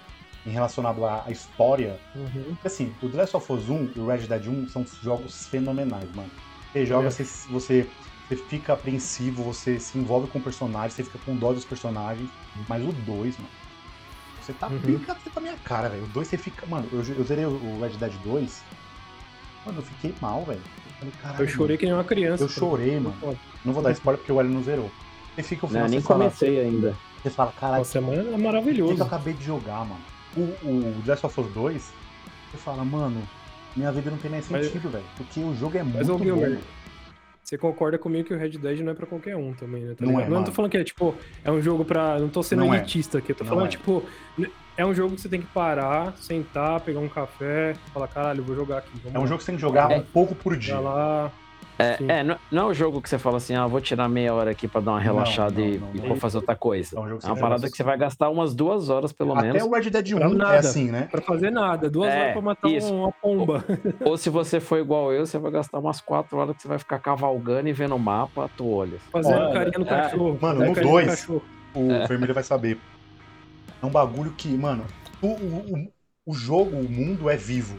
em relacionado à, à história Uhum. Porque, assim, o The Last of Us 1 e o Red Dead 1 são jogos fenomenais, mano. Você joga, É. você, você, você fica apreensivo, você se envolve com o personagem, você fica com dó dos personagens. Mas o 2, mano, você tá Uhum. pica, você tá minha cara, velho. O 2 você fica. Mano, eu, eu zerei o- o Red Dead 2. Mano, eu fiquei mal, velho. Eu falei, caralho. Eu chorei que nem uma criança. mano, Eu chorei, mano. Foda. Não vou dar spoiler porque o Hélio não zerou. Você fica o Não, final, Né? nem tá você, fala, comecei ainda. você fala, caralho, Nossa, mano, é o que que eu maravilhoso. acabei de jogar, mano? O, o The Last of Us 2, você fala, mano, minha vida não tem mais Mas- sentido, velho. Porque o jogo é Mas, muito ô, bom. Guilherme, mano. Você concorda comigo que o Red Dead não é pra qualquer um também, né? tá Não ligado? é, não mano. tô falando que é, tipo, é um jogo pra. Não tô sendo Não é. elitista aqui. Eu tô Não falando, é. tipo. É um jogo que você tem que parar, sentar, pegar um café, falar, caralho, eu vou jogar aqui. vamos É um lá, jogo que você tem que jogar É. um pouco por Tá dia. lá. É, Sim. é, não, não é um jogo que você fala assim, ah, vou tirar meia hora aqui pra dar uma relaxada não, e, não, e não. vou fazer outra coisa. É um jogo que É você uma parada joga- que você vai gastar umas duas horas, pelo Até menos. o Red Dead Pra 1 é nada. assim, né? Pra fazer nada, duas É, horas pra matar isso. uma pomba. <laughs> Ou se você for igual eu, você vai gastar umas quatro horas que você vai ficar cavalgando e vendo o mapa, tu olha. Fazendo Olha, carinha no é. cachorro. Mano, fazendo no carinha dois. cachorro. O vermelho vai saber. É um bagulho que, mano, o, o, o- o jogo, o mundo é vivo.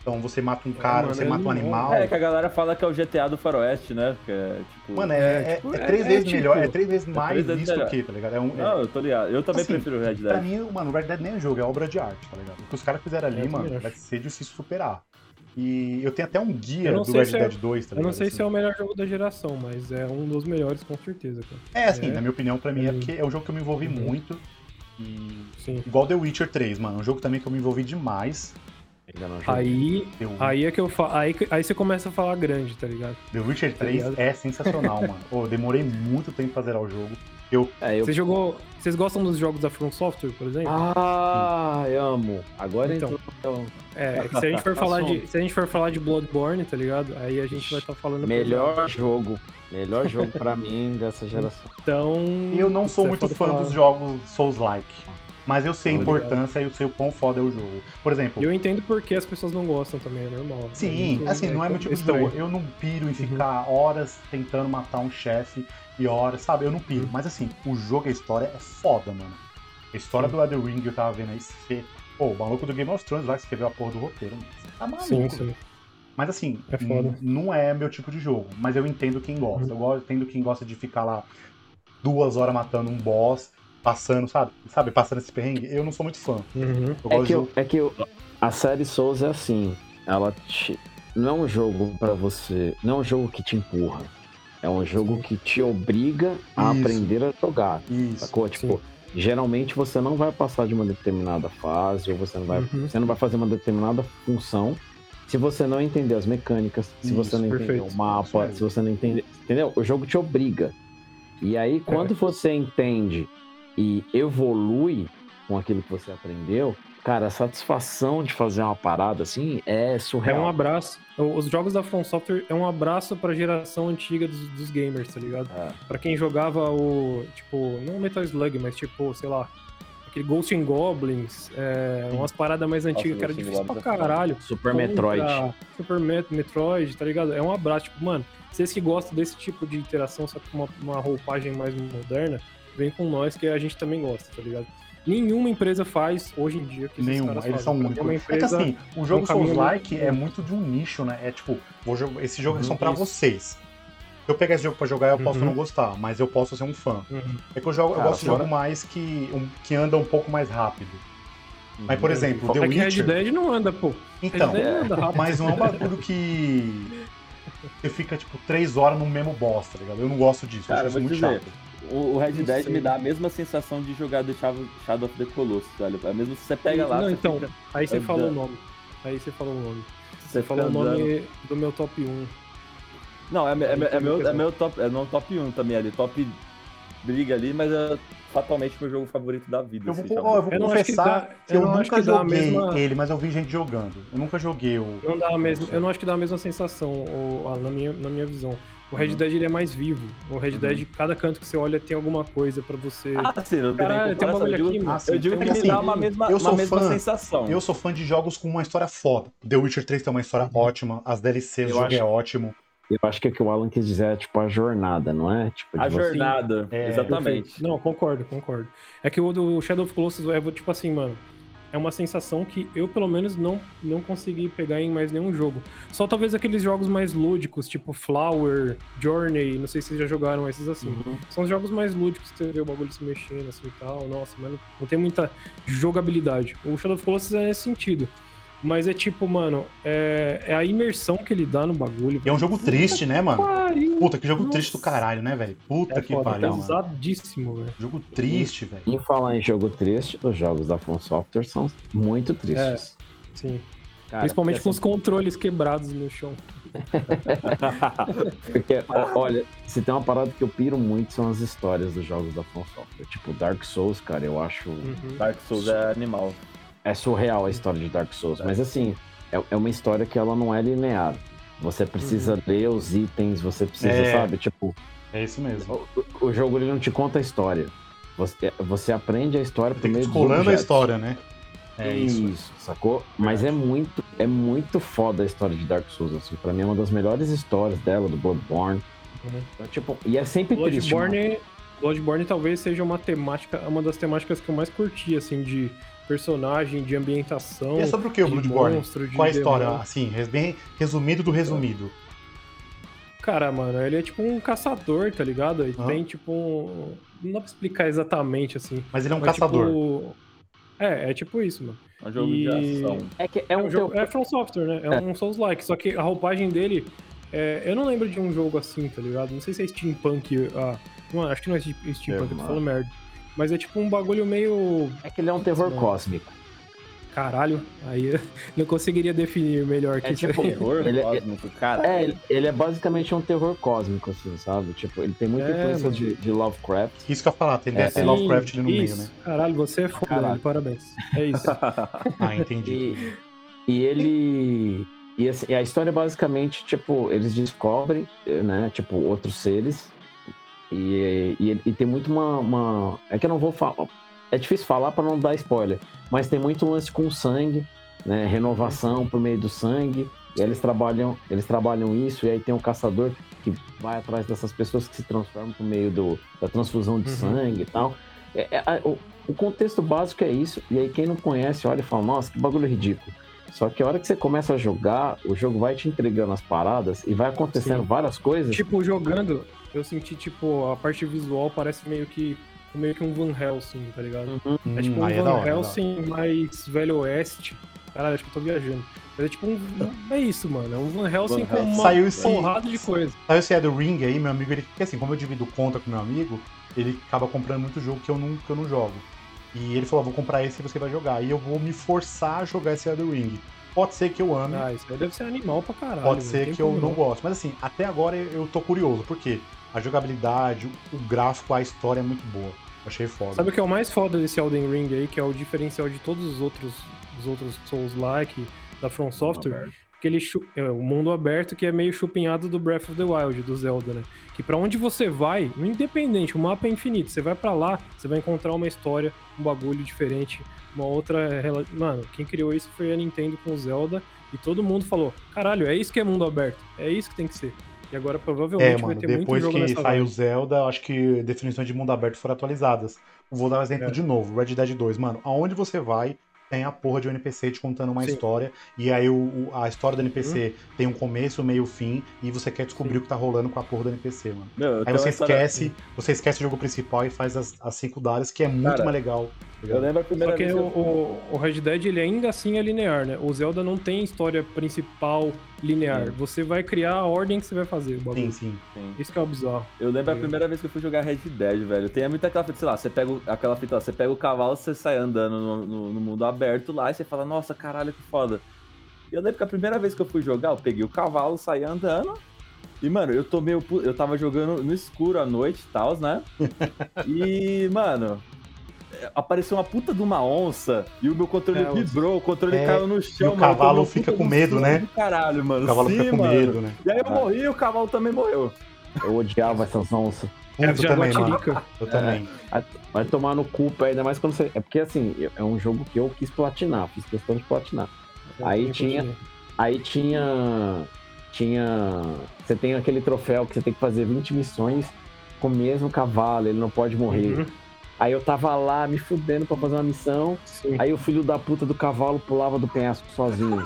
Então você mata um cara, mano, você é mata um limão. animal. É, que a galera fala que é o GTA do Faroeste, né? Que é, tipo... Mano, é, é, tipo, é é- três é vezes tipo- melhor, é três vezes mais vezes visto melhor. que, tá ligado? É um, é- Não, eu tô ligado. Eu também Assim, prefiro o Red Dead. pra mim, mano, o Red Dead nem é um jogo, é obra de arte, tá ligado? O que os caras fizeram ali, É, eu também mano, acho. vai ser difícil superar. E eu tenho até um guia Eu não do sei Red se é- Dead 2, tá Eu ligado? não sei se é assim. o melhor jogo da geração, mas é um dos melhores, com certeza, cara. É, assim, é. na minha opinião, pra mim, é Hum. porque é um jogo que eu me envolvi Uhum. muito. E... Sim. Igual The Witcher 3, mano, é um jogo também que eu me envolvi demais. Ainda não joguei. Aí, The, aí é que eu falo. Aí, que- aí você começa a falar grande, tá ligado? The Witcher tá 3 ligado? é <laughs> sensacional, mano. Pô, eu demorei muito tempo pra zerar o jogo. Eu, É, eu... Você jogou. Vocês gostam dos jogos da From Software, por exemplo? Ah, eu amo. Agora Então. então. então é, que se a gente <laughs> for falar de, Assunto. se a gente for falar de Bloodborne, tá ligado? Aí a gente vai estar falando melhor jogo. Melhor jogo pra mim dessa geração. Então, eu não sou Você muito pode fã falar. dos jogos Souls-like. Mas eu sei a Tô ligado. importância e eu sei o quão foda é o jogo. Por exemplo, eu entendo por que as pessoas não gostam também, é normal. É Uhum. Sim, muito- assim, não é meu tipo de estranho. jogo. Eu não piro em ficar horas tentando matar um chefe e horas, sabe? Eu não piro. Uhum. Mas assim, o jogo, a história é foda, mano. A história do Elden Ring, eu tava vendo aí, você... Pô, o maluco do Game of Thrones lá que escreveu a porra do roteiro, mano. Você tá maluco. Sim, sim. Mas assim, É foda. Uhum. n- não é meu tipo de jogo. Mas eu entendo quem gosta. Eu go- entendo quem gosta de ficar lá duas horas matando um boss, passando, sabe? Sabe, passando esse perrengue. Eu não sou muito fã. Uhum. Eu gosto É de que, jogo eu- é que eu- a série Souls é assim. Ela te- não é um jogo pra você. Não é um jogo que te empurra. É um jogo que te obriga a Isso. aprender a jogar. Isso. Sacou? Tipo, geralmente você não vai passar de uma determinada fase, ou você não vai, Uhum. você não vai fazer uma determinada função se você não entender as mecânicas, se Isso, você não entender perfeito. o Isso mapa, mesmo. se você não entender. Entendeu? O jogo te obriga. E aí, quando você entende e evolui com aquilo que você aprendeu, cara, a satisfação de fazer uma parada assim é É surreal. um abraço. O- Os jogos da From Software é um abraço pra geração antiga dos, dos gamers, tá ligado? É. Pra quem jogava o, tipo, não Metal Slug, mas tipo, sei lá, aquele Ghost and Goblins, é, umas paradas mais antigas que era Ghost and difícil pra Goblins é foda. caralho. Super Metroid. Contra Super Met- Metroid, tá ligado? É um abraço, tipo, mano, vocês que gostam desse tipo de interação, só com uma, uma roupagem mais moderna, vem com nós que a gente também gosta, tá ligado? Nenhuma empresa faz hoje em dia que esses Nenhum, caras eles fazem. são Pra únicos. mim, Uma empresa... É que assim, o jogo um caminho Souls-like muito- é muito de um nicho, né? É tipo, vou jo- esse jogo é só Uhum, pra isso. vocês. Se eu pegar esse jogo pra jogar, eu posso Uhum. não gostar, mas eu posso ser um fã. Uhum. É que eu, jogo, eu Cara, gosto de fora- jogo mais que, um- que anda um pouco mais rápido. Mas, por Uhum. exemplo, Tipo, The É que Red Witcher. Dead não anda, pô. Então, Red Dead não anda rápido. mas não é um bagulho que você fica, tipo, três horas no mesmo boss, tá ligado? Eu não gosto disso, eu Cara, eu acho vou isso te muito dizer, chato. o, o Red Não Dead sei. me dá a mesma sensação de jogar do Shadow Shadow of the Colossus, velho. É mesmo se você pega lá, Não, você então, fica- Aí você Anda. falou o nome. Aí você falou o nome. você Você falou o fica andando. nome do meu top 1. Não, é, me- é, me- é Aí meu, fica- é meu top, é meu top 1 também ali, top briga ali, mas é fatalmente meu jogo favorito da vida. Eu vou, assim, ó, eu Shadow of vou Eu não acho que confessar, dá- eu, eu não acho nunca que dá a joguei mesma- ele, mas eu vi gente jogando. Eu nunca joguei o... Não dá mesmo, eu não acho que dá a mesma sensação, o- a- na, minha, na minha visão. O Uhum. Red Dead ele é mais vivo. O Red Dead, cada canto que você olha tem alguma coisa pra você. the- Uhum. Ah, sim, não tem nem Caralho, tem uma comparação. mulher Eu aqui, digo- mano. Assim, Ah, sim. Eu digo Tem que uma me mulher dá aqui. uma mesma, Eu sou uma mesma fã. sensação. Eu sou fã de jogos com uma história foda. The Witcher 3 tem uma história ótima, as DLCs do Eu jogo acho- é ótimo. Eu acho que o que o Alan quis dizer é tipo a jornada, não é? Tipo, de A você- jornada, É. exatamente. assim, Não, concordo, concordo. É que o do Shadow of Colossus é tipo assim, mano. É uma sensação que eu, pelo menos, não, não consegui pegar em mais nenhum jogo. Só talvez aqueles jogos mais lúdicos, tipo Flower, Journey, não sei se vocês já jogaram esses assim. Uhum. São os jogos mais lúdicos que você vê o bagulho se mexendo assim e tal. Nossa, mas não, não tem muita jogabilidade. O Shadow of Colossus é nesse sentido. Mas é tipo, mano, é, é a imersão que ele dá no bagulho. E é um jogo triste, né, mano? Pariu, Puta, que jogo Nossa. triste do caralho, né, velho? Puta é que foda, pariu, mano. pesadíssimo, velho. Jogo triste, velho. Em falar em jogo triste, os jogos da From Software são muito tristes. Sim. Cara, é Principalmente com porque, os controles quebrados no chão. assim, porque, ó, olha, se tem uma parada que eu piro muito são as histórias dos jogos da From Software. Tipo, Dark Souls, cara, eu acho. Uhum. Dark Souls é animal. É surreal a história de Dark Souls. Mas assim, é, é uma história que ela não é linear. Você precisa ler os itens, você precisa, É. sabe? Tipo, É isso mesmo. o, o jogo ele não te conta a história. Você, você aprende a história por Tem que ir meio dos descolando a objetos. história, né? É É isso. isso, sacou? Mas é muito, é muito foda a história de Dark Souls, assim. Pra mim é uma das melhores histórias dela, do Bloodborne. Uhum. Então, tipo, e é sempre triste. mano. Bloodborne, Bloodborne talvez seja uma temática, uma das temáticas que eu mais curti, assim, de personagem, de ambientação, E é sobre o que o de Bloodborne? monstro, de Qual a história? demônio. Assim, res- bem resumido do resumido. Cara, mano, ele é tipo um caçador, tá ligado? E Aham. tem tipo um... Não dá pra explicar exatamente, assim. Mas ele é um mas, caçador. tipo, É, é tipo isso, mano. É um jogo E- de ação. É que é É, um um jogo, teu- é From Software, né? É, um Souls-like, só que a roupagem dele... é, eu não lembro de um jogo assim, tá ligado? Não sei se é steampunk... Ah, não, acho que não é steampunk, eu tô mano. falando merda. Mas é tipo um bagulho meio... é que ele é um terror Sim. cósmico. Caralho, aí eu <laughs> não conseguiria definir melhor que É isso tipo- aí. Terror Ele- cósmico, cara. É, ele- ele é basicamente um terror cósmico, assim, sabe? Tipo, ele tem muita É, influência mano. de, de Lovecraft. Isso que eu ia falar, tem É, Death é. Lovecraft ali no isso. meio, né? Caralho, você é foda, Caralho. velho, parabéns. É isso. Ah, entendi. E, e ele. E, assim, e a história é basicamente, tipo, eles descobrem, né? Tipo, outros seres. E, e, e tem muito uma, uma- É que eu não vou falar. É difícil falar pra não dar spoiler. Mas tem muito lance com sangue, né? Renovação por meio do sangue. E aí eles trabalham, eles trabalham isso, e aí tem um caçador que vai atrás dessas pessoas que se transformam por meio do, da transfusão de Uhum. sangue e tal. É- é- a- o, o contexto básico é isso, e aí quem não conhece olha e fala, nossa, que bagulho ridículo. Só que a hora que você começa a jogar, o jogo vai te entregando as paradas e vai acontecendo Sim. várias coisas. tipo, jogando, eu senti, tipo, a parte visual parece meio que meio que um Van Helsing, tá ligado? Hum, é tipo um aí é da Van hora. é da hora. Helsing mais velho oeste. tipo, Caralho, acho que eu tô viajando. Mas é tipo um. É isso, mano. É um Van Helsing Van com uma Saiu esse- porrada de coisa. Sabe esse é do Ring aí, meu amigo, ele. Porque assim, como eu divido conta com meu amigo, ele acaba comprando muito jogo que eu não, que eu não jogo. E ele falou: "Ah, vou comprar esse e você vai jogar. E eu vou me forçar a jogar esse do Ring. Pode ser que eu ame, Ah, isso aí deve ser animal pra caralho. pode velho. ser Tem que eu como não goste. Mas assim, até agora eu tô curioso, porque a jogabilidade, o gráfico, a história é muito boa. Achei foda. Sabe o que é o mais foda desse Elden Ring aí, que é o diferencial de todos os outros, os outros Souls-like da From Software? Que ele chu- é o mundo aberto que é meio chupinhado do Breath of the Wild, do Zelda, né? Que pra onde você vai, um independente, o mapa é infinito. Você vai pra lá, você vai encontrar uma história, um bagulho diferente, uma outra. rela- Mano, quem criou isso foi a Nintendo com o Zelda e todo mundo falou: caralho, é isso que é mundo aberto, é isso que tem que ser. E agora provavelmente É, vai mano, ter muito depois jogo que nessa saiu vibe. Zelda, eu acho que definições de mundo aberto foram atualizadas. Vou dar um exemplo É. de novo, Red Dead 2, mano, aonde você vai, tem a porra de um NPC te contando uma Sim. Uhum. história, e aí o- o- a história do NPC tem um começo, meio, fim, e você quer descobrir o que tá rolando com a porra do NPC, mano. Meu, eu Aí Então tenho é você uma história- esquece, você esquece o jogo principal e faz as, as secundárias, que é muito Cara, mais legal. tá Eu ligado? lembro a primeira Só que vez. o, que eu- o- o Red Dead, ele ainda assim é linear, né? O Zelda não tem história principal linear. Você vai criar a ordem que você vai fazer o Sim, bagulho. sim. Sim. Isso que é o bizarro. Eu lembro a primeira vez que eu fui jogar Red Dead, velho. Tem muita aquela fita, sei lá, você pega o- aquela fita, lá, você pega o cavalo, você sai andando no, no- no mundo aberto lá e você fala, nossa, caralho, que foda. E eu lembro que a primeira vez que eu fui jogar, eu peguei o cavalo, saí andando. E, mano, eu tomei o. pu- Eu tava jogando no escuro à noite e tal, <laughs> né? E, mano. é, Apareceu uma puta de uma onça e o meu controle É, onça. vibrou, o controle É, caiu no chão. o mano, eu tomei cavalo um puta fica de com um medo, susto né? do Caralho, mano. O cavalo Sim, fica com mano. medo, né? E aí eu morri e o cavalo também morreu. Eu odiava essas onças. É, Puta, eu também, mano. Jaguatirica. Eu também. Vai tomar no cu, ainda mais quando você. É porque assim, é um jogo que eu quis platinar, fiz questão de platinar. É, Aí tinha- Aí tinha. Tinha. Você tem aquele troféu que você tem que fazer 20 missões com o mesmo cavalo, ele não pode morrer. Uhum. Aí eu tava lá me fudendo pra fazer uma missão, Sim. aí o filho da puta do cavalo pulava do penhasco sozinho.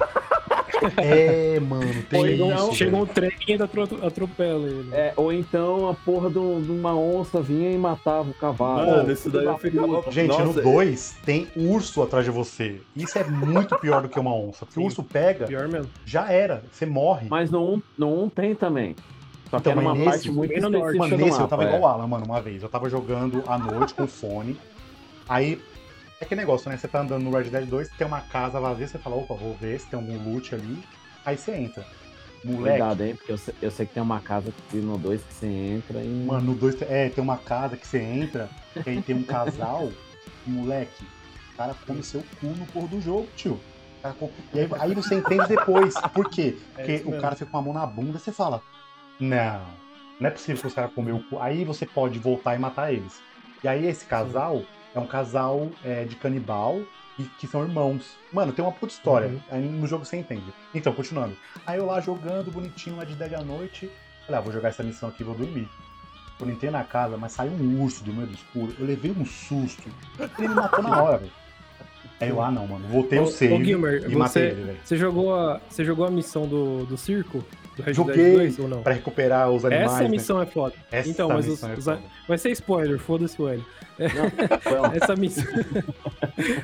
É, mano, tem Chega um- isso. chega velho. um trem e ainda atro- atropela ele. É, ou então a porra de um- de uma onça vinha e matava o cavalo. Mano, isso daí eu filho da ficava. puta. Gente, Nossa, no 2 tem urso atrás de você. Isso é muito pior do que uma onça. Porque o Sim. urso pega, Pior mesmo. já era. Você morre. Mas no 1 um, tem também. Só que Então, era mas uma nesse- parte muito bem no norte. específica Mano, do nesse eu mapa, tava é. igual o Alan, mano, uma vez. Eu tava jogando à noite com fone. Aí, é que negócio, né? Você tá andando no Red Dead 2, tem uma casa vazia, você fala, opa, vou ver se tem algum loot ali. Aí você entra. Moleque, Cuidado, hein? Porque eu sei, eu sei que tem uma casa que no 2 que você entra e. Mano, no dois, é, tem uma casa que você entra, que <laughs> aí tem um casal, e, moleque, o cara come seu cu no pôr do jogo, tio. O Tá com- E aí, aí você entende depois. Por quê? É Porque isso o mesmo. cara fica com a mão na bunda e você fala: Não, não é possível que os caras comeu o cu. Aí você pode voltar e matar eles. E aí esse casal é um casal é, de canibal e que são irmãos. Mano, tem uma puta história. Uhum. Aí no jogo você entende. Então, continuando. Aí eu lá jogando bonitinho lá de 10 da noite. Falei, ah, vou jogar essa missão aqui e vou dormir. Quando entrei na casa, mas saiu um urso do meio do escuro. Eu levei um susto. Ele me matou na hora, velho. Aí eu, ah não, mano. Voltei o Ô, Ô, save Gilmer, e matei você, ele, velho. você jogou a, você jogou a missão do, do circo? Do Red Joguei. Dead 2 ou não? Pra recuperar os animais. Essa né? missão é foda. Essa então, mas os- missão é os- foda. Vai ser spoiler, foda-se o Hélio. Bom, <laughs> Essa missão...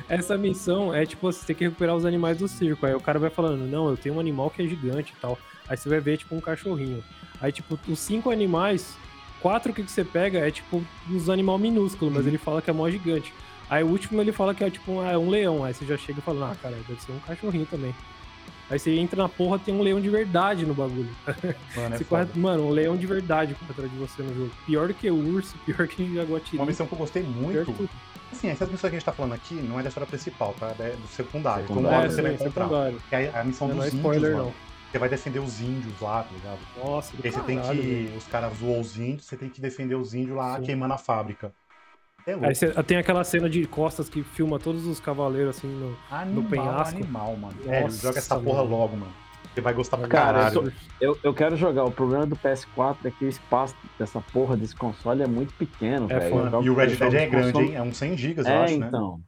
Essa missão é tipo, você tem que recuperar os animais do circo. Aí o cara vai falando, não, eu tenho um animal que é gigante e tal. Aí você vai ver, tipo, um cachorrinho. Aí, tipo, os cinco animais, quatro que você pega é, tipo, uns animal minúsculo, mas ele fala que é mó gigante. Aí o último ele fala que é, tipo, ah, é um leão. Aí você já chega e fala, ah, cara, deve ser um cachorrinho também. Aí você entra na porra, tem um leão de verdade no bagulho. Mano, é Você foda. corre- mano, um leão de verdade corre atrás de você no jogo. Pior que o urso, <laughs> pior que jaguatiri. Uma missão que eu gostei pior muito. que tudo. Assim, essas missões que a gente tá falando aqui não é da história principal, tá? É do secundário. Quando Secundário. hora É, você sim, vai isso é encontrar. trabalho. Que é a missão Não dos é índios, spoiler, mano. não. Você vai defender os índios lá, tá ligado? Nossa, do E aí você tem caralho, que. velho. Os caras zoam os índios, você tem que defender os índios lá Sim. queimando a fábrica. É louco. Aí você, tem aquela cena de costas que filma todos os cavaleiros assim no. Animal, penhasco. animal, mano. Sério, Nossa, É, joga essa porra mano. logo, mano. Você vai gostar pra Cara, caralho. eu eu, eu quero jogar. O problema do PS4 é que o espaço dessa porra desse console é muito pequeno, É velho. foda. Eu jogo- E o Red eu Dead jogo é de grande, console- hein? É uns 100 gigas, eu É, acho, né? então.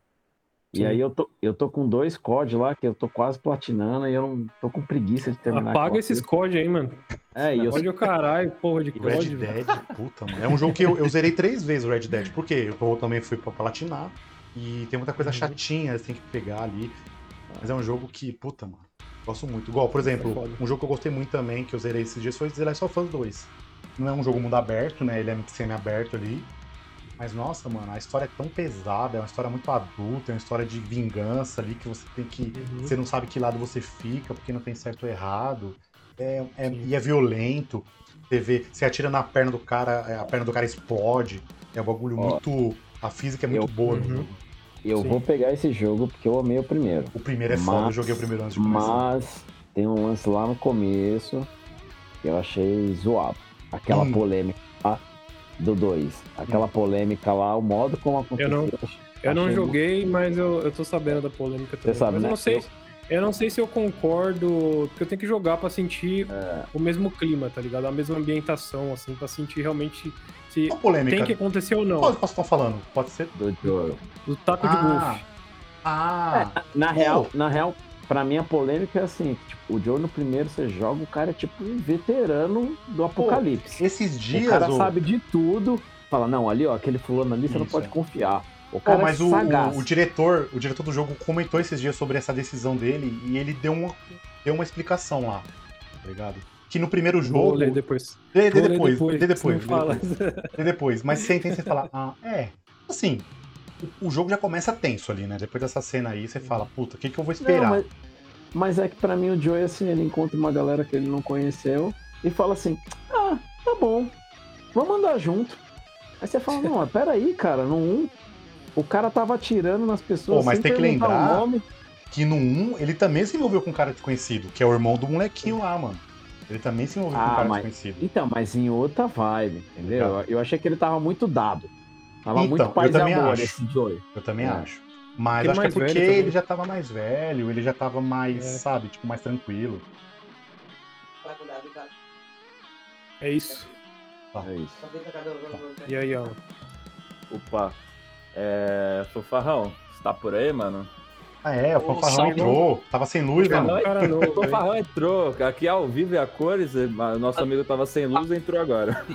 Sim. E aí eu tô, eu tô com dois COD lá que eu tô quase platinando e eu não tô com preguiça de terminar. Apaga aquela esses coisa. COD aí, mano. É, e eu Olha o né? caralho, porra de E Red COD, velho. Dead, puta, mano. É um jogo que eu, eu zerei três vezes o Red Dead. Por quê? Eu também fui pra platinar. E tem muita coisa Uhum. chatinha, você tem que pegar ali. Mas é um jogo que, puta, mano. Gosto muito. Igual, por exemplo, É foda. um jogo que eu gostei muito também, que eu zerei esses dias, foi The Last of Us 2. Não é um jogo mundo aberto, né? Ele é semi-aberto ali. Mas, nossa, mano, a história é tão pesada, é uma história muito adulta, é uma história de vingança ali, que você tem que Uhum. você não sabe que lado você fica, porque não tem certo ou errado. É, é- Sim. e é violento. Você, vê, você atira na perna do cara, é, a perna do cara explode. É um bagulho Ó. muito. A física é muito Eu- boa. no Uhum. jogo. Eu Sim. vou pegar esse jogo porque eu amei o primeiro. O primeiro é foda, eu Mas- joguei o primeiro antes de começar. Mas tem um lance lá no começo que eu achei zoado. Aquela Hum. polêmica lá do 2. Aquela polêmica lá, o modo como aconteceu. não- achei- Eu não achei joguei, mas eu, eu tô sabendo da polêmica também. sabe, mas eu né? não sei. Eu- Eu não sei se eu concordo, porque eu tenho que jogar pra sentir É. o mesmo clima, tá ligado? A mesma ambientação, assim, pra sentir realmente se Uma polêmica. tem que acontecer ou não. Qual que vocês estão falando? Pode ser. do jogo. Do taco de Ah, golfe. ah, Na real, na real, pra mim a polêmica é assim, que, tipo, o Joe no primeiro você joga, o cara é tipo um veterano do apocalipse. esses dias. É, o cara ô- sabe de tudo, fala, não, ali ó, aquele fulano ali você não Isso, pode é. confiar. O Pô, cara mas é o, sagaz. o- o diretor, o diretor do jogo comentou esses dias sobre essa decisão dele e ele deu uma, deu uma explicação lá. Tá ligado? Que no primeiro Vou jogo. ler depois. Lê, lê Vou ler depois, lê depois, não lê fala. depois, lê depois. Mas você entende, você fala, ah, é. Assim, o, o jogo já começa tenso ali, né? Depois dessa cena aí, você fala, puta, o que, que eu vou Não, esperar? mas, mas é que pra mim o Joe, assim, ele encontra uma galera que ele não conheceu e fala assim, ah, tá bom, vamos andar junto. Aí você <laughs> fala, não, mas peraí, cara, no um, o cara tava atirando nas pessoas Pô, mas sem tem que perguntar o lembrar- nome. Que no 1, ele também se envolveu com um cara desconhecido, que é o irmão do molequinho lá, mano. Ele também se envolveu com um Ah, cara mas- desconhecido. Então, mas em outra vibe, entendeu? Eu, eu achei que ele tava muito dado. Tava Tá. Então, muito eu paz e também amor acho. esse Joey. Eu também É. acho. Mas acho que Porque é mais velho porque também. ele já tava mais velho, ele já tava mais, É. sabe, tipo, mais tranquilo. É isso. É isso. E aí, ó. Opa. É. Fofarrão, você tá por aí, mano? Ah, é, o fanfarrão salve, entrou. Tava sem luz, né, Não, mano? Um cara novo, O hein? Fofarrão entrou. Aqui ao vivo e a cores, eh, ma- nosso amigo tava sem luz e entrou agora.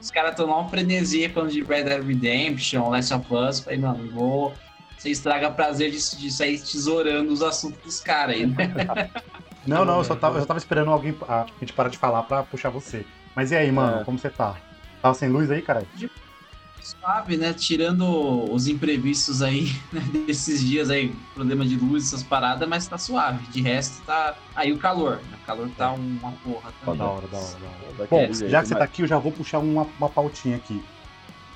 Os caras estão lá um frenesi falando de Red Dead Redemption, Last of Us. Falei, mano, vou. Você estraga prazer de, de sair tesourando os assuntos dos caras aí, né? <laughs> Não, não, eu só tava, eu só tava esperando alguém a gente parar de falar pra puxar você. Mas e aí, mano, É. como você tá? Tava sem luz aí, caralho? Suave, né? Tirando os imprevistos aí <laughs> né? desses dias aí, problema de luz, essas paradas, mas tá suave. De resto, tá. Aí o calor. né? O calor tá uma porra também. Da hora, da hora, da hora. Daquele Bom, jeito, já que você mas- tá aqui, eu já vou puxar uma, uma pautinha aqui.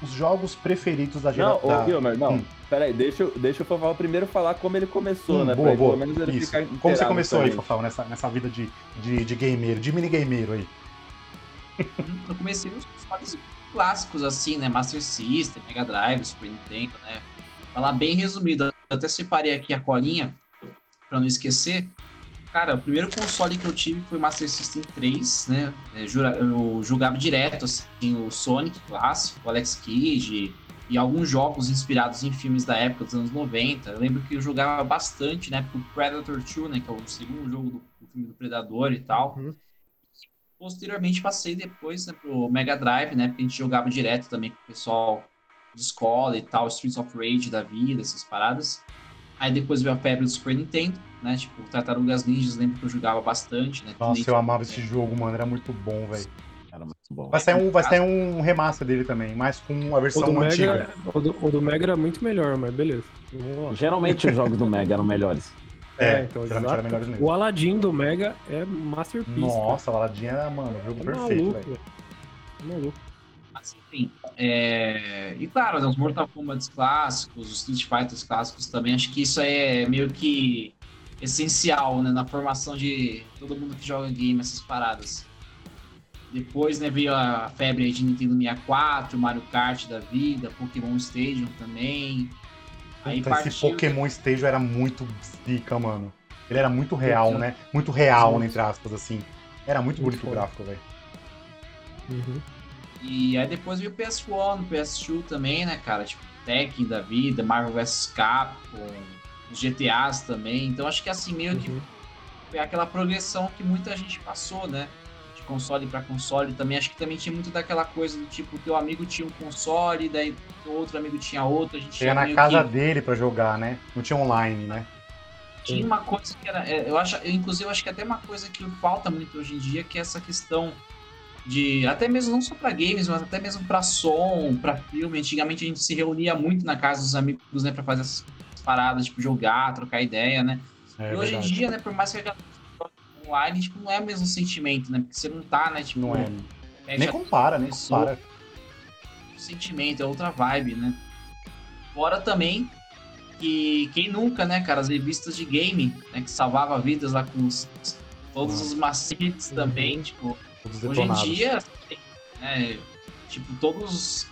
os jogos preferidos da Não, geração. ô Guilherme, não. Hum. Peraí, deixa, eu- deixa o Faval primeiro falar como ele começou, né? pra boa, ele, boa. Pelo menos ele Isso. ficar Como você inteirado começou aí, também. Fafão, nessa, nessa vida de, de, de gameiro, de minigameiro aí? Eu comecei os jogos clássicos, assim, né? Master System, Mega Drive, Super Nintendo, né? Falar bem resumido. Eu até separei aqui a colinha, pra não esquecer. Cara, o primeiro console que eu tive foi Master System 3, né? É, jura- Eu jogava direto, assim, o Sonic clássico, o Alex Kidd e alguns jogos inspirados em filmes da época dos anos 90. Eu lembro que eu jogava bastante, né? Pro Predator 2, né? Que é o segundo jogo do, do filme do Predador e tal. Uhum. Posteriormente passei depois né, pro Mega Drive, né? Porque a gente jogava direto também com o pessoal de escola e tal, Streets of Rage da vida, essas paradas. Aí depois veio a febre do Super Nintendo, né? Tipo, Tartarugas Ninjas, lembro que eu jogava bastante, né? Nossa, Ninja- eu amava esse jogo, mano. Era muito bom, velho. Era muito bom. Vai sair um, Ah. vai sair um remaster dele também, mas com a O versão do, antiga. Mega, o, do, o do Mega era muito melhor, mas beleza. Vamos lá. Geralmente os jogos do Mega eram melhores. É, então, geralmente era melhores mesmo. O Aladdin do Mega é masterpiece. né? Nossa, a Aladdin era, mano, o cara. Tá jogo é perfeito, maluco, velho. velho. É maluco. Mas enfim, é, e claro, né, os Mortal Kombat clássicos, os Street Fighters clássicos também, acho que isso é meio que essencial né, na formação de todo mundo que joga game, essas paradas. Depois né, veio a febre aí de Nintendo 64, Mario Kart da vida, Pokémon Stadium também. Aí Puta, Então, esse partiu Pokémon Stage era muito zica, mano. Ele era muito real, né? Muito real, né, entre aspas, assim. Era muito bonito Muito o foda. gráfico, velho. Uhum. E aí depois veio o PS1, o PS2 também, né, cara? Tipo, Tekken da vida, Marvel vs Capcom, os GTAs também. Então acho que assim, meio que Uhum. foi É aquela progressão que muita gente passou, né? De console pra console também. Acho que também tinha muito daquela coisa do tipo, teu amigo tinha um console, daí teu outro amigo tinha outro, a gente Chega tinha na meio casa que... dele pra jogar, né? Não tinha online, né? Tinha uma coisa que era. é, Eu acho, eu, inclusive, eu acho que até uma coisa que falta muito hoje em dia, que é essa questão de. Até mesmo não só pra games, mas até mesmo pra som, pra filme. Antigamente a gente se reunia muito na casa dos amigos, né, pra fazer essas paradas, tipo, jogar, trocar ideia, né? É e hoje verdade. em dia, né, por mais que a galera jogue online, tipo, não é o mesmo sentimento, né? Porque você não tá, né, tipo. Não é. fecha Nem compara, nem Isso. compara. outro sentimento, é outra vibe, né? Fora também que quem nunca, né, cara, as revistas de game, né, que salvava vidas lá com os- todos os macetes também, tipo, Todos hoje em detonados. dia, né, tipo, todos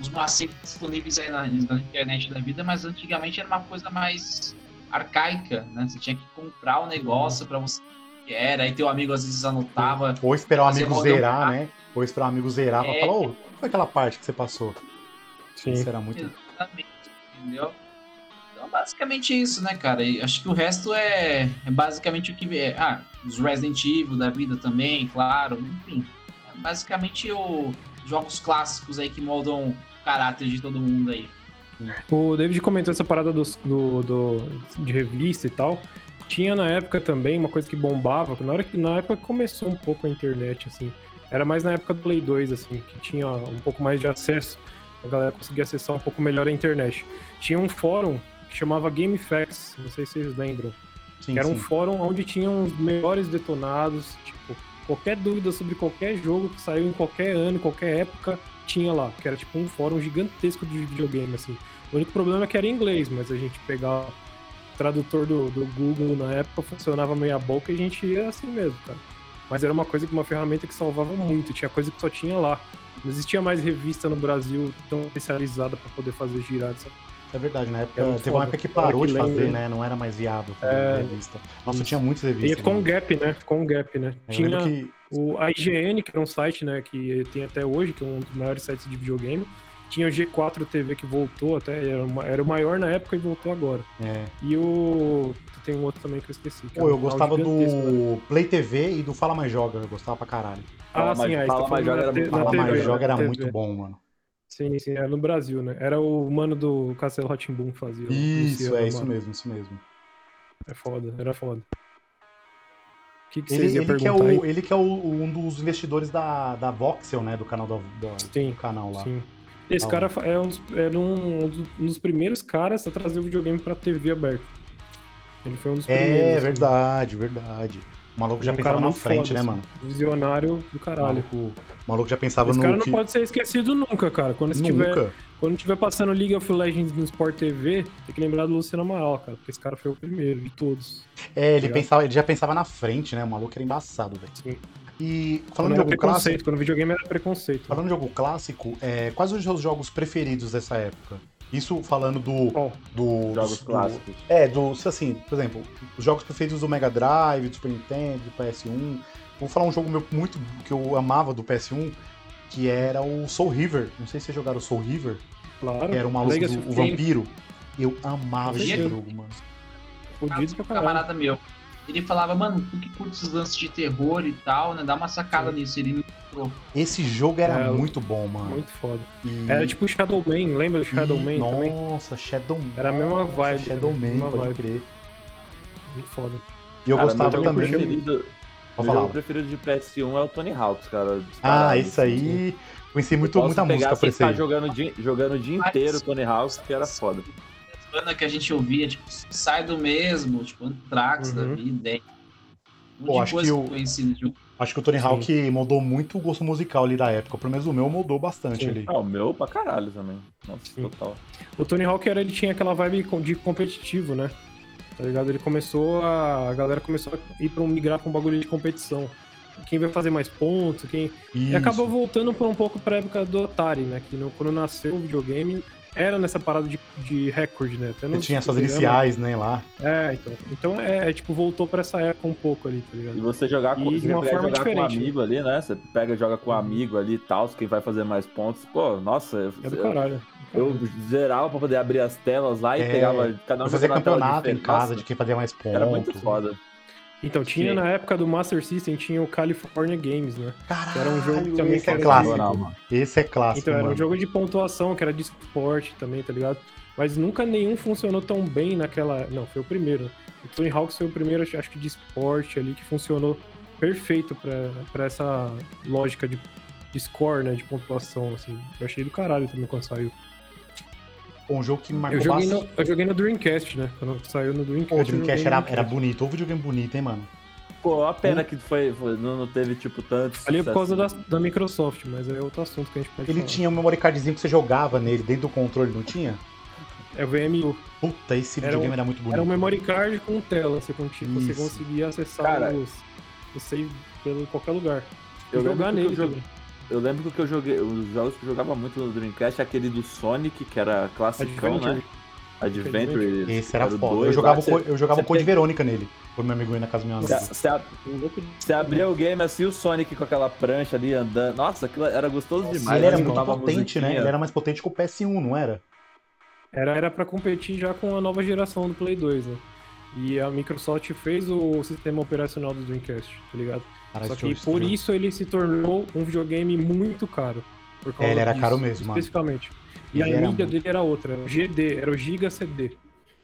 os macetes disponíveis aí na, na internet da vida, mas antigamente era uma coisa mais arcaica, né, você tinha que comprar o negócio pra você que era, aí teu amigo às vezes anotava, Ou esperar o Você amigo roda um zerar, né? Ou esperar o amigo zerar pra É. falar, ô, qual foi aquela parte que você passou? Isso Sim. era É. muito. Exatamente, entendeu? Então, basicamente é isso, né, cara? E acho que o resto é, é basicamente o que. É, ah, os Resident Evil da vida também, claro, enfim. É basicamente os jogos clássicos aí que moldam o caráter de todo mundo aí. O David comentou essa parada dos- do, do- de revista e tal. Tinha na época também uma coisa que bombava, na, hora que, na época que começou um pouco a internet, assim. Era mais na época do Play 2, assim, que tinha um pouco mais de acesso. A galera conseguia acessar um pouco melhor a internet. Tinha um fórum que chamava GameFAQs, não sei se vocês lembram. Sim, Que era um sim. fórum onde tinham os melhores detonados, tipo, qualquer dúvida sobre qualquer jogo que saiu em qualquer ano, qualquer época, tinha lá. Que era tipo um fórum gigantesco de videogame, assim. O único problema é que era em inglês, mas a gente pegava o tradutor do, do Google na época, funcionava meia boca e a gente ia assim mesmo, cara. Mas era uma coisa, uma ferramenta que salvava muito, tinha coisa que só tinha lá. Não existia mais revista no Brasil tão especializada pra poder fazer girar essa É verdade, na época. Era um Teve uma foda. época que parou Era de que fazer, lembra. né? Não era mais viável fazer É. revista. Nossa, Isso. tinha muitas E revistas. ficou um mano. gap, né? Ficou um gap, né? Eu lembro que O, a IGN, que era um site né, que tem até hoje, que é um dos maiores sites de videogame, tinha o G4 TV que voltou até, era, uma- era o maior na época e voltou agora. É. E o. Tem um outro também que eu esqueci. que Pô, era eu um canal gostava gigantesco, né? do Play TV e do Fala Mais Joga, eu gostava pra caralho. Ah, Fala sim, Mais- aí. Fala tá Mais falando da Joga era te- muito na Fala TV, Mais né? Joga era TV. muito bom, mano. Sim, sim, era no Brasil, né? Era o mano do Castelo Rotimboom que fazia. o Isso, Luciano, é isso mano. mesmo, isso mesmo. É foda, era foda. O que, que Ele, vocês iam ele que é, perguntar aí? o, ele que é o- um dos investidores da, da Voxel, né? Do canal da- da- Sim. do canal Tá lá. Sim. Esse Não. cara fa- é um dos, era um, um dos- um dos primeiros caras a trazer o videogame pra TV aberta. Ele foi um dos primeiros. É assim. verdade, verdade. O maluco já Um pensava cara na muito frente, foda, né, assim. mano? Visionário do O caralho. maluco, o maluco já pensava Esse no cara não que pode ser esquecido nunca, cara. Quando estiver, nunca. quando estiver passando League of Legends no Sport TV, tem que lembrar do Luciano Amaral, cara. Porque esse cara foi o primeiro de todos. É, ele, Tá ligado? pensava, ele já pensava na frente, né? O maluco era embaçado, velho. Sim. E Quando falando de era jogo preconceito, clássico, quando o videogame era preconceito. falando de jogo clássico, é, quais os seus jogos preferidos dessa época? Isso falando do. Bom, do Jogos do- clássicos. É, do, se assim, por exemplo, os jogos preferidos do Mega Drive, do Super Nintendo, do PS1. Vou falar um jogo meu muito que eu amava do PS1, que era o Soul River. Não sei se vocês jogaram Soul River, claro. que era o maluco Legacy do o of Kain, vampiro. Eu amava esse Sim. jogo, mano. Fudido pra um caralho. camarada meu. Ele falava, mano, tu que curte os lances de terror e tal, né? Dá uma sacada nisso. Ele Esse jogo era É, muito bom, mano. Muito foda. E- Era tipo Shadow Man, lembra do Shadow e- Man também? Nossa, Shadow Man. Era a mesma vibe, Shadow né? Man, Mesma pode vibe. crer. Muito foda. E eu Cara, gostava meu jogo também. Preferido, Pode meu falar. jogo preferido de PS1 é o Tony Hawks, cara. Ah, disparado. assim. isso aí. Conheci muito, Posso muita pegar música por sem esse ficar aí. jogando o dia, jogando o dia Mas- inteiro Tony Hawks, que era foda. banda que a gente ouvia, tipo, sai do mesmo, tipo, Anthrax da Uhum. vida. hein? Um Pô, monte de acho coisa que o- eu conheci no jogo. Acho que o Tony Sim. Hawk mudou muito o gosto musical ali da época. Pelo menos o meu mudou bastante Sim. ali. Ah, o meu pra caralho também. Nossa, Sim. total. O Tony Hawk era, ele tinha aquela vibe com- de competitivo, né? Tá ligado? Ele começou a. A galera começou a ir pra um migrar pra um bagulho de competição. Quem vai fazer mais pontos, quem. E Isso. acabou voltando por um pouco pra época do Atari, né? Que no- quando nasceu o videogame, era nessa parada de, de recorde, né? Até Ele nos- tinha suas se não me engano- iniciais, né, lá. É, então. Então é, é, tipo, voltou pra essa época um pouco ali, tá E ligado? você jogar com, E você de uma pegar e forma jogar com um diferente, né? amigo ali, né? Você pega e joga com um amigo ali e tal, quem vai fazer mais pontos. Pô, nossa, eu, É do eu, caralho. eu zerava pra poder abrir as telas lá e É, pegava cada um Eu fazia jogava uma tela campeonato em diferente. casa de Nossa, quem fazia mais pontos. Era muito foda. Então, tinha na época do Master System, tinha o California Games, né? Caralho, Era um jogo que também esse é era clássico. Não, mano. Esse é clássico, Então, era mano. um jogo de pontuação, que era de esporte também, tá ligado? Mas nunca nenhum funcionou tão bem naquela. Não, foi o primeiro. né? O Tony Hawks foi o primeiro, acho acho que de esporte ali, que funcionou perfeito pra, pra essa lógica de, de score, né? De pontuação, assim. Eu achei do caralho também quando saiu. Um jogo que me marcou Eu joguei, bastante. no, eu joguei no Dreamcast, né? Quando saiu no Dreamcast. Pô, O eu joguei Dreamcast no era, era bonito. O videogame bonito, hein, mano. Pô, a pena que foi, foi- não, não teve, tipo, tanto. Hum. Ali é por sucesso, causa né? da, da Microsoft, mas é outro assunto que a gente pode Ele falar. tinha um memory cardzinho que você jogava nele dentro do controle, não tinha? É o VMU. Puta, esse Era videogame um- era muito bonito. Era um memory card com tela, você, conti- você Isso. conseguia acessar Cara. os, o save pelo em qualquer lugar. Eu E jogar lembro que eu nele joguei- também. Eu lembro que o que eu joguei, os jogos que eu jogava muito no Dreamcast, é aquele do Sonic, que era é classicão, né? Adventure. Adventure. Esse era o foda. dois ah, eu lá, jogava, o você- co- eu jogava o você Code pega- Verônica nele. Foi meu amigo aí na casa do meu amigo. Você- Você ab- você abria o game assim, o Sonic com aquela prancha ali andando. Nossa, aquilo era gostoso demais. ele era né? muito Botava a potente, né? musiquinha. Ele era mais potente que o PS1, não era? Era, era pra competir já com a nova geração do Play 2, né? E a Microsoft fez o sistema operacional do Dreamcast, tá ligado? Cara, Só esse que jogo- é por esse isso ele se tornou um videogame muito caro. por causa É, ele era disso, caro mesmo, mano. Especificamente. E Ele a era mídia muito. dele era outra, era o GD, era o Giga CD.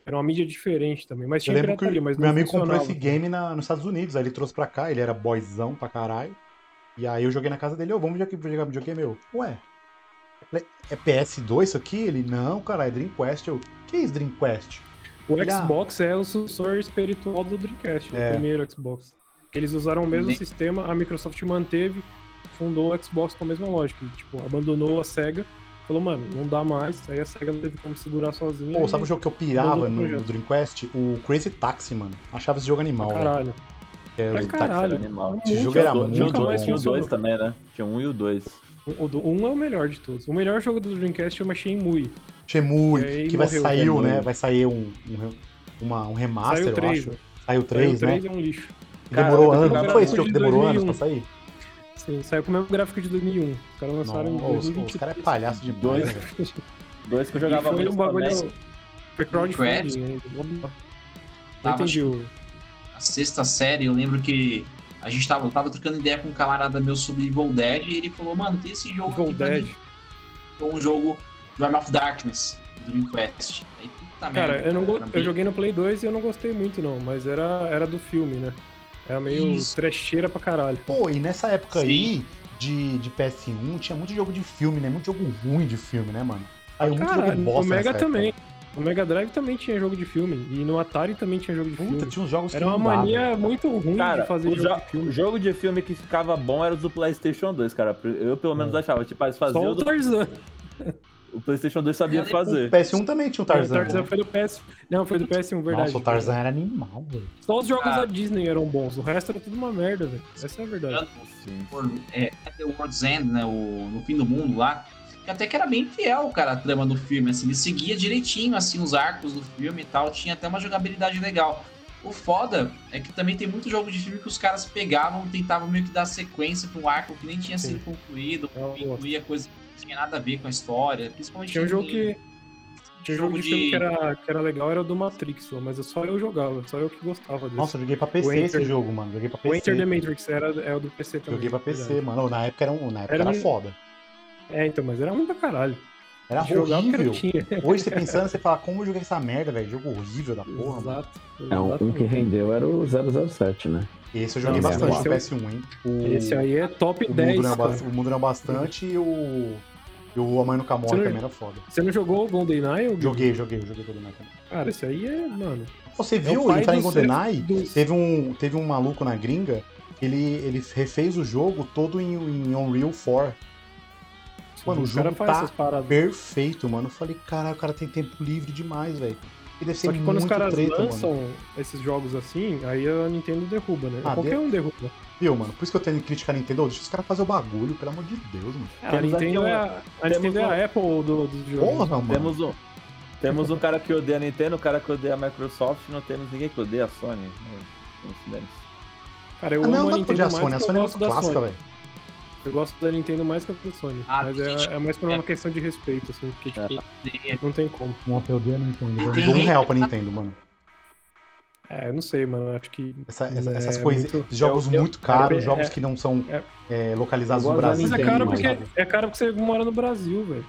Era uma mídia diferente também, mas Eu tinha lembro que pirataria, mas não meu amigo comprou funcionava. esse game na- nos Estados Unidos, aí ele trouxe pra cá, ele era boyzão pra caralho. E aí eu joguei na casa dele, ô, vamos jogar jogar videogame, meu. Ué, falei, é PS2 isso aqui? Ele, não, cara, é Dreamcast. Eu, que é isso, Dreamcast? O Ele, ah, Xbox é o sucessor espiritual do Dreamcast, É. o primeiro Xbox. Eles usaram o mesmo Nem- sistema, a Microsoft manteve, fundou o Xbox com a mesma lógica. e, Tipo, abandonou a SEGA, falou, mano, não dá mais. Aí a SEGA não teve como segurar sozinha. Pô, e- sabe o jogo que eu pirava Mandou no, Uhum. projeto. no Dreamcast? O Crazy Taxi, mano. Achava esse jogo animal, velho. Caralho. um É, o Pra Taxi. caralho. animal. Muito Esse jogo Tinha era o do- tinha o muito dois- bom. Tinha o dois também, né? Tinha um e o dois. O, do- um é o melhor de todos. O melhor jogo do Dreamcast chama Shenmue. Shemui, E aí que vai morreu, sair, Shenmue. né? Vai sair um, um, re- uma- um remaster, Saiu eu três, acho. né? Saiu Saiu três, né? três é um lixo. Cara, Demorou eu anos. jogava Não foi esse no jogo que demorou anos pra 2001. sair? Sim, saiu com o mesmo gráfico de 2001. Os caras lançaram em Não, os, os 2023. caras é palhaço né? de Dois. velho. <laughs> Dois que eu E jogava foi muito um bagulho... também. Foi crowdfunding, né? Não Tava entendi o... na sexta série, eu lembro que a gente tava, eu tava trocando ideia com um camarada meu sobre Evil Dead e ele falou, mano, tem esse jogo Evil aqui pra Dead. mim, que é um jogo do Arm of Darkness, do Dream Quest. Aí, puta merda, Cara, eu, não go- era eu bem- joguei no Play 2 e eu não gostei muito, não. Mas era, era do filme, né? Era meio Isso. trecheira pra caralho. Pô, e nessa época aí de, um, de PS1 tinha muito jogo de filme, né? Muito jogo ruim de filme, né, mano? Saiu muito Caralho, jogo o bosta. Mega nessa época. né? também. O Mega Drive também tinha jogo de filme. E no Atari também tinha jogo de Puta, filme. tinha um uns jogos Era que uma não dava. mania muito ruim Cara, de fazer o jogo jo- de filme. O Um jogo de filme que ficava bom era o do PlayStation 2, cara. Eu pelo É. menos achava. Tipo, eles Só faziam. o O, do- Tarzan. o PlayStation 2 sabia Eu lembro- O fazer. PS1 também tinha o Tarzan. o Tarzan né? foi do PS. Não, foi do PS1, verdade. Nossa, o Tarzan era animal, velho. Só os jogos Ah. da Disney eram bons. O resto era tudo uma merda, velho. Essa é a verdade. Sim. por é, At The World's End, né? O, no fim do mundo lá. Que até que era bem fiel, cara, a trama do filme. Assim, ele seguia direitinho, assim, os arcos do filme e tal. Tinha até uma jogabilidade legal. O foda é que também tem muito jogo de filme que os caras pegavam, tentavam meio que dar sequência pra um arco que nem tinha Sim. sido concluído, É uma ou incluía coisa que não tinha nada a ver com a história. Principalmente Tinha um jogo em- que. Tinha um jogo de jogo filme de- que era, que era legal, era o do Matrix, lá, mas só eu jogava, só eu que gostava desse. Nossa, eu joguei pra PC O Enter- esse jogo, mano. Joguei pra o Enter the PC. Matrix era, é o do PC também. Joguei pra PC, verdade. mano. Na época era, um, na época Era era, um- foda. É, então, mas era ruim pra caralho. Era A gente jogava porque Tá horrível. não tinha. Hoje você pensando, você fala, como eu joguei essa merda, velho? Jogo horrível da porra, mano. Exato. É, um que rendeu era o 007, né? Esse eu joguei Não, bastante esse no PS1, é o- hein? O... Esse aí é top o 10. mundo, não é cara. bas- o mundo não é bastante e o. E o A Mãe no Camorra Você não- também era foda. Você não jogou o GoldenEye? Gui? Joguei, joguei, joguei todo mundo também. Cara, esse aí é, mano. Você o viu, pai ele tá em do GoldenEye, do- teve um, teve um maluco na gringa, ele, ele refez o jogo todo em, em Unreal 4. Mano, o cara jogo faz tá essas paradas. Perfeito, mano. Eu falei, caralho, o cara tem tempo livre demais, velho. E deve ser Só que muito quando os caras treta, lançam mano. esses jogos assim, aí a Nintendo derruba, né? Ah, Qualquer de- um derruba. Viu, mano? Por isso que eu tenho que criticar a Nintendo. Deixa os caras fazer o bagulho, pelo amor de Deus, mano. Ah, A Temos aqui Nintendo, um- é a, a, Nintendo é a Apple do- dos jogos. Porra, mano. Temos um. Temos um cara que odeia a Nintendo, um cara que odeia a Microsoft, não temos ninguém que odeia a Sony. né? Coincidência. Cara, eu Ah, não, amo a não dá pra odiar um Nintendo a Sony. A mais que eu Sony é muito gosto da Sony. clássica, velho. Eu gosto da Nintendo mais que a da Sony. Ah, mas é, gente. é mais por uma questão de respeito, assim, porque tipo, não tem como. Nossa, eu odeio a Nintendo. Eu Tem dou um gente- real pra Nintendo, mano. É, eu não sei, mano. Acho que. Essa- essa- É, essas coisas, muito- jogos eu- eu- muito caros, é, jogos que não são é. é, localizados Eu no gosto da Brasil. Mas é Nintendo, caro mas- porque, sabe? é caro porque você mora no Brasil, velho.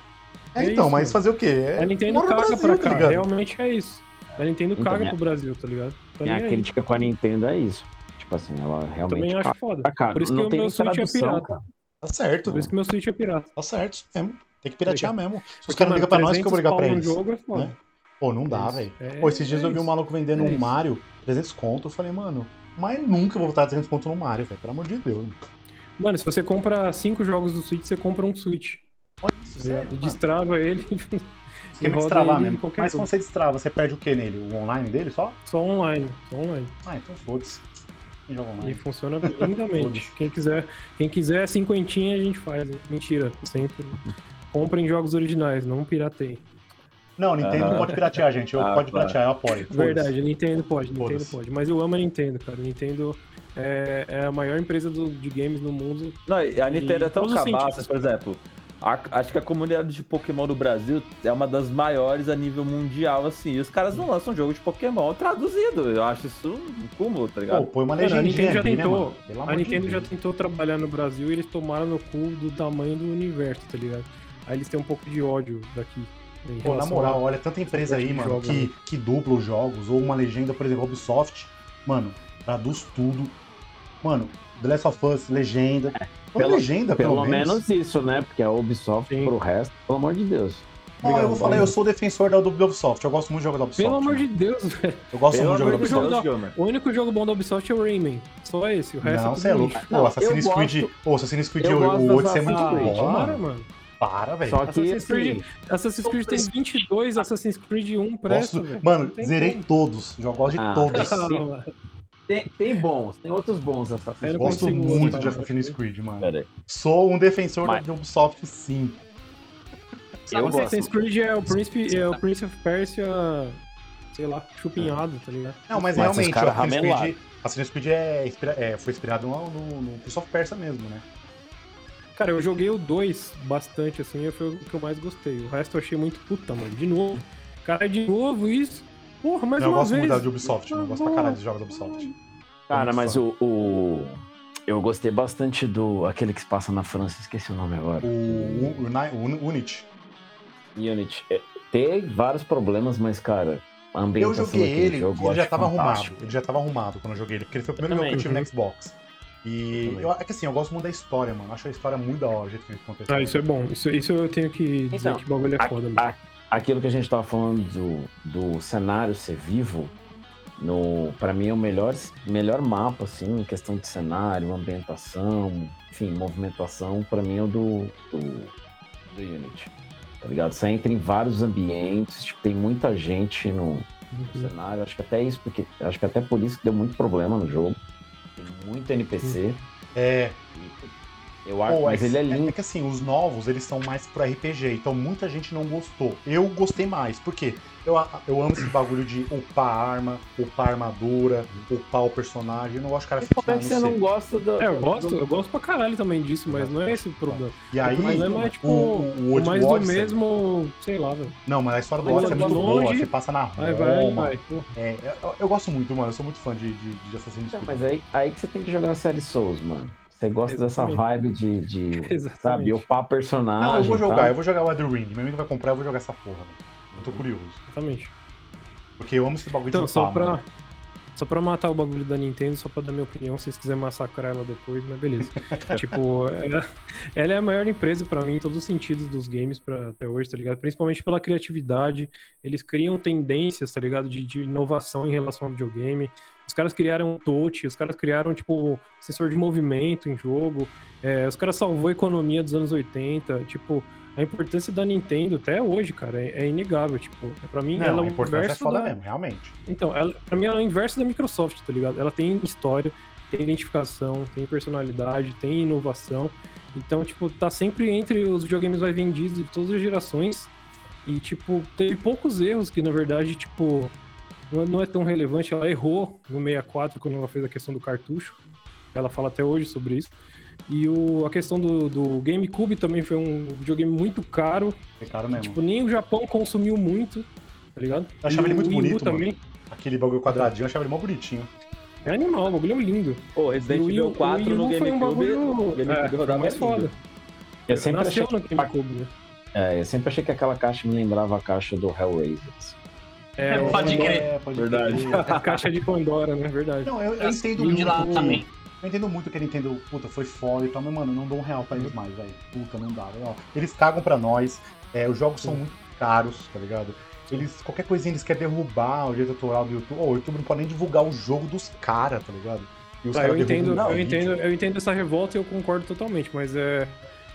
É, é então, mas isso, mano. fazer o quê? É, A Nintendo mora no caga Brasil, pra tá cá. ligado? Realmente é isso. A Nintendo Então, caga é- pro Brasil, tá ligado? Tá nem Minha aí. crítica com a Nintendo é isso. Tipo assim, ela Eu realmente. também acho caga foda. pra caralho. Por isso não que o tem meu Switch é tradução, pirata. cara. Tá certo, Por isso Tá que meu Switch é pirata. tá certo isso mesmo. Tem que piratear mesmo. Se os Porque, caras não ligam pra nós, que eu vou 300 ligar pra pau num eles. jogo é foda. né? Pô, não dá, velho. É, Pô, esses dias é eu vi um isso. maluco vendendo É um isso. Mario, 300 conto. Eu falei, mano, mas nunca eu vou botar 300 conto no Mario, velho. Pelo amor de Deus. Mano, se você compra cinco jogos do Switch, você compra um Switch. Olha isso, sério, e mano. destrava ele <laughs> Tem que roda destravar ele em mesmo. qualquer Mas jogo. quando você destrava, você perde o que nele? O online dele só? só online. Só online. Ah, então foda-se. Quem joga E online? funciona lindamente. Foda-se. quem quiser, quem quiser cinquentinha, a gente faz. né? Mentira, sempre. Comprem jogos originais, não pirateiem. Não, Nintendo não Aham. pode piratear, gente. Eu Ah, pode tá. piratear, eu apoio. Foda-se. Verdade, Nintendo pode, Nintendo Foda-se. pode. Mas eu amo a Nintendo, cara. Nintendo é, é a maior empresa do- de games no mundo. Não, e a Nintendo Em é tão todos os cabaça, sentidos. por exemplo. a- acho que a comunidade de Pokémon do Brasil é uma das maiores a nível mundial, assim. E os caras não lançam jogo de Pokémon traduzido. Eu acho isso um cúmulo, tá Pô, ligado? põe uma Mano, a legendinha Nintendo já ali, né, tentou. mano? Pelo a amor de Nintendo já Deus. tentou trabalhar no Brasil e eles tomaram no cu do tamanho do universo, tá ligado? Aí eles têm um pouco de ódio daqui. em Pô, na relação moral, a- olha, tanta empresa aí, que mano, joga, que, que dupla os jogos, ou uma legenda, por exemplo, Ubisoft, mano, traduz tudo. Mano, The Last of Us, legenda. Põe pelo- legenda, pelo, Pelo, menos. isso, né? Porque a Ubisoft, Sim. pro resto, pelo amor de Deus. Ó, Ah, eu vou Obrigado, falar, eu Paulo. sou defensor da do Ubisoft, eu gosto muito de jogos da Ubisoft. né? Pelo amor mano. de Deus, velho. Eu gosto Pelo um muito de jogos amor de da Deus, Ubisoft. Gilmer. O único jogo bom da Ubisoft é o Rayman. Só esse. O resto Não, tudo você é louco. lixo. Pô, Assassin's eu Creed. gosto- Pô, Assassin's Creed eu gosto o 8 é muito dessa- bom, Para, mano. mano. Para, velho. Só que Assassin's Creed, assim, Assassin's Creed tem 22, Assassin's Creed 1 presta, Gosto- velho. Mano, Não tem zerei como. todos. Eu gosto de <laughs> Ah. todos. Não, Eu tem, tem bons, tem outros bons Assassin's Eu não Gosto consigo muito gostar, de não. Assassin's Creed, mano. Pera aí. Sou um defensor Mas- da Ubisoft, sim. Eu Assassin's gosto. Creed é o príncipe, é o Prince of Persia, sei lá, chupinhado, tá ligado? Não, mas, Mas os realmente, caras o Assassin's Creed, ramelaram. Assassin's Creed é, inspira- é, foi inspirado no, no, no Prince of Persia mesmo, né? Cara, eu joguei o 2 bastante, assim, e foi o que eu mais gostei. O resto eu achei muito puta, mano. De novo. Cara, de novo isso. Porra, mais não, eu uma gosto vez. muito da de um. Ubisoft, mano. Eu gosto pra Não. caralho dos jogos da Ubisoft. Cara, Muito mas fã. o, o- Eu gostei bastante do. Aquele que se passa na França, esqueci o nome agora. O, o, o, Ni- o Uni- Unity. Unity. É, tem vários problemas, mas, cara, a Eu ambientação joguei daquele ele, jogo eu ele já acho tava fantástico. arrumado. Ele já tava arrumado quando eu joguei ele, porque ele foi o primeiro jogo que eu também. tive Uhum. no Xbox. Eu E também. eu, é que assim, eu gosto muito da história, é mano. Acho a história muito da hora, o jeito que eles aconteceu. Ah, isso é bom. Isso, isso eu tenho que dizer Então, que o bagulho é a- foda, mano. a- aquilo que a gente estava falando do, do cenário ser vivo, no para mim é o melhor, melhor mapa, assim, em questão de cenário, ambientação, enfim, movimentação, para mim é o do, do, do Unity. Tá ligado? Você entra em vários ambientes, tipo, tem muita gente no, no Uhum. cenário. Acho que até isso, porque. Acho que até por isso que deu muito problema no jogo. Tem muito Uhum. NPC. É, Eu acho, Pô, mas é, ele é é- lindo. é que assim, os novos, eles são mais pro RPG, então muita gente não gostou. Eu gostei mais, por quê? Eu, a- eu amo esse bagulho de upar arma, upar armadura, upar o personagem. Eu não gosto que o cara Mas fique Como é que "Ah, você não sei". gosta do. É, eu gosto, eu gosto pra caralho também disso, mas Então. não é esse o problema. E aí, O problema é, tipo, o O mais do Odyssey- mesmo, sei lá, velho. Não, mas a história do Mas Odyssey é é muito longe. boa, você passa na Roma. Vai, vai, vai. Pô, É, eu, eu gosto muito, mano, eu sou muito fã de, de, de Assassin's Não, Creed. mas aí, aí que você tem que jogar a série Souls, mano. Você gosta Exatamente. dessa vibe de, de Exatamente. sabe, upar personagem. Não, eu vou e tal. jogar, eu vou jogar o Elden Ring. Meu amigo vai comprar, eu vou jogar essa porra, velho. Eu tô curioso. Exatamente. Porque eu amo esse bagulho de Então, né? upar, só pra, mano. só pra matar o bagulho da Nintendo, só pra dar minha opinião, se vocês quiserem massacrar ela depois, <laughs> mas beleza. tipo, ela, ela é a maior empresa pra mim em todos os sentidos dos games pra, até hoje, tá ligado? Principalmente pela criatividade. Eles criam tendências, tá ligado? De, de inovação em relação ao videogame. Os caras criaram um touch, os caras criaram, tipo, sensor de movimento em jogo. É, os caras salvou a economia dos anos 80. Tipo, a importância da Nintendo até hoje, cara, é, é inegável. Tipo, pra mim, ela Não, é a o importância é universo foda da- mesmo, realmente. então, ela, pra mim ela é o inverso da Microsoft, tá ligado? Ela tem história, tem identificação, tem personalidade, tem inovação. Então, tipo, tá sempre entre os videogames mais vendidos de todas as gerações. E, tipo, teve poucos erros que, na verdade, tipo, não é- não é tão relevante. Ela errou no 64 quando ela fez a questão do cartucho. Ela fala até hoje sobre isso. E o, a questão do, do GameCube também foi um videogame muito caro. É caro que, mesmo. tipo, nem o Japão consumiu muito, tá ligado? Eu achava E ele o muito Wii U bonito, mano. também. Aquele bagulho quadradinho, eu achava ele mó bonitinho. É animal, o bagulho é lindo. Pô, Resident E o Wii- Evil o Wii 4 U no foi GameCube. um bagulho- é, GameCube foi rodava mais lindo. foda. Eu sempre, achei, Nasceu no GameCube, né? é, eu sempre achei que aquela caixa me lembrava a caixa do Hellraiser. assim. É, Pode o- crer. É, pode Verdade. crer. a caixa de Pandora, né? Verdade. Não, eu, eu entendo Vim de muito. lá também. Eu entendo muito que a Nintendo, puta, foi foda e tal, mas, mano, não dou um real pra eles mais, velho. Puta, não dá, velho. Ó, Eles cagam pra nós, é, os jogos são muito caros, tá ligado? Eles, qualquer coisinha eles querem derrubar o direito autoral do YouTube. Ô, o YouTube não pode nem divulgar o jogo dos caras, tá ligado? E os Tá, eu caras entendo, derrubam o eu vídeo. entendo, eu entendo essa revolta e eu concordo totalmente, mas é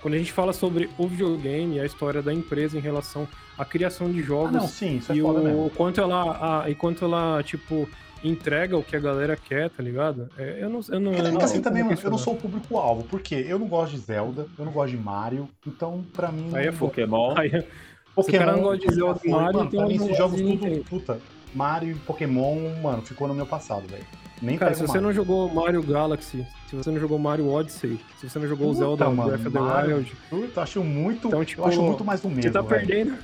quando a gente fala sobre o videogame e a história da empresa em relação à criação de Ah, jogos não, sim, isso é e foda o, mesmo. o quanto ela, a, e quanto ela tipo entrega o que a galera quer, tá ligado? É, eu não, eu não, É, eu não, não assim sei também, como mano, eu não questionar. sou o público-alvo, porque eu não gosto de Zelda, eu não gosto de Mario, então pra mim. Aí é foda. Pokémon. <laughs> Aí eu- Se o cara não gosta de Zelda e Mario, mano, tem pra um mim esses negócio jogos de tudo, Nintendo. puta, Mario e Pokémon, mano, ficou no meu passado, velho. Nem Cara, pego se você Mario. não jogou Mario Galaxy, se você não jogou Mario Odyssey, se você não jogou Puta, Zelda mano, Breath of the Mario, Wild, Puta, eu acho muito, Então, eu tipo, acho muito mais do mesmo, você tá velho. perdendo.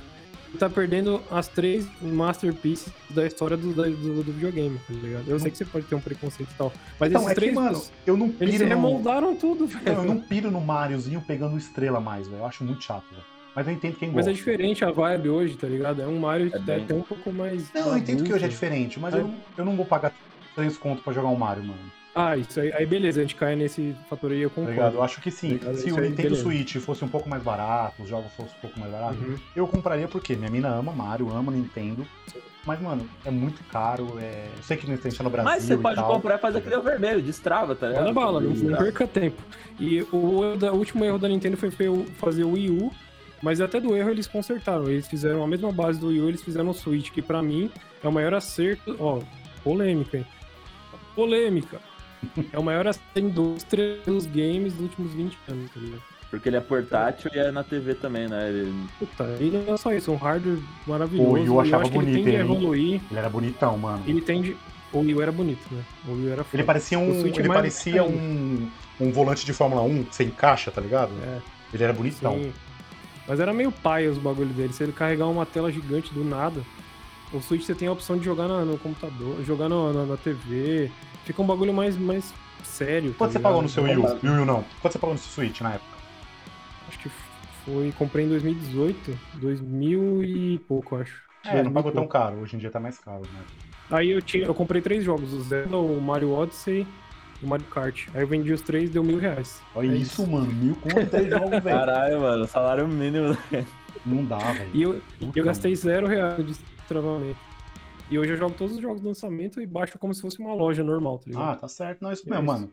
Você tá perdendo as três masterpieces da história do, da- do, do videogame, tá ligado? Eu sei que você pode ter um preconceito e tal. Mas Então, esses é que, três, mano, eu não eles piro no... remoldaram <laughs> Não, tudo, velho. eu não piro no Mariozinho pegando estrela mais, velho. Eu acho muito chato, velho. Mas eu entendo quem Mas gosta. é diferente a vibe hoje, tá ligado? É um Mario que É tá bem- até um pouco mais. Não, eu entendo que hoje é adulto. diferente, mas É. eu, não, eu não vou pagar 3 conto pra jogar o Mario, mano. Ah, isso aí. Aí beleza, a gente cai nesse fator aí, eu Tá ligado? concordo. Eu acho que sim. Obrigado, Se isso o aí, Nintendo beleza. Switch fosse um pouco mais barato, os jogos fossem um pouco mais baratos, Uhum. Eu compraria porque minha mina ama Mario, ama Nintendo. Mas, mano, é muito caro. É... Eu sei que não tem só no Brasil. Mas você e pode tal. comprar e fazer aquele vermelho, destrava, tá ligado? é Manda bala, não, não Destrava. perca tempo. E o, erro da- o último erro da Nintendo foi fe- fazer o Wii U, mas até do erro eles consertaram. Eles fizeram a mesma base do Wii U, eles fizeram o Switch, que pra mim é o maior acerto. Ó, polêmica, hein? Polêmica. É o maior acerto da indústria dos games dos últimos 20 anos, tá ligado? Porque ele é portátil e é na TV também, né? Ele- Puta, e não é só isso, é um hardware maravilhoso. O Wii U e eu achava acho que bonito, ele tende a hein? evoluir, Ele era bonitão, mano. ele tende. O Wii U era bonito, né? O Wii U era Ele foda. parecia um. O Switch Ele mais parecia um, um volante de Fórmula 1 que você encaixa, tá ligado? É. Ele era bonitão. Sim. Mas era meio paia os bagulho dele. Se ele carregar uma tela gigante do nada, o Switch você tem a opção de jogar na- no computador, jogar no- na, na TV. Fica um bagulho mais, mais sério. tá Quanto você ligado? pagou no seu Wii U? Wii U não. Quanto você pagou no seu Switch na época? Acho que foi. Comprei em 2018, 2000 e pouco, acho. É, não 2000 e pagou tão pouco. caro. Hoje em dia tá mais caro, né? Aí eu, tinha, eu comprei três jogos: o Zelda, o Mario Odyssey e o Mario Kart. Aí eu vendi os três deu mil reais. Olha É isso, mano. Mil conto de jogo, velho. Caralho, mano, salário mínimo. Não dá, velho. E eu, Puta, eu gastei zero reais de travamento. E hoje eu jogo todos os jogos do lançamento e baixo como se fosse uma loja normal, tá ligado? Ah, tá certo. Não, é isso mesmo, Isso. mano.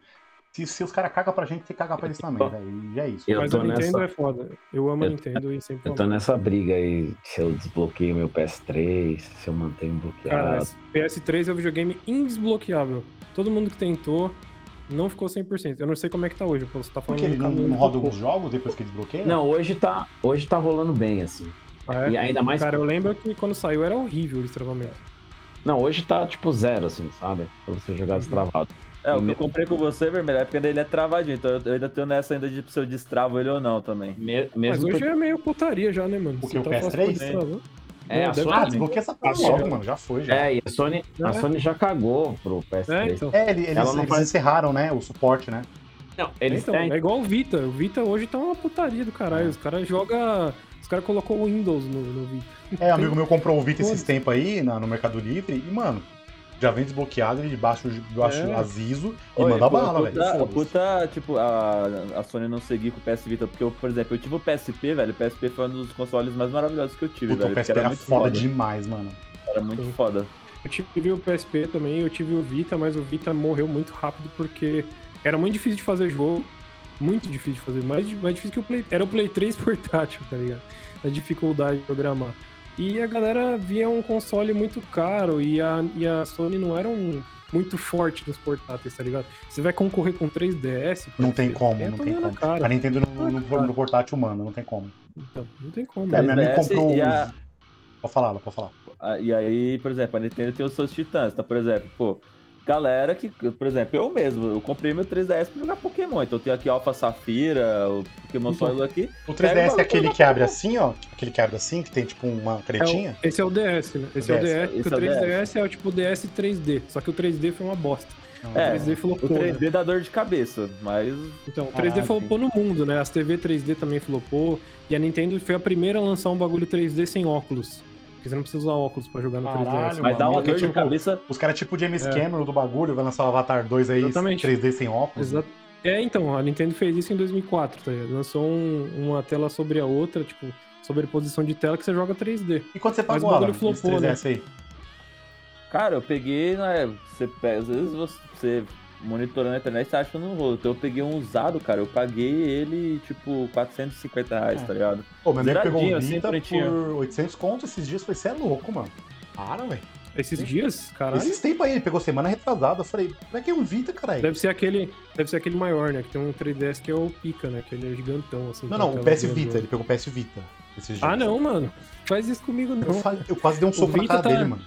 Se, se os caras cagam pra gente, tem que cagar pra eles também, velho. E é isso. Eu Mas tô a Nintendo nessa- é foda. Eu amo a Eu- Nintendo e sempre Eu tô amo. nessa briga aí, se eu desbloqueio meu PS3, se eu mantenho Cara, bloqueado. esse PS3 é o videogame indesbloqueável. Todo mundo que tentou não ficou 100%. Eu não sei como é que tá hoje, pô, você tá falando Porque ele que não, tá não muito roda pouco. alguns jogos depois que desbloqueia? Não, hoje tá, hoje tá rolando bem, assim. Ah, é? E ainda mais. Cara, eu lembro que quando saiu era horrível o destravamento. Não, hoje tá tipo zero, assim, sabe? Pra você jogar destravado. É, o que eu comprei com você, vermelho, é porque ele é travadinho, então eu- eu ainda tenho nessa ainda de se eu destravo ele ou não também. Me- Mas mesmo hoje que- é meio putaria já, né, mano? Porque Você o tá PS3, fácil pra né? destravar. É, Não, a deve- Ah, Sony. desbloqueia essa porra Assim, logo, ó. mano. Já foi, já. É, e a Sony, a É. Sony já cagou pro PS3. É, então. É, ele- eles, Ela não eles faz- encerraram, né? O suporte, né? Não, eles Então, têm. É. é igual o Vita. O Vita hoje tá uma putaria do caralho. Os caras jogam. Os caras colocou o Windows no, no Vita. É, amigo meu comprou o Vita esses Foda-se. tempos aí na- no Mercado Livre e, mano, já vem desbloqueado, ele baixa, o- baixa É. o aviso e Oi, manda o bala, puta- velho. o Puta, tipo, a, a Sony não seguir com o PS Vita, porque eu, por exemplo, eu tive o PSP, velho, o PSP foi um dos consoles mais maravilhosos que eu tive, Puta, velho, o porque PSP era era muito é foda foda, demais, mano. era muito foda. Eu tive o PSP também, eu tive o Vita, mas o Vita morreu muito rápido porque era muito difícil de fazer jogo. Muito difícil de fazer, mais, di- mais difícil que o Play. Era o Play 3 <laughs> portátil, tá ligado? A dificuldade de programar. E a galera via um console muito caro e a, e a Sony não era um, muito forte nos portáteis, tá ligado? Você vai concorrer com 3DS? Não tem parceiro, como, é não tem tomar na como. cara. A Nintendo não, Ah, não, cara. no portátil humano, não tem como. Então, não tem como. É, né? minha amiga PS comprou e uns- a- Pode falar, ela pode falar. Ah, E aí, por exemplo, a Nintendo tem os seus titãs, tá? Por exemplo, pô, galera que, por exemplo, eu mesmo, eu comprei meu 3DS pra jogar Pokémon, então eu tenho aqui Alpha Safira, o Pokémon Então. Solo aqui, O Pega o 3DS é bagulho aquele na que abre assim, ó. Aquele que abre assim, que tem tipo uma É o- canetinha. esse é o DS, né? Esse é o DS, DS, porque esse é o o 3DS é o tipo DS 3D. Só que o 3D foi uma bosta. Não, É, o 3D o flopou. né? 3D dá dor de cabeça, mas Então, o Caralho. 3D flopou no mundo, né? As TV 3D também flopou. E a Nintendo foi a primeira a lançar um bagulho 3D sem óculos. Porque você não precisa usar óculos pra jogar no Caralho, 3DS. mano. Mas dá uma Porque, dor de tipo, cabeça. Os caras tipo James É. Cameron do bagulho, vai lançar o Avatar 2 aí, Exatamente. 3D sem óculos. Exa- É, então, a Nintendo fez isso em 2004, tá ligado? Lançou um- uma tela sobre a outra, tipo, sobreposição de tela que você joga 3D. E quando você Mas o pagou, Alan, bagulho esse flopou, né? 3DS aí? Cara, eu peguei, né? Você, pe- às vezes você monitorando a internet, você acha que não rolo. Então eu peguei um usado, cara. Eu paguei ele, tipo, 450 reais, É. tá ligado? Pô, meu amigo pegou um Zeradinho, assim, Vita pretinho. por 800 conto esses dias. Falei, você é louco, mano. Para, velho. Esses dias, caralho, Esses tempos aí, ele pegou semana retrasada. Eu falei, como é que é um Vita, caralho? deve ser aquele. Deve ser aquele maior, né? Que tem um 3DS que é o Pica, né? Que ele é gigantão, assim. Não, com a não, o tela PS grandona. Vita. Ele pegou o PS Vita esses dias. Ah, não, mano. Faz isso comigo, Eu, não. falei- eu quase dei um soco na Vita cara tá- dele, mano.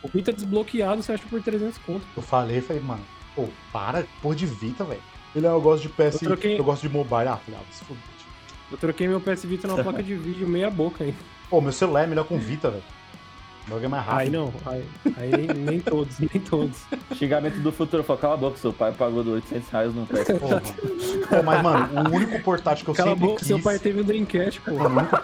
O Vita desbloqueado você acha por 300 conto. Eu falei, falei, mano, pô, para, porra de Vita, velho. Ele, ah, eu gosto de PS, eu, Eu troquei- gosto de mobile. Ah, falei, ah, vai se fuder. tio. Eu troquei meu PS Vita numa placa de vídeo meia boca, hein? Pô, meu celular é melhor com Vita, velho. O jogo é mais Aí rápido. não, aí, aí nem, nem todos, nem todos. Xingamento do futuro. Fala, cala a boca, seu pai pagou 800 reais num PS. Porra. Pô, mas, mano, o único portátil que eu Cala a sempre boca, quis... seu pai teve um Dreamcast, pô. Pô, o único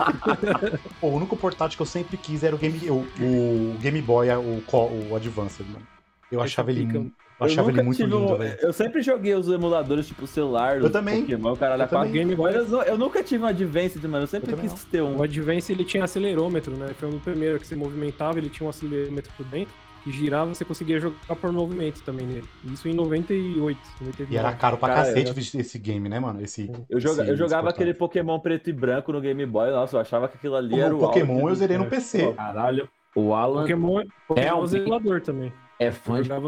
por- Pô, o único portátil que eu sempre quis era o Game, o, o Game Boy, o, Co- o Advanced, mano. Eu achava ele, Pica. mu- eu achava ele muito tive lindo, um- velho. Eu sempre joguei os emuladores, tipo, celular. Eu do também. Pokémon, caralho, Eu a quatro. também. Game Boy, Mas eu, eu nunca tive um Advanced, mano. Eu sempre Eu também quis ter o um. Advance ele tinha acelerômetro, né? Foi um do primeiro que você movimentava, ele tinha um acelerômetro por dentro. E girava, você conseguia jogar por movimento também nele. Isso em 98, 99. E era caro pra Cara, cacete esse game, né, mano? Esse, Eu, joga- esse- né? eu jogava esse aquele portátil. Pokémon preto e branco no Game Boy. Nossa, eu achava que aquilo ali era O o Pokémon auge eu do- zerei no PC. Caralho, o Alan Pokémon, É Pokémon um- é zelador também. é Eu fã de jogava,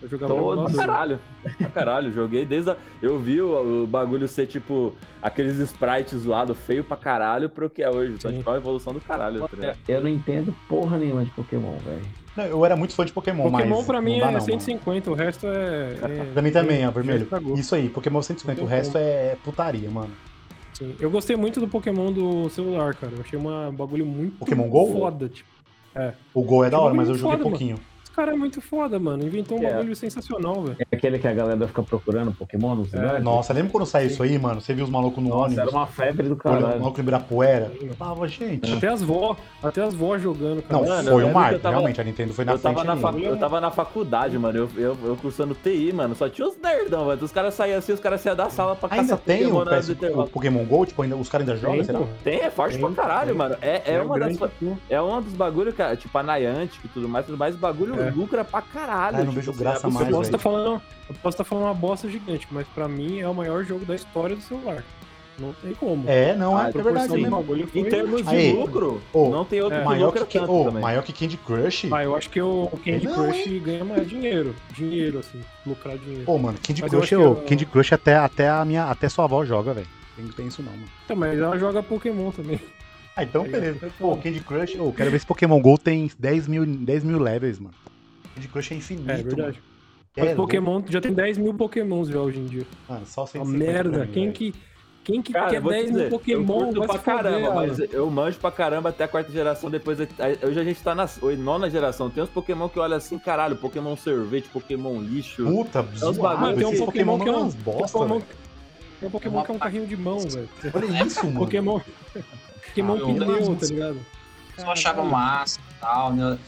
eu jogava no Pra todos. emulador. caralho. Pra caralho, joguei desde a... Eu vi o, o bagulho ser, tipo, aqueles sprites zoado feio pra caralho pro que é hoje. Então, Sim. tipo, é uma evolução do caralho. tá ligado? Eu não entendo porra nenhuma de Pokémon, velho. Não, eu era muito fã de Pokémon, mas Pokémon pra mim não dá é não, mano. 150, o resto é. é- Pra mim também, é- a vermelho. estragou. Isso aí, Pokémon 150. O Não tem resto é putaria, mano. Sim. Eu gostei muito do Pokémon do celular, cara. Eu achei uma- um bagulho muito Pokémon Go? foda, tipo. O Gol é da Jogo hora, mas eu muito joguei foda, pouquinho. cara é muito foda, mano. Inventou um É. bagulho sensacional, velho. É aquele que a galera fica procurando Pokémon nos lugares? É, Nossa, lembra quando saiu isso aí, mano? Você viu os malucos no Nossa, era ônibus? uma né? febre do Olha, o caralho. maluco liberar poeira. Eu Falava, gente. Até as vó, até as vó jogando, cara. né? Não, Mano, eu foi um lembro que marco. eu tava- Realmente, a Nintendo foi na Eu tava frente. na, mesmo. facu- eu tava na faculdade, mano. Eu, eu, eu cursando TI, mano. Só tinha os nerdão, mano. Os caras saíam assim, os caras saíam da sala pra Ainda tem um o, Pokémon na hora PS do o intervalo. Pokémon Go? Tipo, ainda, os caras ainda jogam, Tem, será? pô. Tem, é forte Tem, pra caralho, tem. mano. É, é, um uma das, grande pô. é um dos bagulhos, cara, tipo, a Niantic e tudo mais, tudo mais, o bagulho É. lucra pra caralho. Ah, eu não tipo, vejo assim, graça é mais, Eu posso velho. estar falando, eu posso tá falando uma bosta gigante, mas pra mim é o maior jogo da história do celular. Não tem como. É, não, Ah, é, a é proporção verdade do mesmo. bagulho foi- Em termos de Aí. lucro, Ô, não tem outro assim, é. que Maior lucra que, tanto ô, também. maior que Candy Crush? Ah, eu acho que o Candy Não, Crush ganha mais dinheiro. Dinheiro, assim, lucrar dinheiro. Pô, mano, Candy Mas eu Crush, acho que eu- eu- Candy Crush até, até, a minha, até sua avó joga, velho. Tem, tem isso não, mano. Então, mas ela joga Pokémon também. <laughs> Ah, então Aí, beleza. eu tô Pô, falando. Candy Crush, eu quero ver se Pokémon GO tem 10 mil, 10 mil levels, mano. Candy Crush é infinito, É, verdade. mano. Mas É Pokémon já tem 10 mil Pokémons já hoje em dia. louco, Mano, só sem Uma merda. Quem que, quem que quer eu vou te 10 mil dizer, eu Pokémon curto vai pra se foder, caramba, mano. mas eu manjo pra caramba até a quarta geração, depois a- a- hoje a gente tá na oi, nona geração, tem uns Pokémon que olha assim, caralho, Pokémon sorvete, Pokémon lixo, Puta, uns bagulho- zoado. tem um Esses Pokémon Pokémon que é não é um- umas bosta, Pokémon- velho. Tem um Pokémon que é um carrinho de mão, velho. Olha isso, mano. <laughs> Pokémon. Pokémon Ah, eu- pneu, tá ligado? Eu achava massa e tal, né?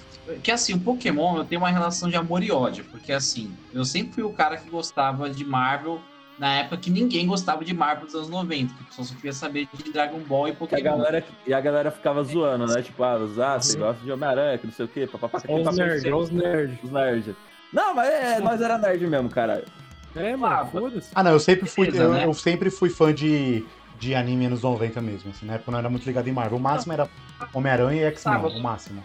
Que assim, o Pokémon eu tenho uma relação de amor e ódio, porque assim, eu sempre fui o cara que gostava de Marvel na época que ninguém gostava de Marvel dos anos 90, que o pessoal só queria saber de Dragon Ball e que a Pokémon. galera, e a galera ficava zoando, né, tipo, ah, ah você gosta de Homem-Aranha, que não sei o que, papapá, que Olha É os nerds, olha os nerds. é os nerds. Não, mas é, nós era nerd mesmo, caralho. É, Ah, mano, foda-se. Ah, não, eu sempre fui, Beleza, eu, né? eu sempre fui fã de, de anime anos 90 mesmo, assim, na época eu não era muito ligado em Marvel. O máximo era Homem-Aranha e X-Men, Ah, você- o máximo.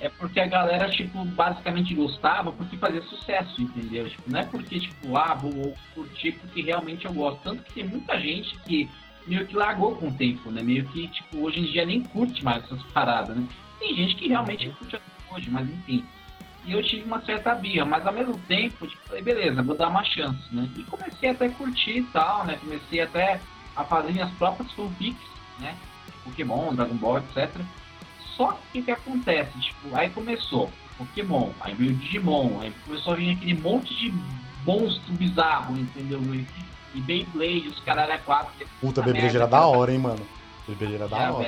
É porque a galera, tipo, basicamente gostava porque fazia sucesso, entendeu? Tipo, não é porque, tipo, ah, vou curtir porque realmente eu gosto. Tanto que tem muita gente que meio que largou com o tempo, né? Meio que, tipo, hoje em dia nem curte mais essas paradas, né? Tem gente que realmente curte até hoje, mas enfim. E eu tive uma certa birra, mas ao mesmo tempo, tipo, falei, beleza, vou dar uma chance, né? E comecei até a curtir e tal, né? Comecei até a fazer minhas próprias fanfics, né? Pokémon, Dragon Ball, etc. Só que o que acontece? Tipo, aí começou Pokémon, aí veio Digimon, aí começou a vir aquele monte de monstro bizarro, entendeu? E, e Beyblade, os caras é quatro. Puta, Ah, Beyblade merda, era da cara. hora, hein, mano. Beyblade era É, da hora.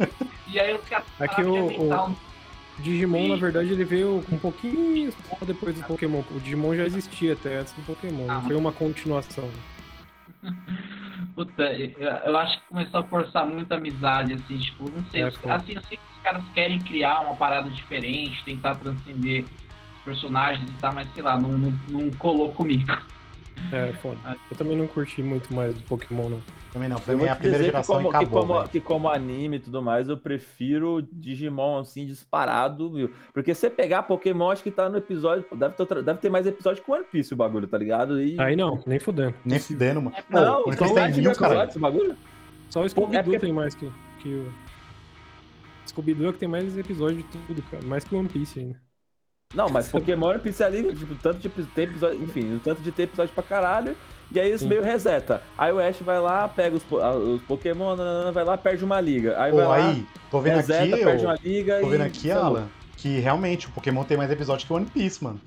velho. E aí os caras Aqui É o- pararam de inventar um- Digimon, E- na verdade, ele veio um pouquinho depois do Pokémon. O Digimon já existia até antes do Pokémon. Ah, Não foi uma continuação. Puta, tá? eu, eu acho que começou a forçar muito a amizade, assim, tipo, não sei. É, os- foi. assim, eu sei que os caras querem criar uma parada diferente, tentar transcender os personagens e tal, mas sei lá, não, não, não colou comigo. É, foda. Eu também não curti muito mais do Pokémon, não. Também não, pra Eu mim vou é a te primeira dizer geração que e como, que, acabou, né? como, velho. que como anime e tudo mais, eu prefiro Digimon assim, disparado, viu? Porque se você pegar Pokémon, acho que tá no episódio. Deve ter, outra- deve ter mais episódio que One Piece o bagulho, tá ligado? E... Aí não, nem fudendo. Nem fudendo, mano. Não, É, Pô, o são Chris mais tem de mil, mil cara. episódios o é bagulho? Só o Scooby-Doo É porque- tem mais que, que o... Scooby-Doo é que tem mais episódio de tudo, cara. Mais que o One Piece ainda. Não, mas Pokémon e One Piece ali, tipo, tanto de ter episódio, enfim, o tanto de ter episódio pra caralho. E aí eles Sim. meio reseta. Aí o Ash vai lá, pega os, po- ah, os Pokémon, nananana, vai lá, perde uma liga. Aí vai Pô, lá, aí, tô vendo reseta, aqui, perde eu- uma tá liga tô e- vendo aqui, sei lá, Alan, que realmente o Pokémon tem mais episódio que o One Piece, mano.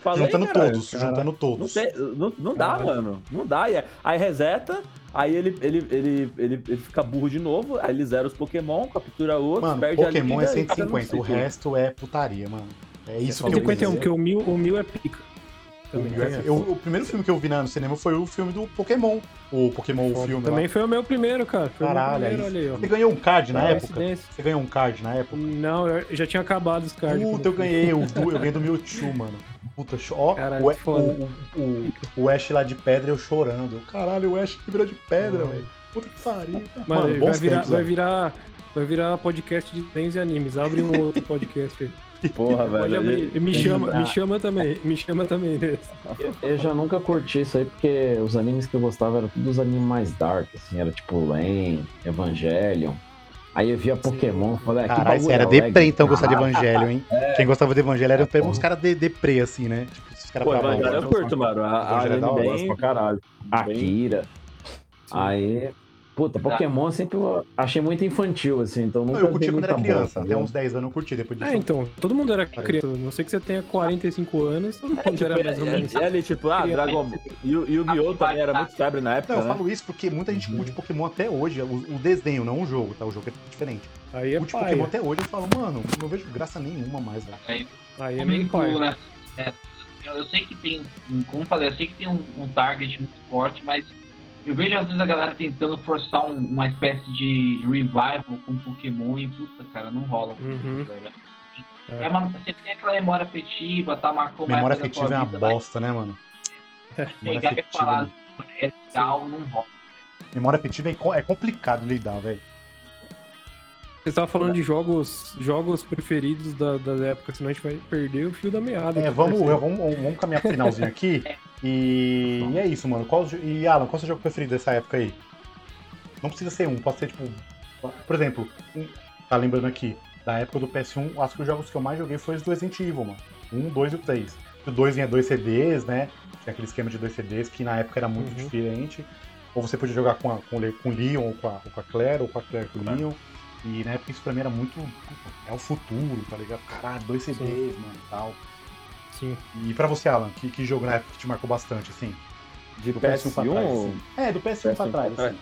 falei, Juntando caralho. todos, cara. juntando Não, todos. tem- não, não dá, Caralho. mano. Não dá. E aí- Aí reseta, aí ele, ele, ele, ele, ele fica burro de novo, aí ele zera os Pokémon, captura outros, Mano, perde Pokémon a é liga e cada um 150, o se- resto é putaria, mano. É isso que eu quis 151, dizer. porque o mil, o mil é pica. O é Também, é. meu- eu- o primeiro filme que eu vi na- no cinema foi o filme do Pokémon. O Pokémon, o filme. também foi o meu primeiro, cara. Foi Caralho, o meu aí- primeiro, lá. olha Você aí, ó. ganhou um card na época? Coincidência. Você ganhou um card na época? Não, eu já tinha acabado os cards. quando Puta, eu fiz. ganhei. O do, eu ganhei do Mewtwo, mano. Puta, cho- ó, Caralho, o, foda. o, o, o, o Ash lá de pedra, eu chorando. Eu, Caralho, o Ash que virou de pedra, Mano. velho. Puta que pariu. Mano, Mano, vai, bons virar, tempos, vai, velho. virar, vai virar podcast de desenhos e animes. Abre um outro podcast aí. <laughs> Porra, Pode velho. abrir. E Me chama, me chama também. Me chama também. nesse. Eu, eu já nunca curti isso aí, porque os animes que eu gostava eram todos os animes mais dark, assim, era tipo Len, Evangelion. Aí eu via Pokémon, falei, ah, que Caralho, bagulho você era alegre. deprê então gostar de Caralho. Evangelho, hein? Quem gostava de Evangelho era É, uns caras de deprê, assim, né? Tipo, esses caras pra Pô, Evangelho eu curto, mano. A, a Evangelho é da anime hora, Eu gosto bem- pra caralho. bem- Akira. Aí, Puta, Pokémon sempre eu achei muito infantil, assim, então Não, nunca eu curti dei quando muita era bola, criança, até entendeu? uns 10 anos eu curti, depois disso. É, então, todo mundo era criança. A não sei que você tenha 45 anos, todo mundo era mais ou menos. É, é ali, tipo, ah, Dragon E o Yu-Gi-Oh! também era muito febre na então, época, Não, eu né? falo isso porque muita gente Uhum. curte Pokémon até hoje, é o, o desenho, não o jogo, tá? O jogo é diferente. Aí é Curte Pokémon pai. até hoje, eu falo, mano, não vejo graça nenhuma mais, velho. Aí Aí é meio pai. Comigo, né? É, eu, eu sei que tem, como eu falei, eu sei que tem um, um target muito forte, mas eu vejo às vezes a galera tentando forçar um- uma espécie de revival com Pokémon e puta, cara, não rola. Uhum. velho. É. É. uma, você tem aquela memória afetiva, tá? Marcou uma Memória época da tua afetiva é uma vida, vai bosta, né, mano? É. Memória Pegar e falar, afetiva, né? é legal, não rola. memória afetiva é co- é complicado lidar, velho. Você tava falando de jogos, jogos preferidos da, da época, senão a gente vai perder o fio da meada. né, É, cara. vamos, vamos, vamos caminhar pro finalzinho aqui. E, e é isso, mano. Qual, o jo- e Alan, qual é o seu jogo preferido dessa época aí? Não precisa ser um, pode ser tipo. Por exemplo, um- tá lembrando aqui, da época do PS1, acho que os jogos que eu mais joguei foi os do Resident Evil, mano. Um, dois e o três. O dois vinha dois CDs, né? Tinha aquele esquema de dois CDs que na época era muito Uhum. diferente. Ou você podia jogar com, a, com, o Le- com o Leon ou com a, ou com a Claire, ou com a Claire com o Leon. E na época isso pra mim era muito. É o futuro, tá ligado? Caralho, dois CDs, mano, e tal. Sim. E pra você, Alan, que, que jogo na época que te marcou bastante, assim? De Do PS1 pra trás, PS1, assim. É, do PS1, pra PS1 trás, pra assim.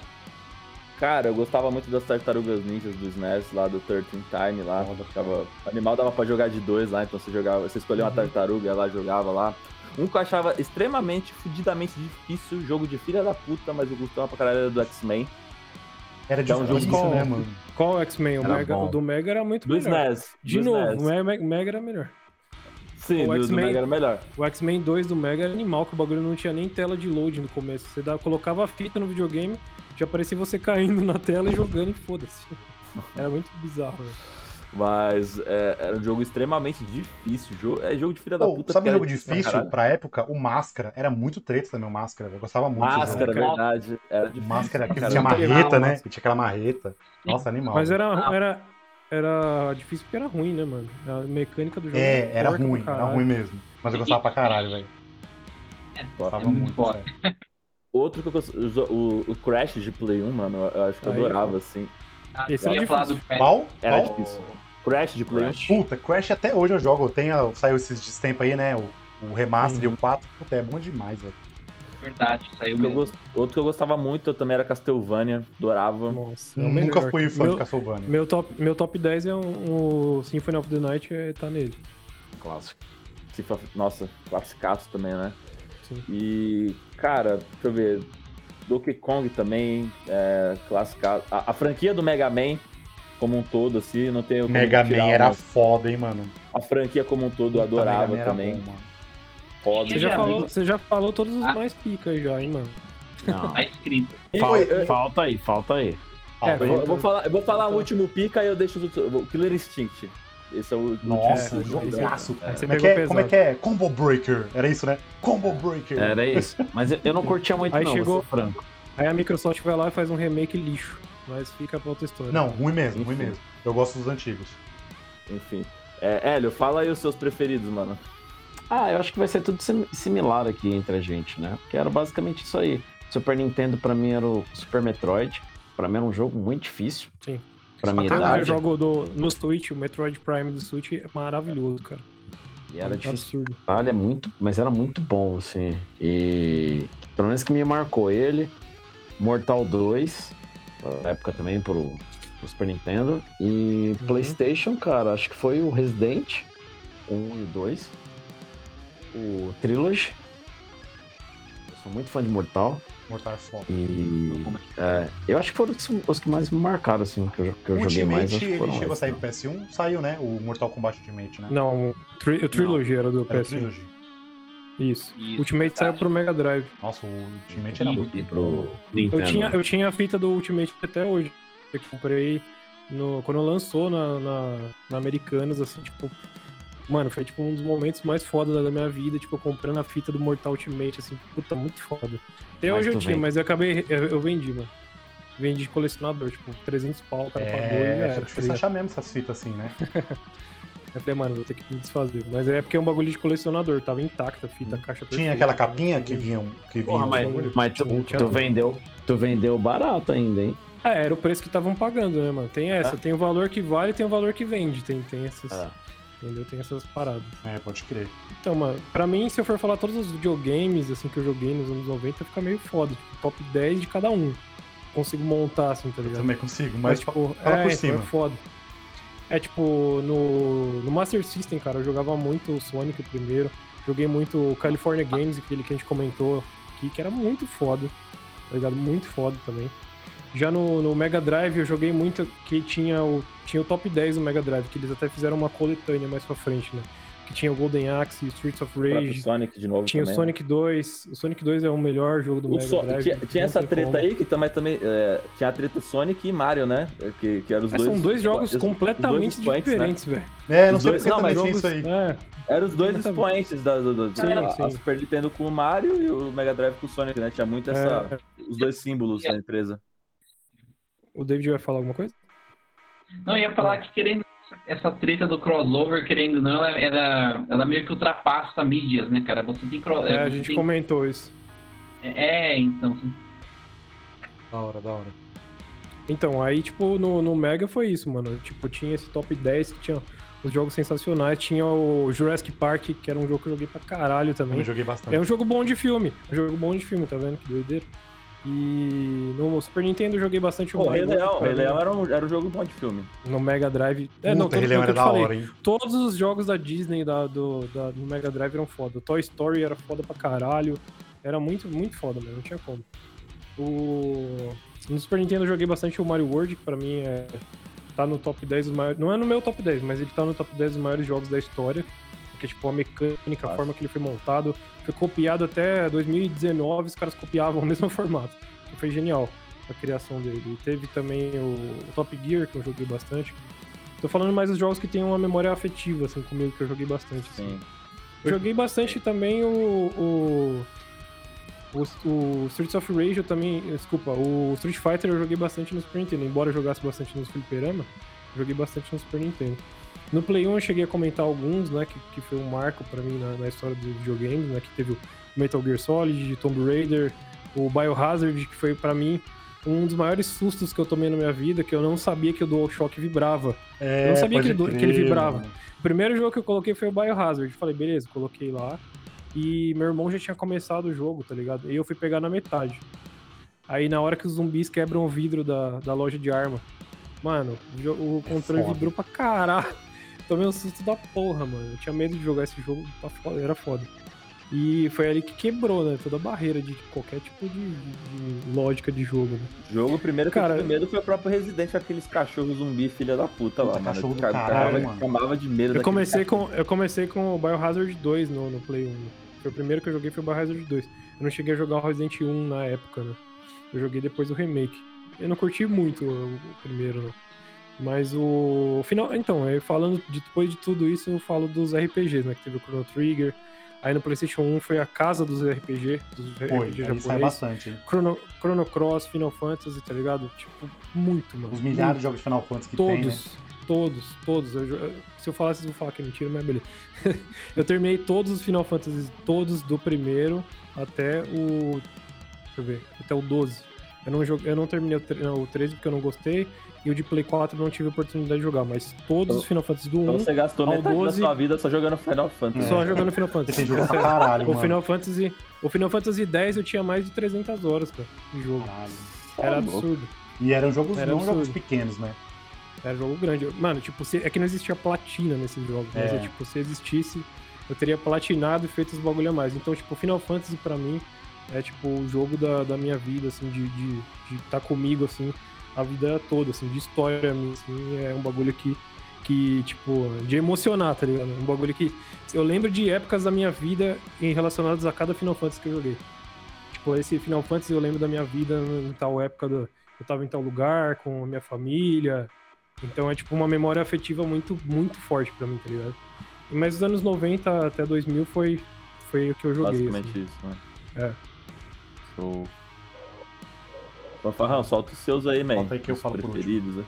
Cara, eu gostava muito das tartarugas ninjas do SNES lá do 13 Time lá. Foda. Ficava... O animal dava pra jogar de dois lá, então você jogava, você escolhia uma Uhum. tartaruga, ela jogava lá. Um que eu achava extremamente, fudidamente difícil, jogo de filha da puta, mas eu gostava pra caralho era do X-Men. Era Dá um difícil, jogo com- né, mano? Qual o X-Men? O Era Mega, bom. o do Mega era muito Do melhor. SNES. De do novo, SNES. o Mega, Mega era melhor. Sim, o do- do, X-Men- Mega era melhor. O X-Men 2 do Mega era animal, que o bagulho não tinha nem tela de load no começo. Você dava, colocava a fita no videogame, já aparecia você <laughs> caindo na tela e jogando e foda-se. Era muito bizarro, velho. Mas é, era um jogo extremamente difícil. Jogo, é jogo de filha da Pô, puta. sabe um porque jogo era difícil? caralho. Pra época, o Máscara. Era muito treta também o Máscara. Eu gostava muito. desse Máscara, jogo. cara. verdade. Era difícil. Máscara, que Cara, tinha eu não marreta, pegava né? máscara. Que tinha aquela marreta. Nossa, animal. né? Mas velho. era, Ah. era, era difícil porque era ruim, né, mano? A mecânica do jogo. É, era porca pra ruim, era caralho. ruim mesmo. Mas eu gostava pra caralho, velho. É Gostava muito foda. sério. Outro que eu gost- o, o Crash de Play 1, mano, eu acho que eu Aí, adorava, assim. Ah, Esse é eu era ia falar do Pet. Qual? Era Qual? difícil. Crash de Play 1. Puta, Crash até hoje eu jogo. Eu tenho, saiu esses tempos aí, né? O, o remaster e o 4. Puta, é bom demais, velho. é Verdade, saiu Outro que eu mesmo. gost- Outro que eu gostava muito eu também era Castlevania, adorava. Nossa, é o Nunca melhor. fui fã meu, de Castlevania. meu top Meu top 10 é um, um Symphony of the Night, é, tá nele. Clássico. Sifa- Tipo, Nossa, classicaço também, né? Sim. E, cara, deixa eu ver. Donkey Kong também, é, classicaço. A, a franquia do Mega Man como um todo, assim, não tenho como Mega tirar Man era uma- foda, hein, mano. A franquia como um todo eu Puta, Mega adorava Man era também. bom, mano. Foda. né? Você já, É, falou, amigo. você já falou todos os Ah. mais picas já, hein, mano? Não. Tá escrito. Fal- eu- eu- Falta aí, falta aí. Ah, É, foi- Eu vou falar, eu vou falar o último pica e eu deixo os outros. O Killer Instinct. Esse é o último Nossa, É, jogaço, cara. Você Como é, que pegou é, como é pesado. que é? Combo Breaker. Era isso, né? Combo Breaker. Era isso. Mas eu, eu não curtia muito, Aí não, chegou- vou ser franco. Aí a Microsoft vai lá e faz um remake lixo. Mas fica pra outra história. Não, ruim mesmo, ruim Enfim. mesmo. Eu gosto dos antigos. Enfim. É, Hélio, fala aí os seus preferidos, mano. Ah, eu acho que vai ser tudo sim- similar aqui entre a gente, né? Porque era basicamente isso aí. Super Nintendo pra mim era o Super Metroid. Pra mim era um jogo muito difícil. Sim. Pra minha Ah, eu idade. jogo do, no Switch, o Metroid Prime do Switch é maravilhoso, cara. E era difícil absurdo. Caralho, é muito, mas era muito bom, assim. E pelo menos que me marcou ele, Mortal 2, na época também pro, pro Super Nintendo. E Uhum. Playstation, cara, acho que foi o Resident 1 e 2. O Trilogy. Eu sou muito fã de Mortal. Mortal é foda. E é, eu acho que foram os, os que mais me marcaram, assim, que eu, que eu O joguei mais. Ultimate, acho que ele foram chegou a esses, sair né? pro PS1? Saiu, né? O Mortal Kombat Ultimate, né? Não, um. o, tri, o Trilogy era do Era o PS1. Trilogy. Isso. Isso, tá? Ultimate verdade. saiu pro Mega Drive. Nossa, o Ultimate era E- muito. E pro Eu Nintendo. tinha, eu tinha a fita do Ultimate até hoje. Eu comprei no, quando lançou na, na, na Americanas, assim, tipo. Mano, foi tipo um dos momentos mais foda da minha vida, tipo, eu comprando a fita do Mortal Ultimate, assim, puta, muito foda. Até Mas hoje eu tu tinha, vende. mas eu acabei, eu, eu vendi, mano. Vendi de colecionador, tipo, 300 pau, o cara pagou e já É, era. é tá difícil ligado? achar mesmo essas fitas assim, né? Eu falei, mano, vou ter que me desfazer. Mas é porque é um bagulho de colecionador, tava intacta a fita, a caixa Tinha aquela capinha que vinha. um- Que vinha Porra, um mas, bagulho? mas tu, tu vendeu, tu vendeu barato ainda, hein? É, era o preço que estavam pagando, né, mano? Tem essa, tem o valor que vale tem o valor que vende. Tem, tem essas. Ah. Entendeu? Tem essas paradas. É, pode crer. Então, mano, pra mim, se eu for falar todos os videogames assim que eu joguei nos anos 90, fica meio foda. Tipo, top 10 de cada um. Consigo montar, assim, tá Eu ligado? também consigo, mas, tipo, fala é, por então cima. é foda. É tipo, no, no Master System, cara, eu jogava muito o Sonic o primeiro. Joguei muito o California Games, aquele que a gente comentou aqui, que era muito foda. Tá ligado? Muito foda também. Já no, no Mega Drive eu joguei muito que tinha o, tinha o top 10 do Mega Drive, que eles até fizeram uma coletânea mais pra frente, né? Que tinha o Golden Axe, Streets of O próprio Rage, Sonic de novo tinha o também. Sonic 2. O Sonic 2 é o melhor jogo do O Mega So- Drive. tinha, tinha não essa tem treta como. aí que também, também é, tinha a treta Sonic e Mario, né? Que, que eram os É, dois. São dois jogos os- completamente os dois né? expoentes, diferentes, velho. É, não Os sei dois- porque não, também mas tinha isso aí. É, Eram os dois Exatamente. expoentes da, do, do- Sim, a- a sim. Super Nintendo com o Mario e o Mega Drive com o Sonic, né? Tinha muito essa, é, os dois símbolos da empresa. o David vai falar alguma coisa? Não, eu ia É. falar que querendo essa treta do crossover, querendo ou não, ela, ela, ela meio que ultrapassa mídias, né, cara? Você tem crossover. É, a gente comentou isso. É, então. Da hora, da hora. Então, aí, tipo, no, no Mega foi isso, mano. Tipo, tinha esse top 10 que tinha os jogos sensacionais. Tinha o Jurassic Park, que era um jogo que eu joguei pra caralho também. Eu joguei bastante. É um jogo bom de filme. É um jogo bom de filme, tá vendo? Que doideira. E no Super Nintendo eu joguei bastante Pô, o Rei Mario, Leão, o cara, Rei Leão era um, era um jogo bom de filme. No Mega Drive. É, não, Puta, todo Rei Leão mundo que era eu te da falei. hora, hein? todos os jogos da Disney da, do, da- do Mega Drive eram foda. O Toy Story era foda pra caralho. Era muito, muito foda, mano. Não tinha como. O... No Super Nintendo eu joguei bastante o Mario World, que pra mim é... tá no top 10 dos maiores. Não é no meu top 10, mas ele tá no top 10 dos maiores jogos da história. Porque, tipo, a mecânica, a forma que ele foi montado, foi copiado até 2019, os caras copiavam <laughs> o mesmo formato. Que foi genial a criação dele. E teve também o Top Gear, que eu joguei bastante. Tô falando mais dos jogos que tem uma memória afetiva, assim, comigo, que eu joguei bastante. assim. Sim. Eu joguei bastante também o. o... O, o Streets of Rage eu também. Desculpa, o Street Fighter eu joguei bastante no Super Nintendo. Embora eu jogasse bastante no Fliperama, eu joguei bastante no Super Nintendo. No Play 1 eu cheguei a comentar alguns, né? Que, que foi um marco pra mim na, na história dos videogames, né? Que teve o Metal Gear Solid, Tomb Raider, o Biohazard, que foi pra mim um dos maiores sustos que eu tomei na minha vida, que eu não sabia que o DualShock vibrava. É, Eu não sabia pode que ele- crer, que ele vibrava. mano. O primeiro jogo que eu coloquei foi o Biohazard. Falei, beleza, coloquei lá. E meu irmão já tinha começado o jogo, tá ligado? E eu fui pegar na metade. Aí na hora que os zumbis quebram o vidro da, da loja de arma. Mano, o jo- o É controle foda. vibrou pra caralho. <laughs> Tomei um susto da porra, mano. Eu tinha medo de jogar esse jogo, tá foda- era foda. E foi ali que quebrou, né? Toda a barreira de qualquer tipo de, de- de lógica de jogo, né? O jogo primeiro que eu Cara, tive medo foi o próprio Resident, com aqueles cachorros zumbi, filha da puta lá, Puta, mano. cachorro do Ca- caralho, cagava- mano. cagava de medo Eu daquele comecei, com, eu comecei com o Biohazard 2 no, no Play 1. Foi o primeiro que eu joguei foi o Biohazard 2. Eu não cheguei a jogar o Resident 1 na época, né? Eu joguei depois o remake. Eu não curti muito o, o primeiro, né? Mas o final. Então, aí falando de- depois de tudo isso, eu falo dos RPGs, né? Que teve o Chrono Trigger. Aí no PlayStation 1 foi a casa dos RPG, dos Foi, RPG aí sai japoneses. bastante, hein? Chrono, Chrono Cross, Final Fantasy, tá ligado? Tipo, muito, mano. Os milhares de jogos de Final Fantasy que tem, né? Todos, todos, todos. Eu jo- se eu falar, vocês vão falar que é mentira, mas beleza. <laughs> eu terminei todos os Final Fantasy, todos do primeiro até o. Deixa eu ver, até o 12. Eu não, joguei, eu não terminei o, tre- não, o 13 porque eu não gostei, e o de Play 4 eu não tive a oportunidade de jogar, mas todos os Final Fantasy do 1 Então você gastou ao metade 12. da sua vida só jogando Final Fantasy. só jogando Final Porque Fantasy. É. tem jogo pra caralho, <laughs> O mano. Final Fantasy, o Final Fantasy 10 eu tinha mais de 300 horas, cara, de jogo. Caralho. Era Tá louco. absurdo. E eram jogos, Era não jogos absurdo. pequenos, né? Era É jogo grande. Mano, tipo, se- é que não existia platina nesse jogo. Mas É. é, tipo, se existisse, eu teria platinado e feito os bagulho a mais. Então, tipo, Final Fantasy pra mim é tipo o jogo da, da minha vida, assim, de estar de, de tá comigo, assim, a vida toda, assim, de história minha, assim, é um bagulho que, que, tipo, de emocionar, tá ligado? Um bagulho que. Eu lembro de épocas da minha vida em relacionadas a cada Final Fantasy que eu joguei. Tipo, esse Final Fantasy eu lembro da minha vida em tal época do. Eu tava em tal lugar, com a minha família, então é tipo uma memória afetiva muito, muito forte pra mim, tá ligado? Mas os anos 90 até 2000 foi, foi o que eu joguei. É, Basicamente assim. isso, né? É. Show. Fanfarrão, solta os seus aí, man. Solta aí que eu Os falo por último. preferidos, né?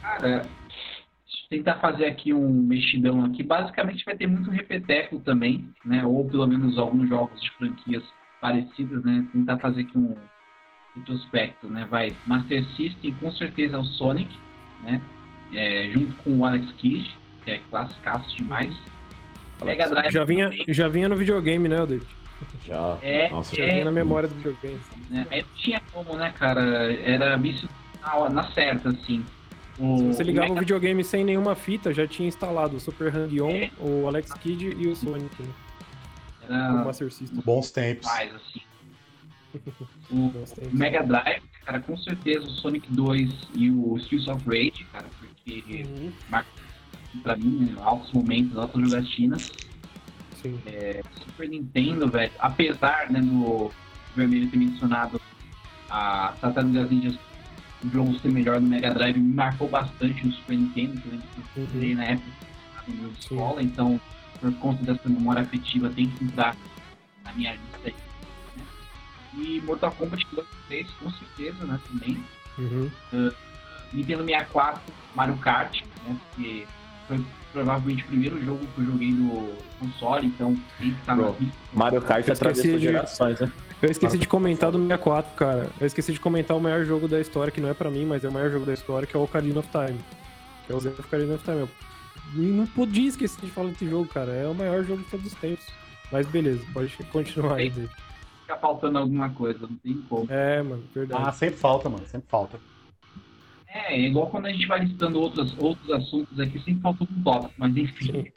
Cara, tentar fazer aqui um mexidão aqui, basicamente vai ter muito repeteco também, né? Ou pelo menos alguns jogos de franquias parecidas, né? Tentar fazer aqui um retrospecto, né? Vai Master System, com certeza é o Sonic, né? É, junto com o Alex Kidd, que é classicaço demais. Mega Drive Já vinha, também, já vinha no videogame, né, David? Já. É, Nossa, Já é. vinha na memória do videogame. né? Aí não tinha como, né, cara? Era míssil na, na certa, assim. O, Se você ligava o o Mega- videogame sem nenhuma fita, já tinha instalado o Super Hang-On, É. o Alex Kidd e o Sonic, né? era O Master System. Bons tempos. mais, assim. O Gostei. o Mega Drive, cara, com certeza o Sonic 2 e o Streets of Rage, cara, porque pra mim, né, altos momentos, altas jogatinas. Sim. Super Nintendo, velho, apesar, né, do Vermelho ter mencionado a Tartarugas Ninjas, o jogo ser melhor no Mega Drive, me marcou bastante no Super Nintendo, que eu lembro que eu Uhum. joguei na época né, na minha escola, então, por conta dessa memória afetiva, tem que entrar na minha lista aí. né? E Mortal Kombat 2 e 3, com certeza, né, também. Uhum. Nintendo 64, Mario Kart, né? Porque foi provavelmente o primeiro jogo que eu joguei no console, então tem que estar na Bro. lista. Mario Kart Eu esqueci de- atravessou gerações, né? Eu esqueci de comentar do 64, cara. Eu esqueci de comentar o maior jogo da história, que não é pra mim, mas é o maior jogo da história, que é o Ocarina of Time. Que é o Zelda Ocarina of Time. Eu não podia esquecer de falar desse jogo, cara. É o maior jogo de todos os tempos. Mas beleza, pode continuar aí, David. Fica faltando alguma coisa, não tem como. É, mano, Ah, verdade. sempre falta, mano. Sempre falta. É, é igual quando a gente vai listando outros, outros assuntos aqui, sempre falta um tópico, mas enfim.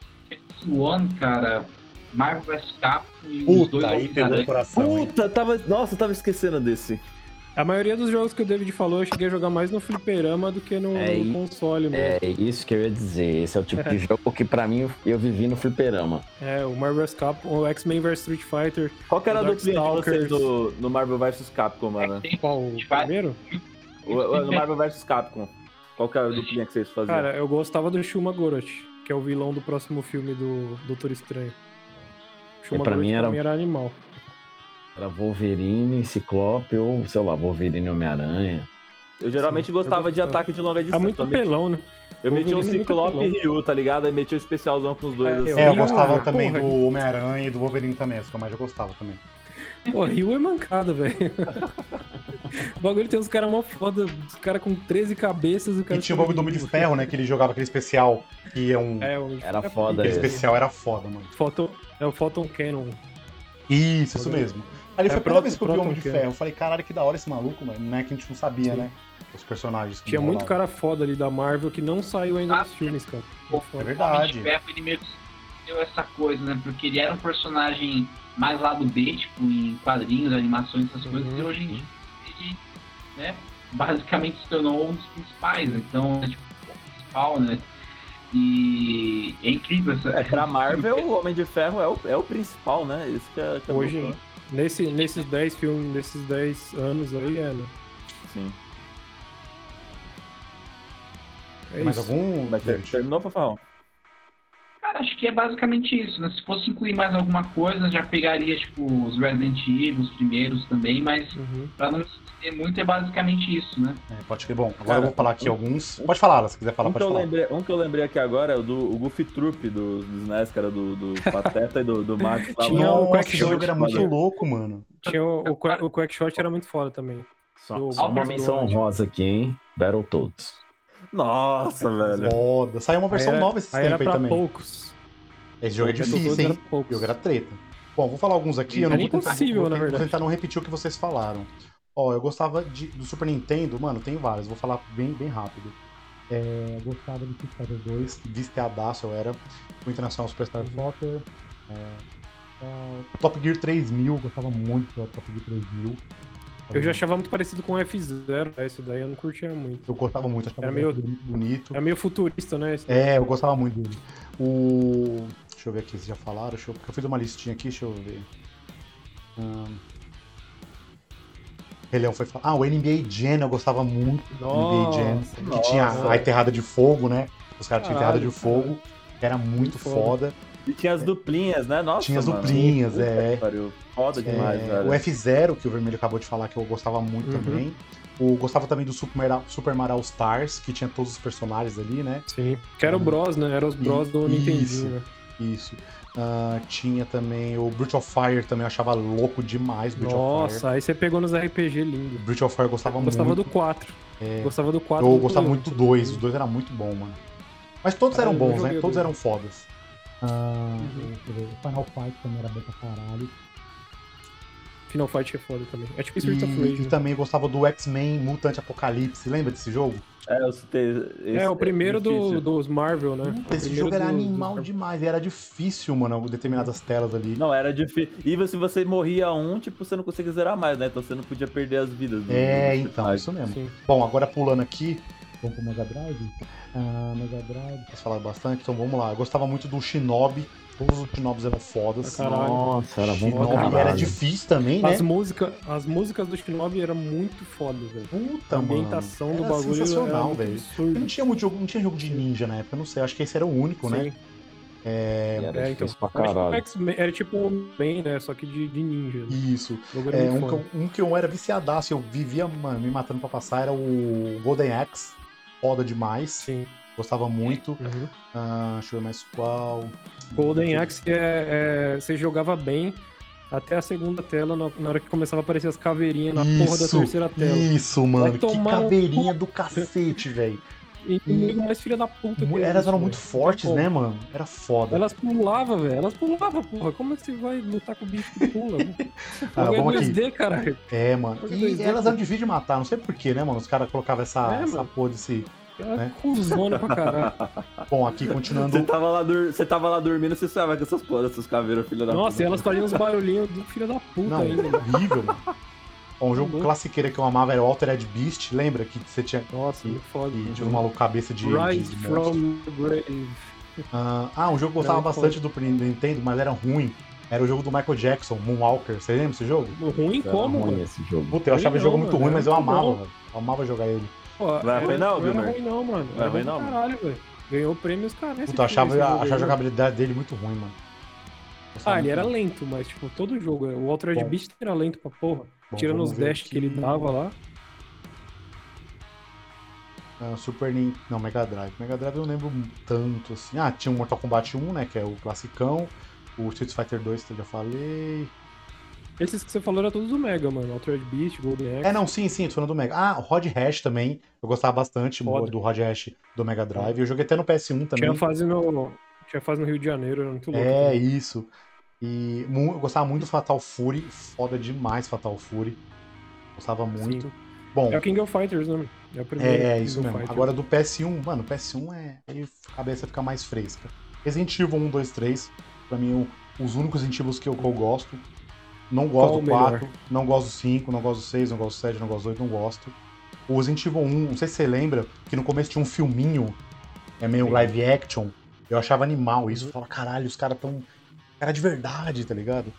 One, cara, Marvel vs Capcom e os dois Puta, aí pegou o Homens-Aranha. coração. hein? Puta, tava. Nossa, eu tava esquecendo desse. A maioria dos jogos que o David falou, eu cheguei a jogar mais no fliperama do que no, É, no e- console, mano. É isso que eu ia dizer. Esse é o tipo de jogo que, pra mim, eu vivi no fliperama. É, o Marvel vs. Capcom, o X-Men vs. Street Fighter, Qual que era a duplinha de vocês Darkstalkers. no, no Marvel vs Capcom, mano? qual o Street Fighter. primeiro? O- o- No Marvel vs Capcom. Qual que era a duplinha que vocês faziam? Cara, eu gostava do Shuma Gorot, que é o vilão do próximo filme do Doutor Estranho. E É, pra Gorot, mim era- animal. Era Wolverine, Ciclope ou, sei lá, Wolverine e Homem-Aranha. eu geralmente sim, eu gostava de gostava. ataque de Tá longa distância. muito eu metia- pelão, né? eu metia Wolverine um é muito Ciclope e pelão. Ryu, tá ligado? Aí metia um especialzão com os dois. É, assim. É, eu Rio, gostava porra. também do Homem-Aranha e do Wolverine também, essa que eu mais gostava também. Pô, Rio é mancada, velho. o bagulho tem uns caras mó foda, os caras com 13 cabeças. O cara E tinha o bagulho do Homem de Ferro, né? Que ele jogava aquele especial, que é um. É, o Era foda aquele esse. especial era foda, mano. Photon, é o Photon Cannon. Isso, isso mesmo. Ali É foi a primeira próprio- vez que eu vi o Homem de próprio, Ferro. Eu falei, caralho, que da hora esse maluco, mano. Não é que a gente não sabia, Sim. né? Os personagens. que Tinha muito rolavam. cara foda ali da Marvel que não saiu ainda nos filmes, cara. Muito É foda. Homem de verdade. Ferro, ele meio que deu essa coisa, né? Porque ele era um personagem mais lado B, tipo, em quadrinhos, animações, essas coisas, Uhum. e hoje em dia ele, né, basicamente se tornou um dos principais, então, é, tipo, o principal, né? E é incrível essa. É, pra Marvel, o Homem de Ferro é o, é o principal, né? Isso que é, que é Hoje, louco, né? nesse, nesses 10 filmes, nesses 10 anos aí, é, né? Sim. É Mais isso. algum, Mas David? terminou, Fafão? Cara, acho que é basicamente isso, né? Se fosse incluir mais alguma coisa, já pegaria, tipo, os Resident Evil, os primeiros também, mas Uhum. pra não ter muito, é basicamente isso, né? É, pode que bom. Agora Cara, eu vou falar aqui alguns. Pode falar, Alas, se quiser falar, um, Então, que pode eu falar. né, lembrei, um que eu lembrei aqui agora é o do o Goofy Troop do, do SNES, cara, do, <laughs> do Pateta e do, do Max. lá, Tinha mano. o Nossa, Quack esse jogo era muito louco, mano. Tinha o, o, Qua- o Quackshot era muito foda também. Só, só uma menção honrosa aqui, hein? Battletoads. Nossa, velho. Foda. Saiu uma versão É. Aí era- nova esse Aí era tempo aí pra também. poucos. Esse jogo é Era difícil, todos, hein? era poucos. O jogo é era treta. Bom, vou falar alguns aqui. Eu não Era vou tentar, impossível, vou, na vou verdade. tentar não repetir o que vocês falaram. Ó, eu gostava de- do Super Nintendo, mano, tem vários, vou falar bem, bem rápido. É, eu gostava do Street Fighter 2, viciadaço eu era. O Internacional Superstar Uhum. Soccer. é, é, Top Gear 3000, eu gostava muito do Top Gear 3000. Eu já achava muito parecido com o F0, né? isso daí eu não curtia muito. Eu gostava muito, achava Era meio- muito bonito. É meio futurista, né? esse- É, eu gostava muito dele. O. Deixa eu ver aqui se já falaram. Deixa eu... Porque eu fiz uma listinha aqui, deixa eu ver. Hum. Rei Leão foi falar. Ah, o NBA Jam, eu gostava muito. NBA Jam. Nossa, Que tinha a nossa. enterrada de fogo, né? Os caras tinham enterrada de Caralho, fogo. que Era muito Muito foda. foda. E tinha as duplinhas, né? Nossa, Tinha as mano. duplinhas, Puta é. que Pariu. Foda É, demais, velho. o F0, que o Vermelho acabou de falar, que eu gostava muito Uhum. também. O, gostava também do Super Mario, Super Mario All Stars, que tinha todos os personagens ali, né? Sim. Que era o Bros, né? Era os Bros do Isso. Nintendinho, né? Isso. Ah, tinha também o Brute of Fire, também eu achava louco demais. Brute of Fire. Nossa, aí você pegou nos RPG lindo. Brute of Fire eu gostava, Gostava muito. É. do 4. Gostava do 4. Eu gostava muito do 2, os dois era muito bom, mano. Mas todos Ah, eram eu não bons, né? joguei o Todos dois. Uhum. eram fodas. Ah, deixa eu ver. o Final Fight também era bem pra caralho. Final Fight é foda também. É E, tipo Street of Rage. e né? também eu gostava do X-Men Mutante Apocalipse, lembra desse jogo? É, eu citei esse- É, o primeiro difícil. do, dos Marvel, né? O Esse primeiro jogo era do- do- animal demais, e era difícil, mano, determinadas telas ali. Não, era difícil. E se você morria um, tipo, você não conseguia zerar mais, né? Então você não podia perder as vidas. né? do- É, do então, personagem. isso mesmo. Sim. Bom, agora pulando aqui, Vamos pro Mega Drive? Ah, Mega Drive. vocês falaram bastante, então vamos lá. Eu gostava muito do Shinobi, todos os Shinobis eram fodas. Ah, caralho. Nossa, era bom pra Shinobi caralho. era difícil também, né? As, música, as músicas do Shinobi eram muito foda, velho. Puta, A Então, mano. ambientação do era bagulho era sensacional, muito velho. absurdo. Não tinha, muito jogo, não tinha jogo de ninja na época, eu não sei, acho que esse era o único, né? Sim. Era É, então. difícil pra Era tipo caralho. X-Men- Era tipo Homem-Man, né? Só que de, de ninja. Né? Isso. O jogo era É, muito um, que foda. eu, um que eu era viciadaço, eu vivia mano, me matando pra passar, era o Golden Axe. Foda demais. Sim. Gostava muito. Uhum. Ah, deixa eu ver mais qual. Golden Axe, é, é, você jogava bem até a segunda tela, na, na hora que começava a aparecer as caveirinhas na porra da Isso, Hum. terceira tela. Isso, mano. Vai Que tomar no caveirinha do cacete, <laughs> velho. E inimigo mais filha da puta. que Elas isso, eram muito velho. fortes, Pô, né, mano? Era foda. Elas pulavam, velho. Elas pulavam, porra. Como é que você vai lutar com o bicho <laughs> que pula? Ah, Jogo é vamos aqui. 2D, caralho. É, mano. Porque dois E D, elas pô. eram difíceis de matar, não sei porquê, né, mano? Os caras colocavam essa, É, essa mano. porra desse. Ela É. é cuzona pra caralho. Bom, aqui Você <laughs> continuando. tava, lá dur- você tava lá dormindo, você sabe que essas porras, essas caveiras, filha da Nossa, puta. e elas faziam uns barulhinhos do filho da puta Não, ainda. né? mano. horrível, mano. Bom, um jogo Uhum. classiqueira que eu amava era o Altered Beast. Lembra que você tinha. Nossa, muito foda. E tinha um maluco cabeça de. Uhum. Rise de monstro. from the grave. Ah, ah, um jogo que eu gostava Não, bastante do Pri- do Nintendo, mas era ruim. Era o jogo do Michael Jackson, Moonwalker. Você lembra desse jogo? Ruim Era como, Tá ruim mano? esse jogo. Puta, eu achava o Não, jogo muito mano, ruim, era mas eu muito amava, bom. velho. Eu amava jogar ele. Pô, Vai era- ruim não, Não Vilmer? era ruim não, mano. Vai Era ruim bom pra não, mano? Caralho, velho. Ganhou prêmios, cara. Puta, eu achava, eu achava a jogabilidade dele muito ruim, mano. Gostava Ah, ele muito. era lento, mas, tipo, todo jogo. O Altered Bom. Beast era lento pra porra. Bom, Tirando vamos os ver dash que ele aqui. dava lá. Ah, Super Nintendo. Não, Mega Drive. Mega Drive eu não lembro tanto assim. Ah, tinha o Mortal Kombat 1, né? Que é o classicão. O Street Fighter 2 que eu já falei. Esses que você falou eram todos do Mega, mano. Altered Beast, Golden Axe. É, não, sim, sim, tô falando do Mega. Ah, o Rod Hash também. Eu gostava bastante Foda. do Rod Hash do Mega Drive. Eu joguei até no PS1 também. Tinha fase no. Tinha fase no Rio de Janeiro, era muito louco. É, isso. E mu- eu gostava muito do Fatal Fury, foda demais Fatal Fury. Gostava muito. Sim. Bom, É o King of Fighters, né? É o primeiro. é, é King isso of mesmo. Fighters. Agora do PS1, mano, PS1 é. Aí a cabeça fica mais fresca. Resident Evil 1, 2, 3, pra mim, o- os únicos Resident Evil que eu, que eu gosto. Não gosto Qual o do 4, não gosto do 5, não gosto do 6, não gosto do 7, não gosto do 8, não gosto. O Resident Evil 1, não sei se você lembra, que no começo tinha um filminho, é meio live action. Eu achava animal isso. Uhum. Eu falava, caralho, os caras tão. Cara de verdade, tá ligado?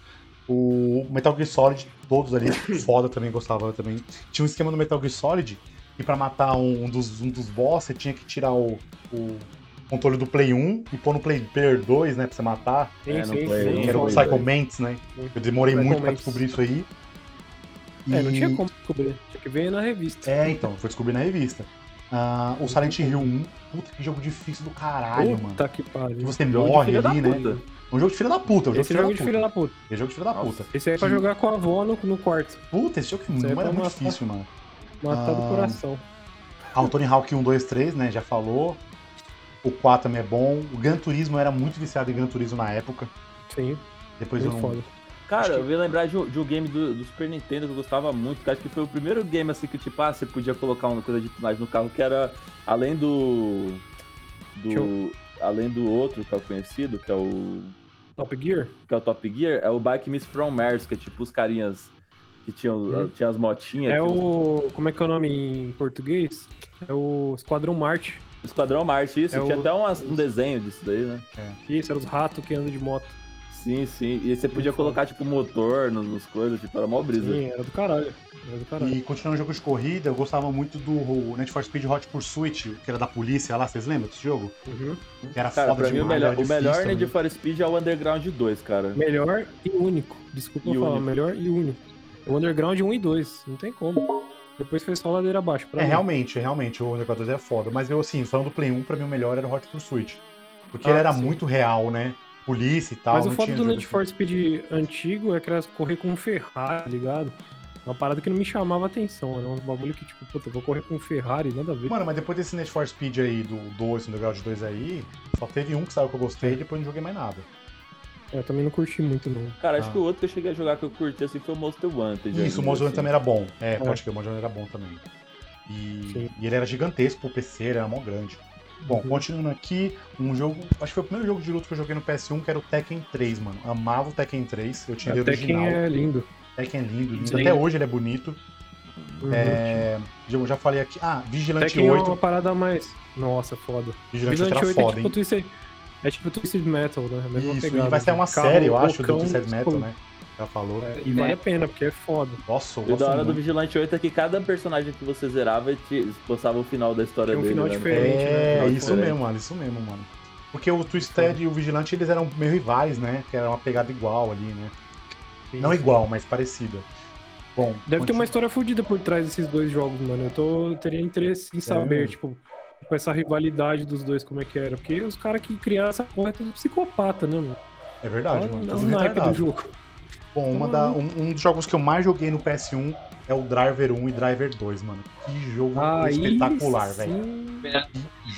O Metal Gear Solid, todos <laughs> ali, foda também, gostava também. Tinha um esquema no Metal Gear Solid que pra matar um, um dos, um dos boss, você tinha que tirar o, o controle do Play 1 e pôr no Play Player 2, né, pra você matar. Sim, É, sim, não foi- sim, não que era o foi- foda. Psycho Mantis, né? Eu demorei Psycho muito pra Mantis. descobrir isso aí. É, não E- tinha como descobrir. Tinha que ver na revista. É, então, foi descobrir na revista. Ah, o Silent Hill 1, puta que jogo difícil do caralho, mano. Puta que Que pariho. você Jogo de morre filha da ali, né? puta. É um jogo de filha da puta, é um jogo de Esse filha da jogo de filha puta. da puta. É jogo de filha da Nossa. puta. Esse aí é pra Sim. jogar com a avó no, no quarto. Puta, esse jogo Isso aí não era pra muito matar. difícil, mano. Matar Ah. do coração. Ah, o Tony Hawk 1, 2, 3, né? Já falou. O 4 também é bom. O Gran Turismo eu era muito viciado em Gran Turismo na época. Sim, Depois muito eu não. foda. Cara, Acho que- eu ia lembrar de, um- de um game do, do Super Nintendo que eu gostava muito, cara, acho que foi o primeiro game assim que, tipo, ah, você podia colocar uma coisa de tunagem no carro, que era além do. Deixa do. Além do outro que é o conhecido, que é o. Top Gear? que é o Top Gear, é o Bike Miss From Mars, que é tipo os carinhas que tinham, Uhum. Hum. tinham as motinhas. É tinha os- o. Como é que é o nome em português? É o Esquadrão Marte. Esquadrão Marte, isso. é tinha o- até umas- um desenho disso daí, né? Isso, eram os ratos que andam de moto. Sim, sim. E você podia colocar, tipo, motor nos, nos coisas, tipo, era mó brisa. Sim, era do caralho. Era do caralho. E continuando o jogo de corrida, eu gostava muito do Need for Speed Hot Pursuit, que era da polícia lá, vocês lembram desse jogo? Uhum. Que era Cara, foda pra mim o demais, melhor, era o difícil né? melhor também. Need for Speed é o Underground 2, cara. Melhor e único. Desculpa E eu falar, único. melhor e único. O Underground 1 e 2, não tem como. Depois foi só ladeira abaixo. Pra É, mim. realmente, realmente, o Underground 2 é foda. Mas eu, assim, falando do Play 1, pra mim o melhor era o Hot Pursuit. Porque Ah, ele era sim. muito real, né? Polícia e tal. Mas o não foda tinha do jogo assim. Need for Speed antigo é que era correr com um Ferrari, ligado? Uma parada que não me chamava atenção. Era um bagulho que, tipo, puta, eu vou correr com um Ferrari, nada a ver. Mano, mas depois desse Need for Speed aí, do 2, Underground 2 aí, só teve um que saiu que eu gostei e depois não joguei mais nada. Eu também não curti muito, não. Cara, acho Ah. que o outro que eu cheguei a jogar que eu curti assim foi o Monster assim. Wanted. Isso, o Monster Hunter também era bom. É, pode É. que o Monster Hunter era bom também. E, Sim. e ele era gigantesco pro PC, ele era mó grande. Bom, Uhum. continuando aqui, um jogo. Acho que foi o primeiro jogo de luta que eu joguei no PS1, que era o Tekken 3, mano. Amava o Tekken 3, eu tinha ele Até quem original. é lindo. Tekken é lindo, lindo. Sim. Até hoje ele é bonito. Uhum. É, eu já falei aqui. Ah, Vigilante Tekken é 8. uma parada mais. Nossa, foda. Vigilante, 8 Vigilante era 8 é foda, tipo hein? Twisted. É tipo Twisted Metal, né? A mesma Isso, pegada, e vai sair uma assim. Carro, série, eu acho, do loucão, Twisted Metal, tipo, né? Já falou. é, e vale a pena, porque é foda. Nossa, eu E o gosto da hora do muito. Vigilante 8 é que cada personagem que você zerava te postava o final da história Tem um dele. final né? diferente. né? É, Não, isso diferente. mesmo, mano, isso mesmo, mano. Porque o Twisted e o Vigilante, eles eram meio rivais, né? Que era uma pegada igual ali, né? Não igual, mas parecida. Bom, Deve ter continu- uma história fodida por trás desses dois jogos, mano. Eu tô, teria interesse em saber, mesmo? tipo, com essa rivalidade dos dois, como é que era. Porque os caras que criaram essa porra é tudo psicopata, né, mano? É verdade, mano. Olha tá o tudo um naipe do retardado. jogo. Uhum. Bom, uma da, um, um dos jogos que eu mais joguei no PS1 é o Driver 1 e Driver 2, mano. Que jogo Ah, Aí espetacular, sim. velho.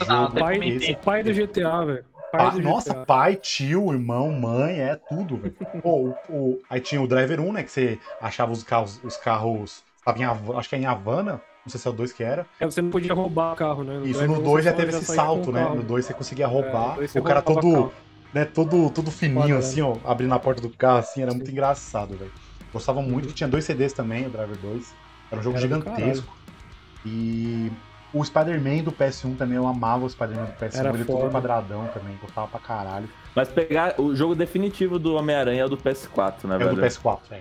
Não, Jogo O até pai, comentei. esse. o pai do GTA, velho. O Pai Pa- do GTA. Ah, nossa, pai, tio, irmão, mãe, é tudo, <laughs> velho. Pô, o- o- aí tinha o Driver 1, né? Que você achava os carros. Os carros tava em Hava- acho que é em Havana, não sei se é o 2 que era. É, você não podia roubar o carro, né? Isso Drive no One 2 já só teve esse saía com salto, o né? carro. No 2 você conseguia É, roubar. no dois você o cara roubava todo, carro. né, todo, todo fininho, Quadrado. assim, ó, abrindo a porta do carro, assim, era muito Sim. engraçado, velho. Gostava muito, tinha dois CDs também, o Driver 2. Era um jogo Era do gigantesco. E o Spider-Man do PS1 também, eu amava o Spider-Man do PS1, Era ele é todo foda. quadradão também, gostava pra caralho. Mas pegar o jogo definitivo do Homem-Aranha é o do PS4, né, É o do velho? PS4, é.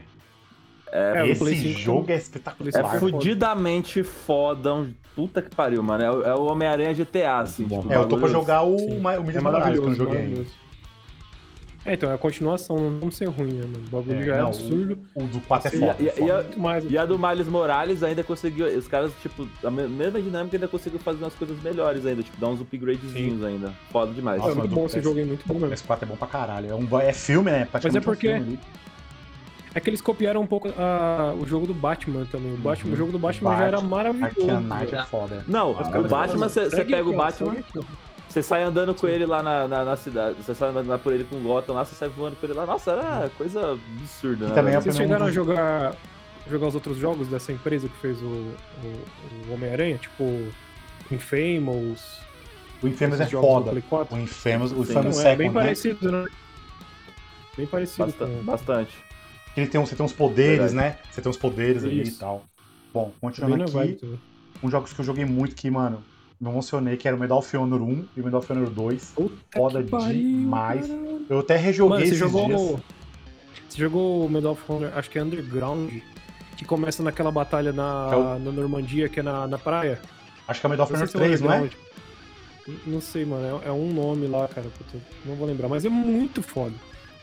É, o Esse Play cinco- jogo é Play É espetacular. cinco fudidamente foda. um- Puta que pariu, mano. É o, é o Homem-Aranha GTA, assim. Bom. tipo, É, eu tô pra bagulho- jogar o, Sim. É Ma- o Miles Morales, que eu não joguei ainda. maravilhoso. É, então, é a continuação, não vamos ser ruim, né, mano? O bagulho É, já é não, absurdo. O do 4 é Sim, foda. e- é e- foda. e- Muito mais. E a do Miles Morales ainda conseguiu. Os caras, tipo, a me- mesma dinâmica ainda conseguiu fazer umas coisas melhores ainda, tipo, dar uns upgradezinhos ainda. Foda demais. É Nossa, muito do bom esse PS. jogo, é muito bom O mesmo. PS4 é bom pra caralho. É, um, é filme, né? Praticamente Mas é porque- um filme ali. É que eles copiaram um pouco ah, o jogo do Batman Uhum. também. O, Batman, o jogo do Batman já era Batman, maravilhoso. Arkham Knight velho. é foda. Não, Ah, o Batman, você você Segue pega o aqui, ó, segue Batman, aqui, ó. você sai andando com ele lá na, na, na cidade, você sai andando lá por ele com o Gotham lá, você sai voando por ele lá. Nossa, era coisa absurda, E né? também velho? é Vocês primeiro chegaram a mundo. jogar, jogar os outros jogos dessa empresa que fez o, o- o Homem-Aranha? Tipo, Infamous, O Infamous é esses jogos do foda. Play 4? O Infamous, o Então, Sim. Infamous é bem Second, né? parecido, né? Bem é parecido. Bastan- com- bastante. Que ele tem, um- você tem uns poderes, né? Você tem uns poderes ali e Isso. tal. Bom, bem continuando na vibe aqui, também. uns jogos que eu joguei muito que, mano, me emocionei, que era o Medal of Honor 1 e o Medal of Honor 2. Puta Foda que pariu, demais. cara. Eu até rejoguei Mano, você esses jogou. dias. Você jogou o Medal of Honor, acho que é Underground, que começa naquela batalha na, Que é o- na Normandia, que é na, na praia. Acho que é o Medal of Eu Honor sei se 3, não é? Underground. N- Não sei, mano. É, é um nome lá, cara. puta, não vou lembrar, mas é muito foda.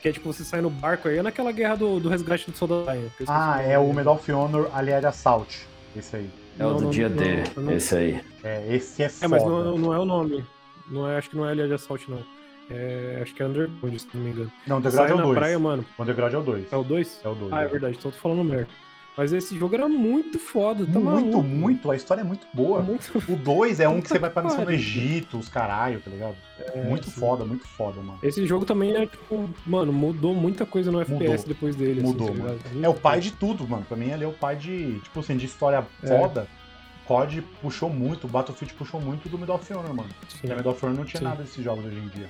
Que é tipo, você sai no barco aí, é naquela guerra do, do resgate do soldado. Ryan, que eu esqueci Ah, nome é o dele. Medal of Honor Allied Assault. Esse aí. É o Não, do não, dia não, D, não, não. esse aí. É, esse é foda. É, mas não, não é o nome. Não é, acho que não é Ilha de Assault, não. É, acho que é Underground, se não me engano. Não, o Underground Sai é na o 2. praia, mano. O Underground é o 2. É o 2? É o 2. Ah, é verdade, então tô falando merda. Mas esse jogo era muito foda, tá Muito, maluco? muito. A história é muito boa. Muito O 2 é um que você vai pra missão do Pariu. Egito, os caralho, tá ligado? muito É, sim. foda, muito foda, mano. Esse jogo também é, tipo, mano, mudou muita coisa no FPS depois dele. Mudou, tá mano. ligado? É o pai de tudo, mano. Pra mim, ele é o pai de, tipo assim, de história É. foda. COD puxou muito, Battlefield puxou muito do Medal of Honor, mano. Sim, Porque Medal of Honor não tinha Sim. nada desses jogos hoje em dia.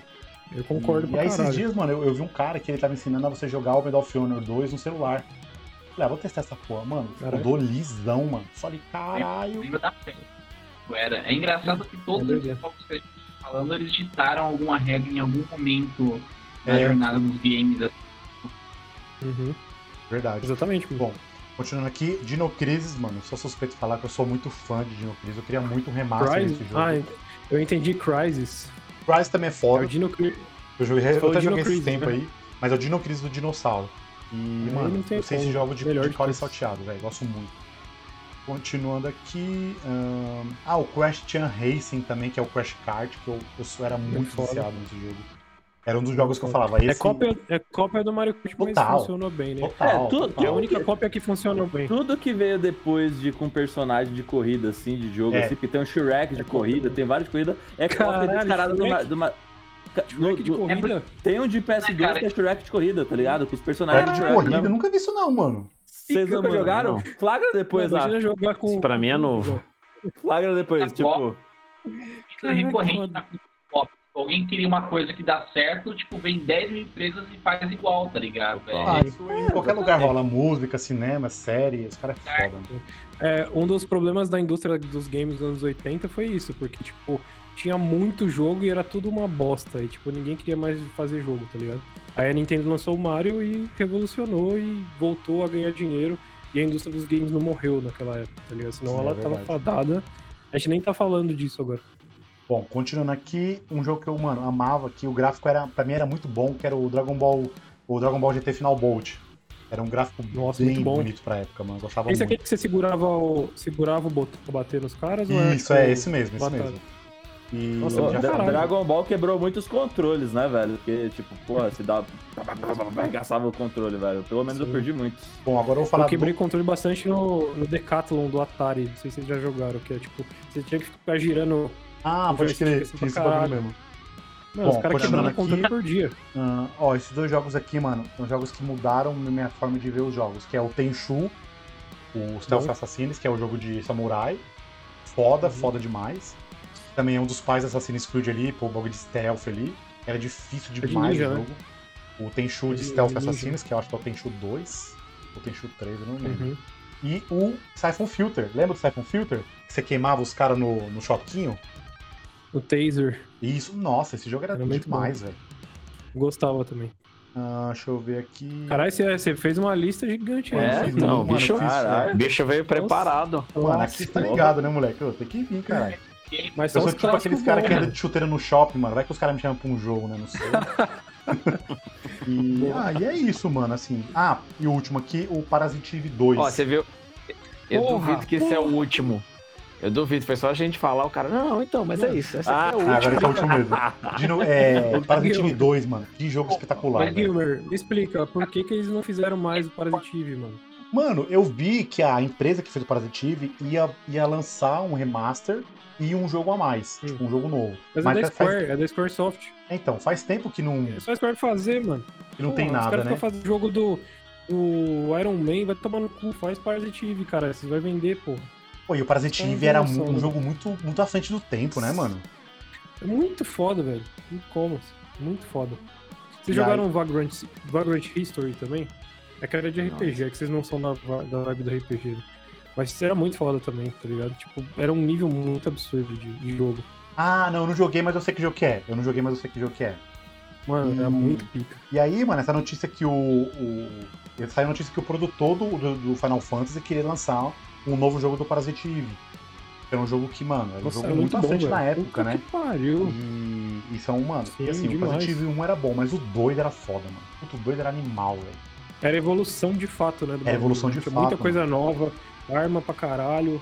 né? eu concordo e, pra aí, esses caralho. dias, mano, eu, eu vi um cara que ele tava ensinando a você jogar o Medal of Honor 2 no celular. Falei, ah, vou testar essa porra, mano. Caralho. Rodou lisão, mano. Falei, caralho. Lembra da fé. Era. É engraçado que todos É os verdade. jogos que a gente tá falando, eles ditaram alguma regra em algum momento na É. jornada dos games. assim. Uhum. Verdade. Exatamente. Bom, continuando aqui, Dino Crisis, mano, sou suspeito de falar que eu sou muito fã de Dino Crisis, eu queria muito um remaster Crysis? desse Ah, jogo. eu entendi Crysis. Crysis também é É foda, o Dino Crisis. eu, joguei, eu falou até Dino joguei esse Crisis, tempo né? aí, mas é o Dino Crisis do Dinossauro. E, Aí mano, não tem eu sei esse como. jogo de, Melhor de de core todos. salteado, velho, gosto muito. Continuando aqui, ahn, ah, o Crash Chan Racing também, que é o Crash Kart, que eu, eu sou- era muito É foda. viciado nesse jogo. Era um dos jogos que eu falava, esse... É cópia, é cópia do Mario Kart, mas Total. funcionou bem, né? Total, É, tu- É a total. única cópia que funcionou bem. Tudo que veio depois de com personagem de corrida, assim, de jogo, É. assim, que tem um Shrek de corrida, tem várias corridas, é cópia Caralho, descarada de uma. Shrek. De uma ca- no- Shrek de no- é corrida? tem um de PS2 Cara, que é Shrek de corrida, tá ligado? Com os personagens Crash de de Shrek. corrida, mesmo. né? eu nunca vi isso não, mano. Vocês Nunca nunca jogaram? não. Flagra depois, ah. Imagina jogar com. Isso pra mim é novo. Flagra depois, É tipo. Caraca, é recorrente na pop. Tipo, Alguém queria uma coisa que dá certo, tipo, vem 10 mil empresas e faz igual, tá ligado? É velho? Ah, isso em qualquer lugar rola música, cinema, série, os caras é foda. né? É, um dos problemas da indústria dos games dos anos 80 foi isso, porque, tipo, tinha muito jogo e era tudo uma bosta. E, tipo, ninguém queria mais fazer jogo, tá ligado? Aí a Nintendo lançou o Mario e revolucionou e voltou a ganhar dinheiro. E a indústria dos games não morreu naquela época, tá ligado? Senão Sim, é ela tava verdade. fadada. A gente nem tá falando disso agora. Bom, continuando aqui, um jogo que eu, mano, amava, que o gráfico era, pra mim era muito bom, que era o Dragon Ball, o Dragon Ball GT Final Bolt. Era um gráfico Nossa, bem muito bom. bonito pra época, mano. Eu gostava Esse aqui é muito. que você segurava o, segurava o botão pra bater nos caras? ou Isso, é, tipo, esse mesmo, esse batalha? mesmo. E Nossa, é já Pô, já Dra- caralho. Dragon Ball quebrou muitos controles, né, velho? Porque, tipo, porra, se dá. Arregaçava o controle, velho. Pelo menos eu Sim. perdi muitos. Bom, agora eu vou falar Eu do- quebrei controle bastante no, no Decathlon do Atari, não sei se vocês já jogaram, que é tipo, você tinha que ficar girando. Ah, pode crer, Joystick, tinha esse pra bagulho caralho. mesmo. Mano, Bom, os caras continuando quebrando controle por dia. Ah, ó, esses dois jogos aqui, mano, são jogos que mudaram minha forma de ver os jogos, que é o Tenchu, o Stealth Bom. Assassins, que é o jogo de samurai. Foda, Uhum. foda demais. Também é um dos pais do Assassin's Creed ali, pô, o bagulho de stealth ali. Era difícil de demais ninja, o né? jogo. O Tenchu de É de- Stealth é de ninja. Assassins, que eu acho que é o Tenchu 2, o Tenchu 3, eu não Uhum. lembro. E o Siphon Filter. Lembra do Siphon Filter? Que você queimava os caras no, no choquinho? O Taser, E isso, nossa, esse jogo era, Era muito demais, velho. gostava também. Ah, deixa eu ver aqui. Caralho, você, você fez uma lista gigante, É, né? Mano, não, bicho, caralho. o bicho veio preparado. Mano, aqui você tá ligado, né, moleque? Ô, Tem que vir, caralho. Mas Eu só sou os tipo aqueles clássicos caras bons, que né? andam de chuteira no shopping, mano. Vai que os caras me chamam pra um jogo, né? Não <laughs> sei. e... Ah, e é isso, mano. Assim. Ah, e o último aqui, o Parasitive 2. Ó, você viu? Eu Porra, duvido que esse é o último. Eu duvido, foi só a gente falar, o cara, não, então, mas é isso, essa aqui Ah, é o último. agora esse é o último mesmo. De novo, <laughs> é, Parasitive 2, mano. Que jogo espetacular. Mas, velho. Gilmer, me explica, por que, que eles não fizeram mais o Parasitive, mano? Mano, eu vi que a empresa que fez o Parasitive ia, ia lançar um remaster e um jogo a mais. Hum. Tipo, um jogo novo. Mas, é da faz- Square, é da Square Soft. Então, faz tempo que não, É só a Square fazer, mano. que não Pô, tem os nada, caras né? ficam fazendo jogo do, do Iron Man, vai tomar no cu, faz Parasitive, cara. Vocês vai vender, pô. Pô, e o Parasitive Tem era noção, mu- um né? jogo muito, muito à frente do tempo, né, mano? É muito foda, velho. E-commerce. Muito foda. Vocês E aí? jogaram Vagrant, Vagrant History também? É que era de RPG, é que vocês não são da, va- da vibe do RPG. né? Mas isso era muito foda também, tá ligado? Tipo, era um nível muito absurdo de, de jogo. Ah, não, eu não joguei, mas eu sei que jogo que é. Eu não joguei, mas eu sei que jogo que é. Mano, era Hum. muito pica. E aí, mano, essa notícia que o. o saiu a notícia que o produtor do, do- do Final Fantasy queria lançar um novo jogo do Parasitive. Era um jogo que, mano, era um Nossa, jogo era muito, muito à bom, frente velho. na época, né? Que pariu. E isso é um, mano. e Sim, assim, o demais. Parasitive 1 era bom, mas o 2 era foda, mano. Puta, O 2 era animal, velho. Era evolução de fato, né? do Era evolução bagulho, né? de Tinha Muita fato, coisa nova, arma pra caralho.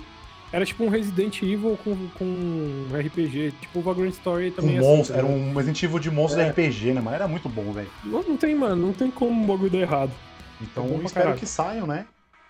Era tipo um Resident Evil com, com RPG. Tipo, o Vagrant Story Um também é assim, monstro, tá era ligado? um Resident Evil de monstros É. RPG, né, mano? Era muito bom, velho. Não, não tem, mano, não tem como o bagulho dar errado. Então É bom pra espero caralho. que saiam, né?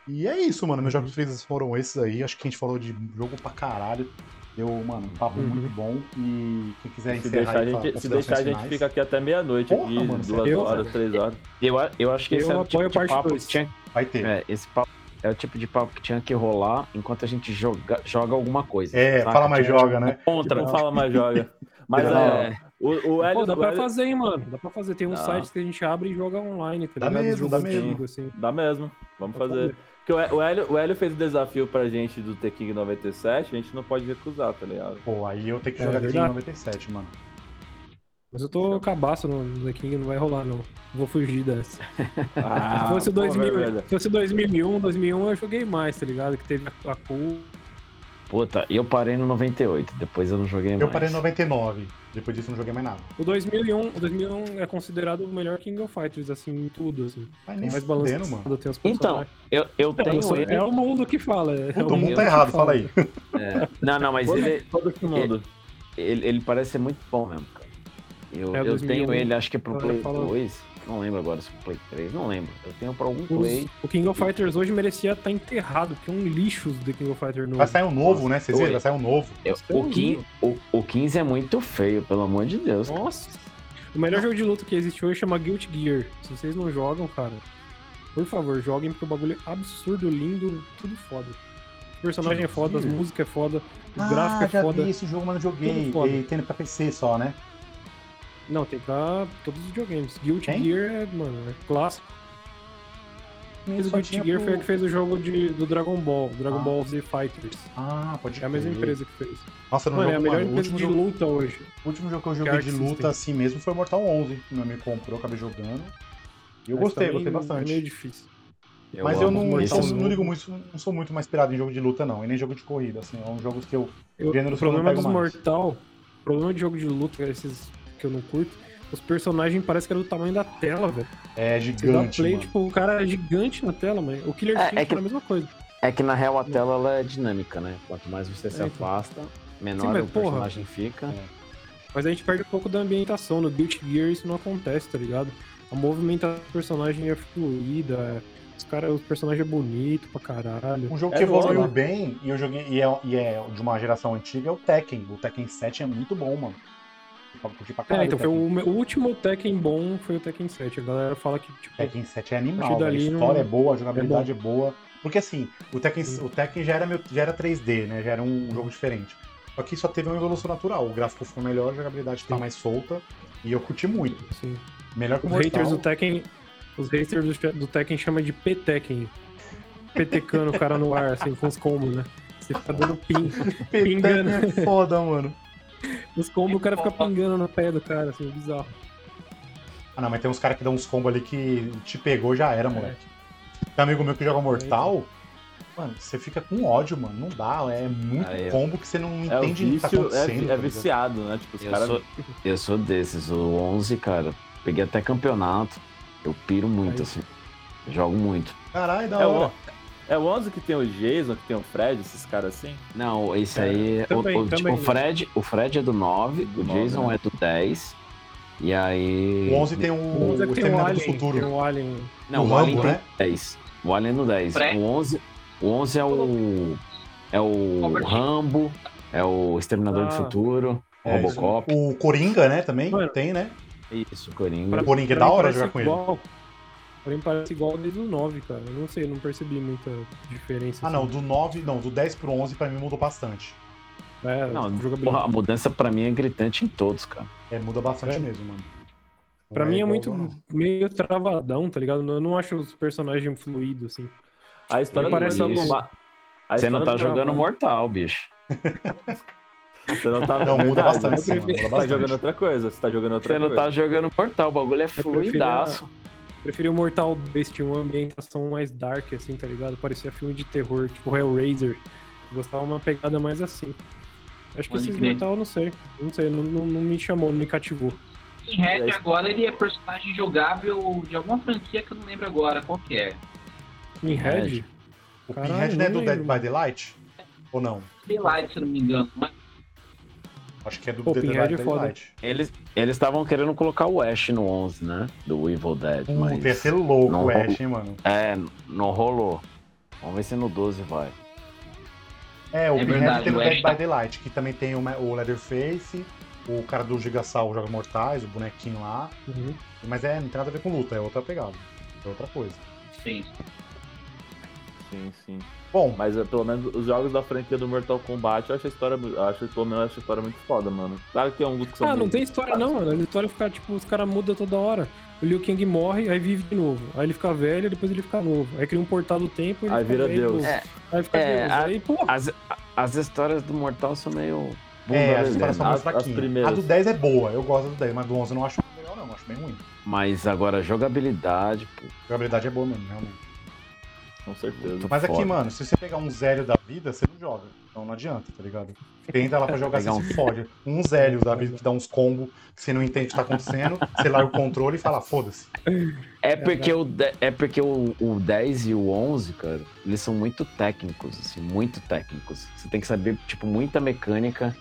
E é isso, mano. Meus jogos felizes foram esses aí. Acho que a gente falou de jogo pra caralho. Deu, mano, um papo Uhum. muito bom. E quem quiser Se encerrar deixar, a aí, fala gente, se considerações deixar, a gente finais. fica aqui até meia-noite, Porra, aqui, mano, duas sério? horas, três horas. Eu, a- eu acho que Eu esse é o apoio tipo a de parte papo dois. que tinha, Vai ter. é, esse papo é o tipo de papo que tinha que rolar enquanto a gente joga, joga alguma coisa. É, saca? fala mais Tinha joga, né? Contra. Tipo, Não fala mais joga. Mas É, é, o, o Hélio. Pô, dá o pra Hélio- fazer, hein, mano. Dá pra fazer. Tem uns Dá. sites que a gente abre e joga online, tá Dá ligado? mesmo, Jogo dá mesmo. antigo, assim. Dá mesmo. Vamos Dá pra fazer. Porque o Hé- o Hélio, o Hélio fez o desafio pra gente do The <laughs> King 97, a gente não pode recusar, tá ligado? Pô, aí eu tenho que É jogar é, verdade. 97, mano. Mas eu tô cabaço no no The King, não vai rolar, não. Vou fugir dessa. Ah, se, fosse o né? pô, 2000, velho. um, se fosse 2001, 2001 eu joguei mais, tá ligado? Que teve a, a Cool. Puta, eu parei no 98, depois eu não joguei É mais. Eu parei em 99. Depois disso eu não joguei mais nada. O 2001, o 2001 é considerado o melhor King of Fighters, assim, em tudo, assim. Mas É nem mais fudendo, balanceado, mano. tem os Então, um personagens. eu, eu Não, tenho só- ele. é o mundo que fala. é Todo mundo tá que errado, fala aí. é. Não, não, mas ele, Todo mundo. ele, ele parece ser muito bom mesmo, cara. Eu, É, eu 2001, tenho ele, acho que pro eu Play falo- 2. Não lembro agora se é pro Play 3, não lembro. Eu tenho pra algum Os- Play. o King of Fighters hoje merecia estar enterrado, porque é um lixo do King of Fighters novo. Vai sair um novo, né? Vocês viram? Vai sair um novo. Eu- Isso é o, quin- horrível. o, o 15 é muito feio, pelo amor de Deus. cara. Nossa! O melhor jogo de luta que existe hoje chama Guilty Gear. Se vocês não jogam, cara, por favor, joguem, porque o bagulho é absurdo, lindo, tudo foda. O personagem é foda, as Gear? músicas é foda, o Ah, gráfico é já foda. vi esse jogo, mas não joguei. Tudo foda. E tem pra PC só, né? Não, tem pra todos os videogames. Guilty Tem? Gear é, mano, é clássico. Eu O só Guilty tinha Gear pro- foi a que fez o jogo de, do Dragon Ball, Dragon Ah. Ball Z Fighters. Ah, pode É a mesma crer. empresa que fez. Nossa, no Mano, é a jogo, melhor mano, o empresa último de jogo luta hoje. O último jogo que eu Que joguei Arc de luta System. assim mesmo foi Mortal 11. Meu amigo comprou, acabei jogando. E eu Mas gostei, também gostei É meio bastante. difícil. Mas amo eu não, Mortal esses eu não Kombat. ligo muito, não sou muito mais pirado em jogo de luta, não. E nem jogo de corrida, assim. É um jogo que eu. Eu- Gênero o problema é eu não dos pego mais. Mortal, o problema de jogo de luta, cara, esses que eu não curto, os personagens parecem que era do tamanho da tela, velho. É Você dá gigante. play, mano. tipo, o cara é gigante na tela, mano. O Killer É, Instinct é que- era a mesma coisa. É que na real a tela ela é dinâmica, né? Quanto mais você se É, então. afasta, menor Sim, mas, o porra. personagem fica. Mas a gente perde um pouco da ambientação. No Guilty Gear isso não acontece, tá ligado? A movimentação do personagem é fluida, os cara, o personagem é bonito pra caralho. Um jogo É que evoluiu né? novo. bem e eu joguei e é, e é de uma geração antiga é o Tekken. O Tekken 7 é muito bom, mano. Eu falo, curti pra É, caralho então o foi o, Tekken. o último Tekken bom foi o Tekken 7. A galera fala que, tipo, Tekken 7 é A animal, partir velho. dali a não- história é boa, a jogabilidade é, boa. Porque assim, o Tekken, o Tekken já, era meio- já era 3D, né? Já era um jogo diferente. Só que só teve uma evolução natural. O gráfico ficou melhor, a jogabilidade tá mais solta. E eu curti muito. assim, Melhor que o Os Mortal. haters do Tekken. Os haters do, do Tekken chama de P-Tekken. Petecando o cara no ar, assim, com os combos, né? Você fica dando ping. Tekken engano. é foda, mano. Os combos o cara fica pingando na pé do cara, assim, bizarro. Ah, não, mas tem uns caras que dão uns combos ali que te pegou já era, moleque. Tem amigo meu que joga Mortal. Mano, você fica com ódio, mano. Não dá. É muito Aí, ó. combo que você não É o entende o que tá vício, é, acontecendo. vi- tá é ligado? viciado, né? Tipo, os Eu, caras. sou, eu sou desses, o 11, cara. Peguei até campeonato. Eu piro muito, Aí. assim. Jogo muito. Caralho, da É hora. o, é o 11 que tem o Jason, que tem o Fred, esses caras assim. Não, esse É, aí. o- também, o, tipo, também. o Fred, o Fred é do 9, Do o nove, Jason né? é do 10. E aí. O 11 tem o, o, Mas é que tem um Exterminador do Alien. Tem Futuro. né? um Alien. Não, o o Alien Rambo, tem né? 10. O Alien é no 10. Fred. O 11, o 11 é o. É o Robert. Rambo, é o Exterminador do Ah. Futuro, É, isso. Robocop. O Coringa, né, também? Mano. Tem, né? Isso, Coringa. O Coringa é da mim hora parece jogar com ele. igual- Pra mim parece igual desde o 9, cara. Eu não sei, não percebi muita diferença. Ah, não, assim. do 9, não, do 10 pro 11 pra mim mudou bastante. É, Não, porra, jogabilidade. a mudança pra mim é gritante em todos, cara. É, muda bastante É. mesmo, mano. Não Pra mim é igual, muito não. meio travadão, tá ligado? Eu não acho os personagens fluidos, assim. A história Me parece do algum- combate- a Você não história tá do jogando combate- Mortal, bicho. Você não tá Não, muda Verdade, bastante, né? sim, mano, muda Você tá jogando bastante. outra coisa, você tá jogando outra Você não coisa. tá jogando Mortal, o bagulho é prefiro a- fluidaço. Preferi o Mortal 2, tinha uma ambientação mais dark, assim, tá ligado? Parecia filme de terror, tipo Hellraiser. Gostava uma pegada mais assim. Acho que Pode esse crer. Mortal, eu não sei. Não sei, não, não- não me chamou, não me cativou. Em regra, agora ele é personagem jogável de alguma franquia que eu não lembro agora qual que é. Pinhead? O Caralho, Pinhead não é do não Dead lembro. by Daylight? Ou não? Daylight, se eu não me engano. Mas Acho que é do Pô, Dead by Pinhead é foda. Daylight. Eles eles estavam querendo colocar o Ash no 11, né? Do Evil Dead, Hum. mas... Puta, ia ser louco Não Hum. o Ash, hein, mano. É, não rolou. Vamos ver se no 12 vai. É, o É Pinhead verdade, tem o o Dead Ash tá- by Daylight, que também tem o Ma- o Leatherface, o cara do Gigasal Joga Mortais, o bonequinho lá. Uhum. Mas é, não tem nada a ver com luta, é outra pegada. É outra coisa. Sim. tá- Sim, sim. Bom, Mas eh, pelo menos os jogos da franquia do Mortal Kombat, eu acho a história, mu- eu acho, pelo menos eu acho a história muito foda, mano. Claro que tem alguns que são Ah, não meio- tem história não, mano. A história fica, tipo, os caras mudam toda hora. O Liu Kang morre, aí vive de novo. Aí ele fica velho, depois ele fica novo. Aí cria um portal do tempo e ele Aí fica vira velho de Deus. novo. É. Aí fica É, Deus. a- Aí, pô, As, as histórias do Mortal são meio bunda É, as lelé, histórias são né? mais As- as fraquinhas. A primeiras. do 10 é boa, eu gosto do 10, mas do 11 eu não acho legal, não, eu acho bem ruim. Mas agora, jogabilidade, pô, A jogabilidade é boa mesmo, realmente. Com certeza. Tô Mas aqui, foda. mano, se você pegar um zélio da vida, você não joga. Então não adianta, tá ligado? Tenta lá pra jogar, você Pegar um- se fode. Um zélio da vida que dá uns combos, que você não entende o que tá acontecendo, você larga o controle e fala, foda-se. É porque, o, de- é porque o, o 10 e o 11, cara, eles são muito técnicos, assim, muito técnicos. Você tem que saber, tipo, muita mecânica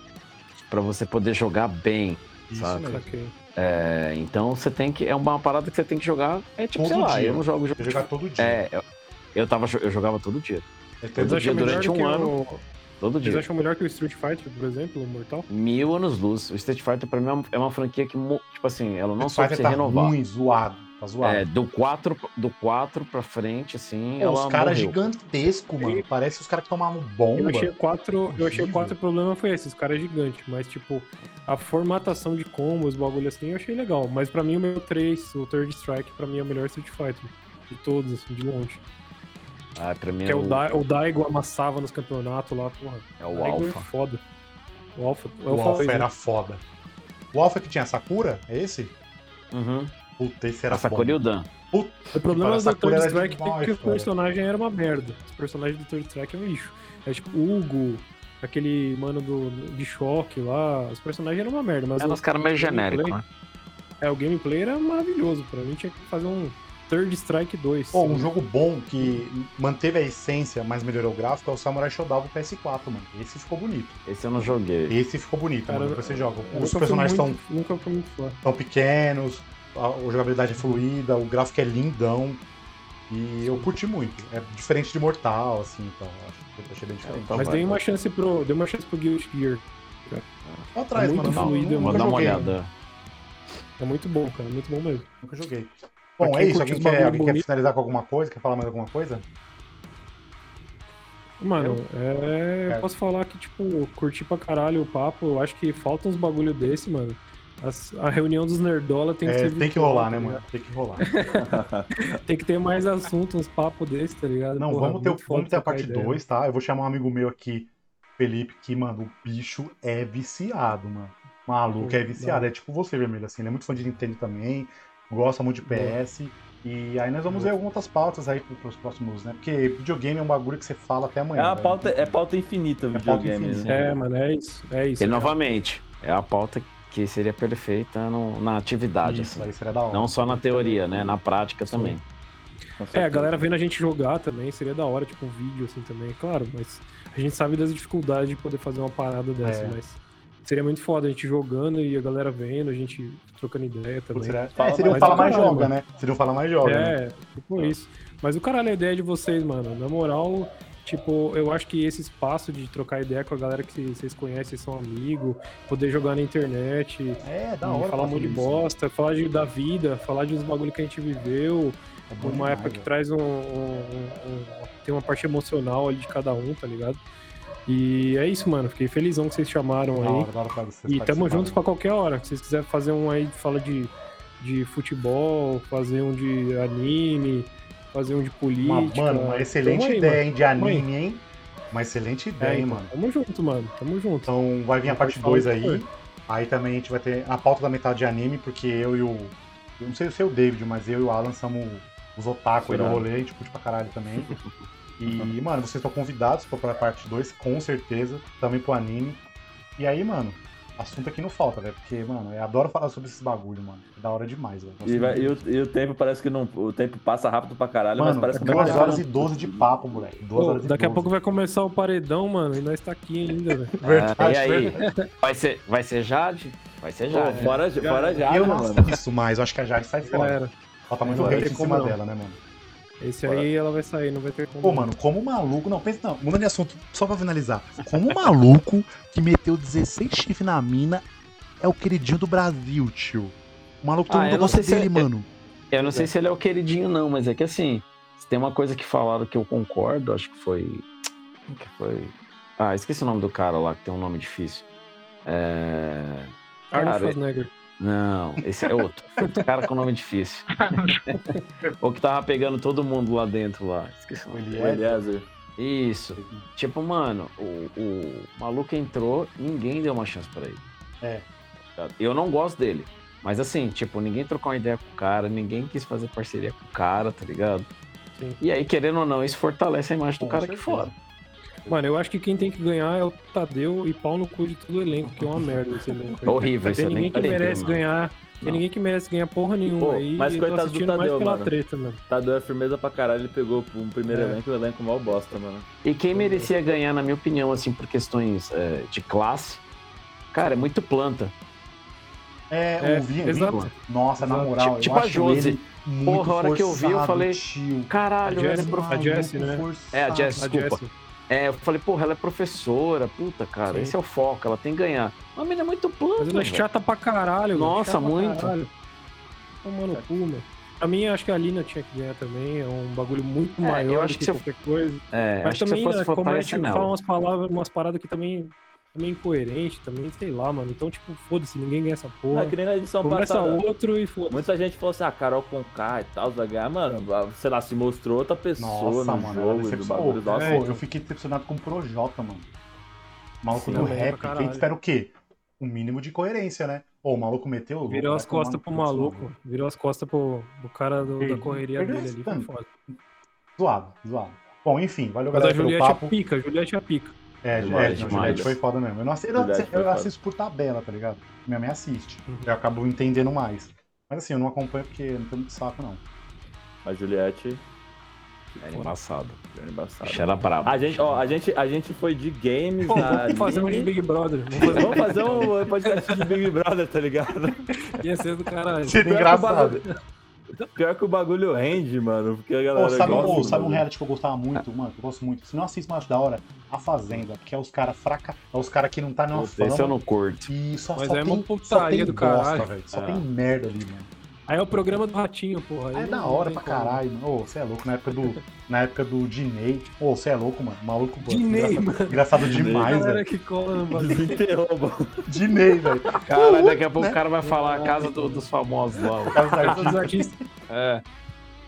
pra você poder jogar bem. Isso Saca. mesmo. Saquei. É, então você tem que. É uma parada que você tem que jogar. É tipo, Todo sei lá, dia. eu não jogo jogo. Você jogar todo dia. É, eu, eu, tava, jo- eu jogava todo dia. Ele tem Vocês Todo um dia time acham melhor durante um que o- ano. Todo Vocês dia. acham melhor que o Street Fighter, por exemplo, o Mortal? Mil anos luz. O Street Fighter, pra mim, é uma- é uma franquia que, mo- tipo assim, ela não Street soube Fighter se tá renovar. ruim, zoado. Tá zoado. É, do 4, do 4 pra frente, assim. Pô, ela os caras morreu. gigantescos, mano. Parece os caras que tomavam bomba. Eu achei quatro, eu achei Horrível. quatro o problema foi esse, os caras é gigante, mas tipo, a formatação de combos, bagulho assim, eu achei legal, mas pra mim o meu 3, o Third Strike, pra mim é o melhor Street Fighter de todos, assim, de longe. Ah, pra mim Que é é o, o, da, o Daigo amassava nos campeonatos lá, porra. é o Daigo é Alpha. foda. O Alpha, O Alpha, fez, né? era foda. O Alpha que tinha a Sakura? É esse? Uhum. Puta, esse era A Sakura e o foda. Dan. O problema Cara, do Sakura Third era Strike demais, é que o cara. personagem era uma merda. Os personagens do Third Strike é um lixo. É tipo o Hugo, aquele mano do, de choque lá. Os personagens eram uma merda, mas Eram o- uns É um caras meio o genéricos, né? gameplay- É, o gameplay era maravilhoso. Pra mim tinha que fazer um Third Strike 2. Pô, um jogo bom que manteve a essência, mas melhorou o gráfico, é o Samurai Shodown do PS4, mano. Esse ficou bonito. Esse eu não joguei. Esse ficou bonito, Cara, mano. Depois você joga. Eu Os nunca fui personagens são muito- Nunca fui muito fã. tão pequenos, a, a jogabilidade é fluida, o gráfico é lindão. E eu curti muito. É diferente de Mortal, assim, então. acho- Achei bem diferente. então mas vai, dei uma vai. chance pro. Dei uma chance pro Guilty Gear. Vou atrás, muito mano. fluido, eu Vou nunca dar uma joguei. olhada. É muito bom, cara. Muito bom mesmo. Nunca joguei. Pra Bom, quem é isso. curte Alguém, os quer, bagulho alguém quer bonito. finalizar com alguma coisa? Quer falar mais alguma coisa? Mano, é, Cara. eu posso falar que, tipo, eu curti pra caralho o papo. Eu acho que falta uns bagulho desse, mano. As- a reunião dos Nerdola tem que É, ser. tem que virtual, rolar, tá né, ligado? mano? Tem que rolar. Tem que ter mais assunto, uns papos desse, tá ligado? Não, Porra, vamos ter, muito o- foda vamos ter a trocar parte ideia. 2, tá? Eu vou chamar um amigo meu aqui, Felipe, que, mano, o bicho é viciado, mano. Maluco, é viciado. É tipo você, vermelho, assim. Ele é muito fã de Nintendo também, gosta muito de PS. E aí nós vamos ver algumas outras pautas aí pros próximos, né? Porque videogame é um bagulho que você fala até É, amanhã. né? uma velho. pauta, é pauta infinita o pauta videogame. infinita. né? É, mano, é isso. É isso. E cara. novamente, é a pauta que seria perfeita no- na atividade, Isso, assim. aí seria da hora. Não só na teoria, né? Na prática Sim. também. Com certeza. É, a galera vendo a gente jogar também, seria da hora, tipo, um vídeo assim também, claro, mas a gente sabe das dificuldades de poder fazer uma parada dessa, É. mas seria muito foda a gente jogando e a galera vendo, a gente trocando ideia também. Seria, Fala é, seria um mais Fala do Mais caralho, Joga, mano. né? Seria um Fala Mais Joga, né? É, tipo isso. Mas o caralho, a ideia de vocês, mano, na moral, tipo, eu acho que esse espaço de trocar ideia com a galera que vocês conhecem, vocês são amigos, poder jogar na internet, É, da e hora. falar um monte de isso. bosta, falar de, da vida, falar de uns bagulho que a gente viveu, É bom uma demais, época que velho. traz um, um- um- Tem uma parte emocional ali de cada um, tá ligado? E é isso, mano. Fiquei felizão que vocês chamaram Da aí. hora, da hora pra vocês E tamo participarem. junto pra qualquer hora. Se vocês quiserem fazer um aí de fala de, de futebol, fazer um de anime, fazer um de política. Uma, mano, uma excelente Tamo aí, ideia, mano. hein, de anime, hein? Uma excelente É, ideia, hein, então, mano. Tamo junto, mano. Tamo junto. Então vai vir a Então, parte 2 pode falar aí. depois. Aí também a gente vai ter a pauta da metade de anime, porque eu e o. Eu não sei se é o David, mas eu e o Alan somos os otaku aí do Furado. rolê, a gente curte pra caralho também. E, mano, vocês estão convidados pra- pra parte 2, com certeza. Também pro anime. E aí, mano, assunto aqui não falta, velho. Porque, mano, eu adoro falar sobre esses bagulho, mano. É da hora demais, velho. E, vai- e o, e o tempo parece que não. O tempo passa rápido pra caralho, Mano, mas parece que vai 2 passar horas um- e 12 de papo, moleque. 2 Pô, horas e 12. daqui a pouco vai começar o paredão, mano, e nós tá aqui ainda, velho. Ah, Verdade, e aí? Vai ser, vai ser Jade? Vai ser Pô, Jade. fora, fora já, eu né, não mano? assisto mais, eu acho que a Jade sai fora. Galera, Ela tá muito É. Não vai hate ter em como cima não. dela, né, mano? esse aí ela vai sair, não vai ter como. Pô, mano, como maluco. Não, pensa, não, mudando de assunto, só pra finalizar. Como maluco que meteu 16 chifres na mina é o queridinho do Brasil, tio. O maluco todo Ah, eu mundo não gosta sei se dele, é- mano. Eu não sei né? se ele é o queridinho, não, mas é que assim, se tem uma coisa que falaram que eu concordo, acho que foi. quem que foi? Ah, esqueci o nome do cara lá, que tem um nome difícil. É. Arnold cara, Schwarzenegger. Não, esse <laughs> é outro. outro cara com nome difícil. o que tava pegando todo mundo lá dentro lá. Esqueci o O nome. O é Eliezer. Eliezer. Isso. Tipo, mano, o, o maluco entrou, ninguém deu uma chance pra ele. É. Tá? Eu não gosto dele. Mas assim, tipo, ninguém trocou uma ideia com o cara, ninguém quis fazer parceria com o cara, tá ligado? Sim. E aí, querendo ou não, isso fortalece a imagem do Com cara aqui certeza. fora. Mano, eu acho que quem tem que ganhar é o Tadeu e pau no cu de todo o elenco, que é uma merda esse elenco. aí. <laughs> Horrível esse Tem ninguém elenco, que tá ligado, merece mano? ganhar. Não. Tem ninguém que merece ganhar porra nenhuma Pô, aí. mas eu tô coitado do assistindo mais Tadeu, pela mano. treta, mano. Tadeu é firmeza pra caralho, ele pegou um primeiro É. elenco, um elenco mal bosta, mano. E quem merecia ganhar, na minha opinião, assim, por questões é, de classe, cara, é muito planta. É, É, o Vinha exato. Igor, nossa, na Exato. moral, Tipo eu a acho Josi. ele muito Porra, a hora que eu vi, eu forçado, falei, tio. Caralho, A ela é Jessie- prof... a Jessie, né? É, a Jessie. A Desculpa. Jessie. É, eu falei, porra, ela é professora, puta, cara, Sim. esse é o foco, ela tem que ganhar. A menina é muito planta. Mas ela é velho. chata pra caralho. velho. Nossa, Chata pra muito. caralho. Tomando no cu, mano. Pra mim, acho que a Lina tinha que ganhar também. É um bagulho muito É, eu maior acho do que que, se eu- qualquer coisa. É, Mas acho que também, se fosse né, como é fortalecer que fala nela. umas palavras, umas paradas que também também incoerente, também, sei lá, mano. Então, tipo, foda-se, ninguém ganha essa Ah, porra. É que nem na edição Começa um. passada. outro e foda-se. Muita gente falou assim, ah, Carol Conká e tal, vai ganhar, mano, ah, sei lá, se mostrou outra pessoa É. Nossa, no mano, ela jogo, do decepcionou. bagulho, Pô, nossa, eu fiquei decepcionado com o Projota, mano. O maluco Sim, do também, rap, que pra a caralho. gente espera o quê? Um mínimo de coerência, né? Ô, o maluco meteu o louco, Virou vai as tomar costas no pro cu desse maluco. Virou as costas pro, pro cara do- da Perdi- correria perdeu dele esse ali. Foi tanto. foda. Zoado, zoado. Bom, enfim, valeu, Mas a galera, pelo Juliette é papo. pica, a Juliette é pica. É, Demais, é, não, demais. Juliette foi foda mesmo. Eu, não assi- eu não assi- Juliette foi eu foda. assisto por tabela, tá ligado? Minha mãe assiste. Uhum. Eu acabo entendendo mais. Mas assim, eu não acompanho porque não tem muito saco, não. a Juliette Era embaçado. é embaçada. Bicho, era brabo. A gente, ó, a gente, a gente foi de games Pô, Ah, na vamos fazer um de Big Brother. Vamos fazer <laughs> Vamos fazer um podcast de Big Brother, tá ligado? Ia ser do caralho. Seria Pior que o engraçado. bagulho- Pior que o bagulho rende, mano, porque a galera Pô, sabe, gosta um- do sabe um bagulho. reality que eu gostava É. muito, mano? Que eu gosto muito. Se não assisto, mas acho da hora. A Fazenda, porque é os caras fracas, é os caras que não tá nenhuma fama. Esse eu não curto. E só, Mas só é tem, uma só putaria tem do bosta, caralho. velho. Só Ah. tem merda ali, mano. Aí é o programa do Ratinho, porra. Ah, Aí é da não hora tem pra como. caralho, mano. Ô, você é louco na época do. Na época do Dinei. Ô, você é louco, mano. Maluco, mano. Dinei, Engraçado, mano. engraçado Dinei. demais, Galera velho. que cola no bagulho. <laughs> Desenterrou, mano. Dinei, <laughs> velho. Cara, daqui a pouco o cara vai né? falar a casa do- dos famosos lá. Cara, sabe, Todos os artistas. É.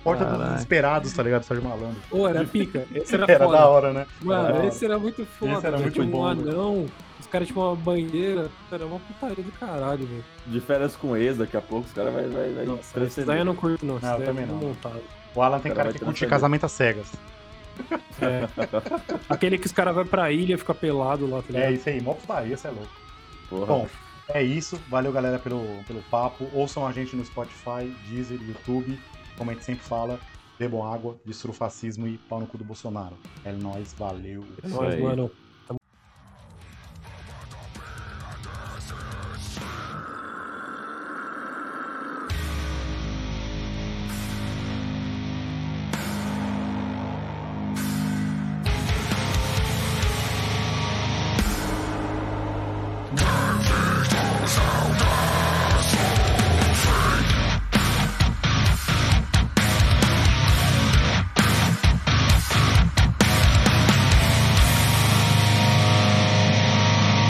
Porta dos Caralho. Desesperados, tá ligado? Sérgio Malandro. Ô, era pica. Esse era, Era foda. da hora, né? Era da Mano, hora. esse era muito foda. Esse era velho. muito Tinha um bom, velho. anão, os caras tinham uma banheira. Era uma putaria do caralho, velho. De férias com ex, daqui a pouco os caras vai, vai, vai Nossa, esse transcender. daí eu não curto, não. Esse Não, eu daí também é tudo não. montado. O Alan tem Cara, cara vai que ter curte lançamento. casamento às cegas. Tá É. Aquele que os caras vão pra ilha e fica pelado lá, tá ligado? É isso aí, mó putaria, você é louco. Porra. Bom, é isso. Valeu, galera, pelo, pelo papo. Ouçam a gente no Spotify, Deezer, YouTube. Como a gente sempre fala, bebam água, destrua o fascismo e pau no cu do Bolsonaro. É nóis, valeu. Nós, aí. mano.